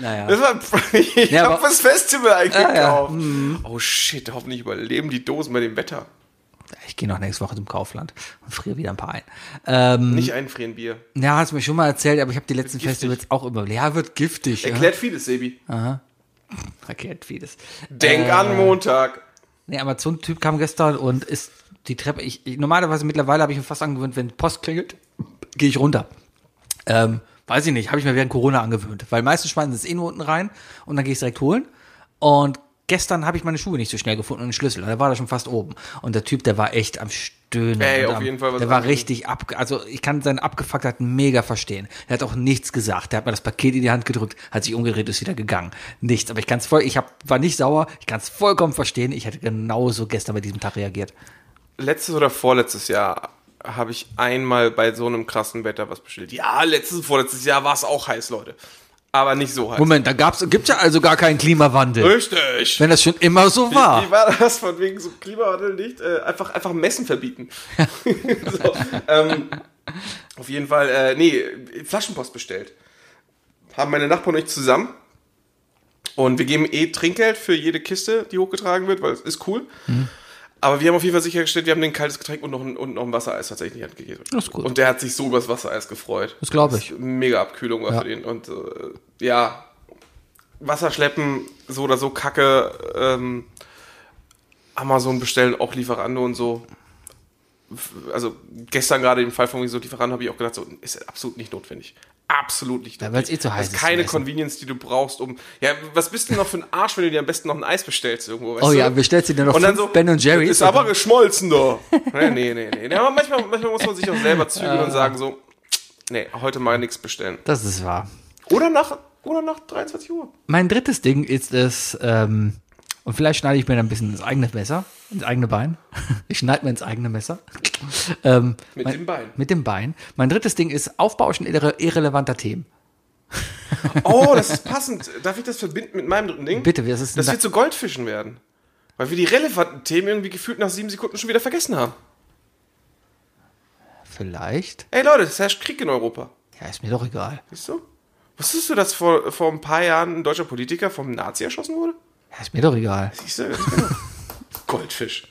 D: Naja.
C: Das war, ich
D: Ja,
C: hab
D: aber-
C: das Festival
D: Ah, ja.
C: eingekauft. Oh shit, hoffentlich überleben die Dosen bei dem Wetter.
D: Ich gehe noch nächste Woche zum Kaufland und friere wieder ein paar ein. Ähm,
C: Nicht einfrieren Bier.
D: ja, hast du mir schon mal erzählt, aber ich habe die letzten
C: giftig.
D: Festivals auch immer. Ja, wird giftig. ja. Ah.
C: Erklärt vieles, Sebi.
D: Erklärt vieles.
C: Denk an Montag.
D: Nee, Amazon-Typ kam gestern und ist die Treppe. Ich, ich, normalerweise mittlerweile habe ich mir fast angewöhnt, wenn Post klingelt, gehe ich runter. Ähm, weiß ich nicht, habe ich mir während Corona angewöhnt, weil meistens schmeißen sie es eh nur unten rein und dann gehe ich es direkt holen. Und gestern habe ich meine Schuhe nicht so schnell gefunden und den Schlüssel. Und da war er schon fast oben. Und der Typ, der war echt am Stöhnen.
C: Ey,
D: und
C: auf
D: am,
C: jeden Fall was
D: Der war
C: anderes.
D: richtig ab. Also ich kann seinen Abgefucktheiten mega verstehen. Er hat auch nichts gesagt. Der hat mir das Paket in die Hand gedrückt, hat sich umgedreht, ist wieder gegangen. Nichts. Aber ich kann es voll. Ich hab, war nicht sauer. Ich kann es vollkommen verstehen. Ich hätte genauso gestern bei diesem Tag reagiert.
C: letztes oder vorletztes Jahr habe ich einmal bei so einem krassen Wetter was bestellt. Ja, letztes und vorletztes Jahr war es auch heiß, Leute. Aber nicht so heiß.
D: Moment, da gab's, gibt's ja also gar keinen Klimawandel.
C: Richtig.
D: Wenn das schon immer so war.
C: Wie war das von wegen so Klimawandel nicht? Äh, einfach, einfach Messen verbieten. so, ähm, auf jeden Fall, äh, nee, Flaschenpost bestellt. Haben meine Nachbarn und ich zusammen. Und wir geben eh Trinkgeld für jede Kiste, die hochgetragen wird, weil es ist cool.
D: Mhm.
C: Aber wir haben auf jeden Fall sichergestellt, wir haben den kaltes Getränk und noch ein, und noch ein Wassereis tatsächlich in die Hand gegeben.
D: Das ist gut.
C: Und der hat sich so über das Wassereis gefreut.
D: Das glaub ich.
C: Mega Abkühlung war
D: Ja.
C: für den. Und äh, ja, Wasser schleppen, so oder so Kacke, ähm, Amazon bestellen, auch Lieferando und so. also gestern gerade den Fall von Miso-Lieferanten habe ich auch gedacht, so, ist absolut nicht notwendig. Absolut nicht
D: Ja, weil's eh zu heiß
C: das
D: ist
C: ist
D: zum
C: keine
D: Essen.
C: Convenience, die du brauchst, um. Ja, was bist du denn noch für ein Arsch, wenn du dir am besten noch ein Eis bestellst irgendwo? Weißt
D: Oh
C: du?
D: ja, bestellst du dir noch
C: Und dann
D: fünf
C: so,
D: Ben und Jerry's?
C: Ist aber geschmolzen da. Nee, nee, nee, nee. Ja, aber manchmal, manchmal muss man sich auch selber zügeln
D: Ah.
C: und sagen so, nee, heute mal nichts bestellen.
D: Das ist wahr.
C: Oder nach, oder nach 23 Uhr.
D: Mein drittes Ding ist es, ähm, und vielleicht schneide ich mir dann ein bisschen ins eigene Messer, ins eigene Bein. Ich schneide mir ins eigene Messer. Ähm,
C: Mit
D: mein,
C: dem Bein.
D: Mit dem Bein. Mein drittes Ding ist Aufbauschen irre irrelevanter Themen.
C: Oh, das ist passend. Darf ich das verbinden mit meinem dritten Ding?
D: Bitte, was ist denn
C: Dass
D: da-
C: wir zu Goldfischen werden. Weil wir die relevanten Themen irgendwie gefühlt nach sieben Sekunden schon wieder vergessen haben.
D: Vielleicht.
C: Ey Leute, es herrscht Krieg in Europa.
D: Ja, ist mir doch egal.
C: Siehst du? Wusstest du, dass vor, vor ein paar Jahren ein deutscher Politiker vom Nazi erschossen wurde?
D: Ja, ist mir doch egal.
C: Siehst du? das- genau. Goldfisch.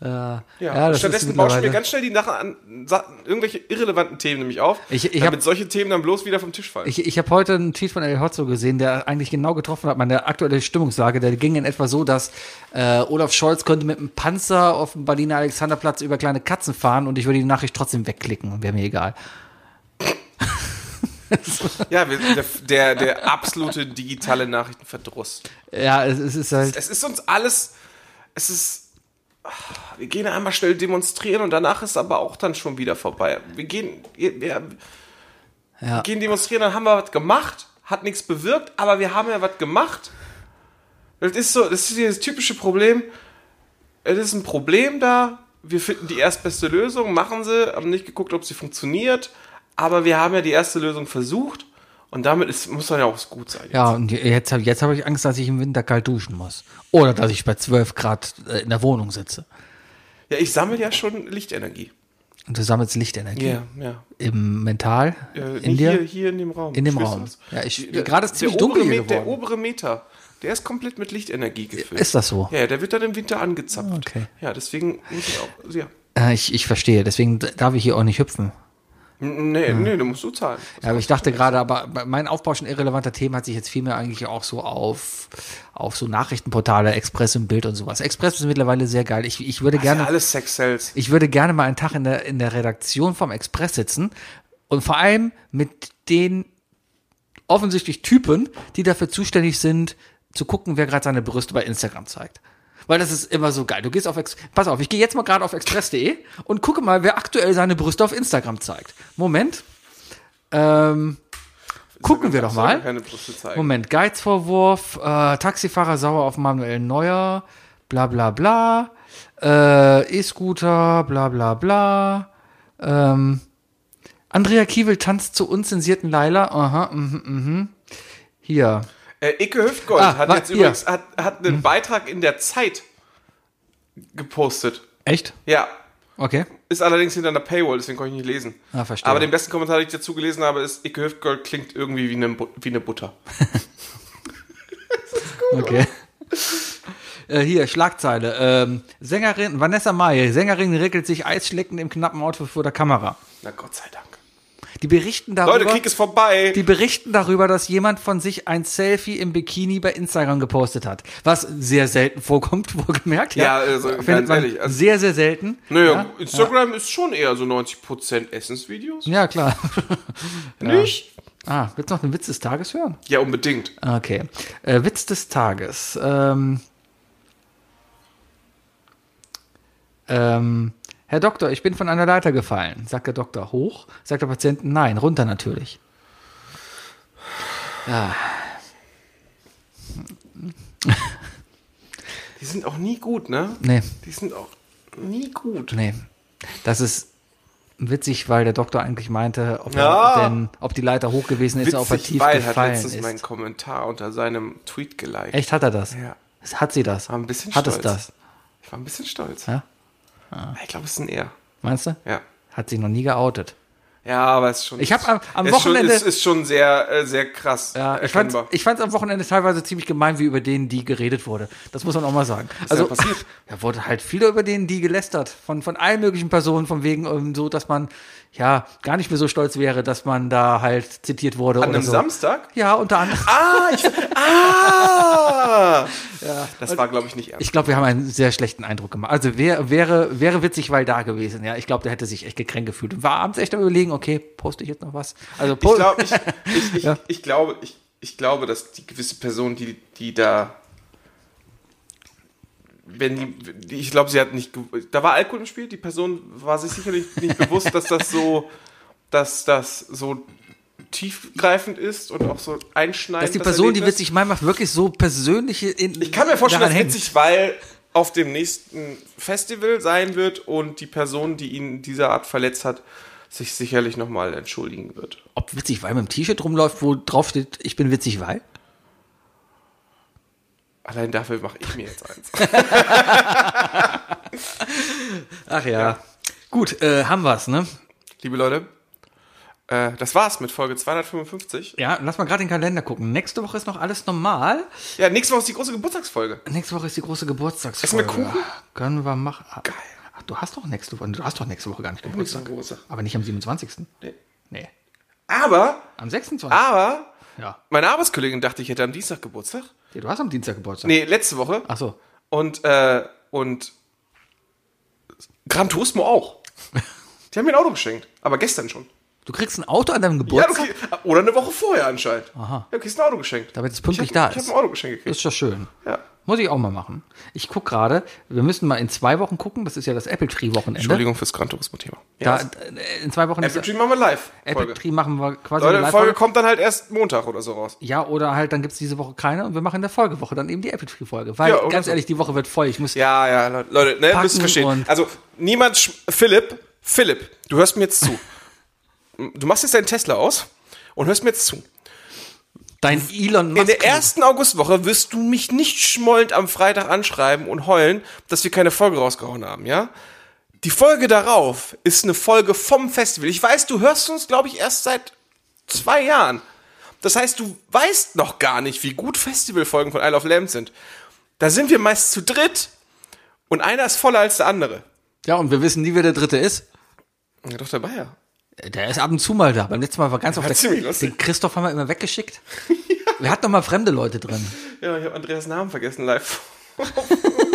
C: Ja,
D: Äh, ja, das ist
C: stattdessen bauschen wir
D: mittlerweile-
C: ganz schnell die Sachen an, Sa- irgendwelche irrelevanten Themen nämlich auf,
D: Ich- ich hab-
C: damit solche Themen dann bloß wieder vom Tisch fallen.
D: Ich, ich habe heute einen Tweet von El Hotzo gesehen, der eigentlich genau getroffen hat, meine aktuelle Stimmungslage. Der ging in etwa so, dass äh, Olaf Scholz könnte mit einem Panzer auf dem Berliner Alexanderplatz über kleine Katzen fahren und ich würde die Nachricht trotzdem wegklicken. Wäre mir egal.
C: ja, wir, der, der, der absolute digitale Nachrichtenverdruss.
D: Ja, es, es ist halt.
C: Es ist uns alles, es ist, ah, wir gehen einmal schnell demonstrieren und danach ist aber auch dann schon wieder vorbei. Wir gehen, wir, wir wir gehen demonstrieren, dann haben wir was gemacht, hat nichts bewirkt, aber wir haben ja was gemacht. Das ist so, das ist dieses typische Problem. Es ist ein Problem da. Wir finden die erstbeste Lösung, machen sie, haben nicht geguckt, ob sie funktioniert, aber wir haben ja die erste Lösung versucht und damit ist, muss dann ja auch gut sein.
D: Ja, und jetzt habe jetzt hab ich Angst, dass ich im Winter kalt duschen muss. Oder dass ich bei 12 Grad äh, in der Wohnung sitze.
C: Ja, ich sammle ja schon Lichtenergie.
D: Und du sammelst Lichtenergie
C: Ja, ja.
D: im Mental
C: Äh,
D: in
C: nee,
D: dir.
C: Hier, hier in dem Raum.
D: In dem
C: Spürst du
D: Raum.
C: das?
D: Ja, ich-
C: Der-
D: gerade ist
C: der
D: ziemlich dunkel
C: obere
D: hier
C: Me- Der
D: geworden.
C: obere Meter, der ist komplett mit Lichtenergie gefüllt.
D: Ist das so? Ah,
C: Ja, ja, der wird dann im Winter angezapft.
D: Okay.
C: Ja, deswegen muss ich auch. also Ja.
D: Äh, Ich, ich verstehe, deswegen darf ich hier auch nicht hüpfen.
C: N- Nee, nee, du musst so zahlen.
D: Ja, aber ich dachte gerade, aber bei- mein Aufbauschen irrelevanter Themen hat sich jetzt vielmehr eigentlich auch so auf, auf so Nachrichtenportale, Express und Bild und sowas. Express ist mittlerweile sehr geil. Ich, ich würde
C: Das ist ja
D: gerne,
C: alles Sex Sales.
D: ich würde gerne mal einen Tag in der, in der Redaktion vom Express sitzen und vor allem mit den offensichtlich Typen, die dafür zuständig sind, zu gucken, wer gerade seine Brüste bei Instagram zeigt. Weil das ist immer so geil. Du gehst auf Ex Pass auf, ich gehe jetzt mal gerade auf express.de und gucke mal, wer aktuell seine Brüste auf Instagram zeigt. Moment. Ähm, gucken wir doch
C: Soll mir
D: mal.
C: Keine Brüste zeigen.
D: äh, Moment, Geizvorwurf, äh, Taxifahrer sauer auf Manuel Neuer, bla bla bla, äh, E-Scooter, bla bla bla. Ähm, Andrea Kiewel tanzt zu unzensierten Laila. Aha, mhm, mhm. Hier.
C: Äh, Icke Hüftgold
D: Ah,
C: hat
D: wa-
C: jetzt
D: hier. Hm.
C: übrigens hat, hat einen Beitrag in der Zeit gepostet.
D: Echt?
C: Ja.
D: Okay.
C: Ist allerdings hinter einer Paywall, deswegen konnte ich nicht lesen.
D: Ah, verstehe.
C: Aber den besten Kommentar, den ich dazu gelesen habe, ist, Icke Hüftgold klingt irgendwie wie eine, Bu- wie eine Butter.
D: Okay. Äh, hier, Schlagzeile. Ähm, Sängerin Vanessa Mai, Sängerin regelt sich Eisschlecken im knappen Outfit vor der Kamera.
C: Na Gott sei Dank.
D: Die berichten darüber.
C: Leute, Krieg ist vorbei.
D: Die berichten darüber, dass jemand von sich ein Selfie im Bikini bei Instagram gepostet hat. Was sehr selten vorkommt, wohlgemerkt. Äh,
C: Ja, also, ganz
D: findet man
C: ehrlich, also-
D: sehr, sehr selten.
C: naja, Instagram ist schon eher so 90% Essensvideos.
D: Ja, klar.
C: Nicht?
D: ah, willst du noch den Witz des Tages hören?
C: Ja, unbedingt.
D: Okay. Äh, Witz des Tages. Ähm, ähm, Herr Doktor, ich bin von einer Leiter gefallen. Sagt der Doktor hoch, sagt der Patient nein, runter natürlich.
C: Die sind auch nie gut, ne?
D: Nee.
C: Die sind auch nie gut.
D: Nee. Das ist witzig, weil der Doktor eigentlich meinte, ob,
C: Ja.
D: er denn, ob die Leiter hoch gewesen ist, oder ob er
C: Witzig,
D: tief
C: weil hat
D: gefallen
C: letztens
D: ist.
C: meinen Kommentar unter seinem Tweet geliked.
D: Echt, hat er das?
C: Ja.
D: Hat sie das?
C: War ein bisschen
D: Hat es
C: stolz.
D: das?
C: Ich war ein bisschen stolz.
D: Ja?
C: Ich glaube, es ist ein Er.
D: Meinst du?
C: Ja.
D: Hat sie noch nie geoutet.
C: Ja, aber es ist schon.
D: Ich hab am- am
C: es
D: Wochenende-
C: Ist schon, ist, ist schon sehr, äh, sehr krass.
D: Ja, ich fand's,
C: erkennbar.
D: ich fand's am Wochenende teilweise ziemlich gemein, wie über denen, die geredet wurde. Das muss man auch mal sagen. also,
C: denn passiert?
D: ja, wurde halt viel über denen, die gelästert. Von, von allen möglichen Personen, von wegen ähm, so, dass man, ja, gar nicht mehr so stolz wäre, dass man da halt zitiert wurde.
C: An
D: oder Ah,
C: einem
D: so.
C: Samstag?
D: Ja, unter anderem.
C: Ah! Ich, ah! Das war, glaube ich, nicht ernst.
D: Ich glaube, wir haben einen sehr schlechten Eindruck gemacht. Also wär, wäre, wäre witzig, weil da gewesen. Ja, ich glaube, der hätte sich echt gekränkt gefühlt. Und war abends echt am überlegen, okay, poste ich jetzt noch was? Also
C: Ich
D: po-
C: glaube, ich, ich, ich, ich glaube, ich, ich glaube, dass die gewisse Person, die, die da, wenn die, die ich glaube, sie hat nicht, gew- da war Alkohol im Spiel. Die Person war sich sicherlich nicht bewusst, dass das so, dass das so tiefgreifend ist und auch so einschneidend.
D: dass die
C: das
D: Person, die
C: Erlebnis.
D: witzig meint, macht wirklich so persönliche in,
C: ne? Ich kann mir vorstellen,
D: daran
C: dass
D: hängt.
C: witzig, weil auf dem nächsten Festival sein wird und die Person, die ihn dieser Art verletzt hat, sich sicherlich nochmal entschuldigen wird.
D: Ob witzig, weil mit dem T-Shirt rumläuft, wo drauf steht, ich bin witzig, weil?
C: Allein dafür mache ich mir jetzt eins.
D: Ach ja. Gut, äh, haben wir's, ne?
C: Liebe Leute, äh, das war's mit Folge 255.
D: Ja, lass mal gerade den Kalender gucken. Nächste Woche ist noch alles normal.
C: Ja, nächste Woche ist die große Geburtstagsfolge.
D: Nächste Woche ist die große Geburtstagsfolge.
C: Essen wir Kuchen?
D: Können wir machen. Ah,
C: Geil.
D: Ach, du hast doch nächste Woche, du hast doch nächste Woche gar nicht Geburtstag.
C: Geburtstag.
D: Aber nicht am 27.
C: Nee.
D: Nee.
C: Aber,
D: Am 26.
C: aber,
D: Ja.
C: meine Arbeitskollegin dachte, ich hätte am Dienstag Geburtstag.
D: ja. Du hast am Dienstag Geburtstag.
C: Nee, letzte Woche.
D: Ach so.
C: Und, äh, und Gran Turismo auch. Die haben mir ein Auto geschenkt. Aber gestern schon.
D: Du kriegst ein Auto an deinem
C: Ja,
D: Geburtstag?
C: okay. Oder eine Woche vorher anscheinend. Aha. Ja, okay, ist ein Auto geschenkt.
D: Damit es pünktlich
C: ich hab,
D: da
C: Ich
D: ist.
C: habe ein Auto geschenkt gekriegt.
D: Ist doch schön.
C: Ja.
D: Muss ich auch mal machen. Ich guck gerade, wir müssen mal in zwei Wochen gucken, das ist ja das Apple Tree Wochenende.
C: Entschuldigung fürs Gran Turismo-Thema.
D: Da,
C: Ja,
D: äh, in zwei Wochen
C: Apple
D: ist
C: Tree machen wir live.
D: Apple
C: Folge.
D: Tree machen wir quasi
C: Leute,
D: eine
C: die Folge
D: Live-Folge.
C: kommt dann halt erst Montag oder so raus.
D: Ja, oder halt, dann gibt's diese Woche keine und wir machen in der Folgewoche dann eben die Apple Tree Folge. Weil,
C: Ja, oder
D: ganz
C: so.
D: ehrlich, die Woche wird voll. Ich muss,
C: Ja, ja, Le- Leute, ne,
D: Packen
C: müsst ihr verstehen.
D: und-
C: Also, niemand, sch- Philipp, Philipp, du hörst mir jetzt zu. Du machst jetzt deinen Tesla aus und hörst mir jetzt zu.
D: dein Elon
C: In
D: Musk.
C: der ersten Augustwoche wirst du mich nicht schmollend am Freitag anschreiben und heulen, dass wir keine Folge rausgehauen haben, ja? Die Folge darauf ist eine Folge vom Festival. Ich weiß, du hörst uns, glaube ich, erst seit zwei Jahren. Das heißt, du weißt noch gar nicht, wie gut Festivalfolgen von Isle of Lamb sind. Da sind wir meist zu dritt und einer ist voller als der andere.
D: ja, und wir wissen nie, wer der dritte ist.
C: Ja, doch dabei, ja.
D: Der ist ab und zu mal da. Beim letzten Mal war ganz oft der,
C: ziemlich lustig.
D: den Christoph haben wir immer weggeschickt. Wir hatten noch mal fremde Leute drin.
C: Ja, Genau, ich habe Andreas Namen vergessen live.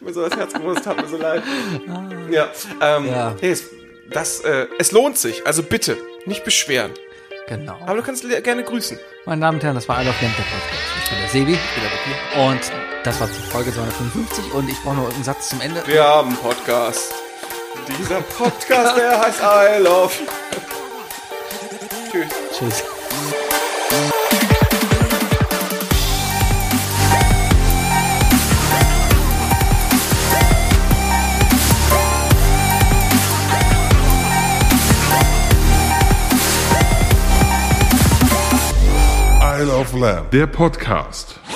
C: mir so das Herz gewusst, hat mir so leid. Ja, ähm,
D: Ja.
C: Nee, es, das, äh, es lohnt sich. Also bitte, nicht beschweren.
D: Genau.
C: Aber du kannst le- gerne grüßen.
D: Meine Damen und Herren, das war Isle of Lamp, der Podcast. Ich bin der Sebi. Ich bin der Ricky. Und das war die Folge 255. Und ich brauche noch einen Satz zum Ende.
C: Wir haben einen Podcast. Dieser Podcast, der heißt I Love. Tschüss.
D: Tschüss.
B: Isle of Lamb. Der Podcast.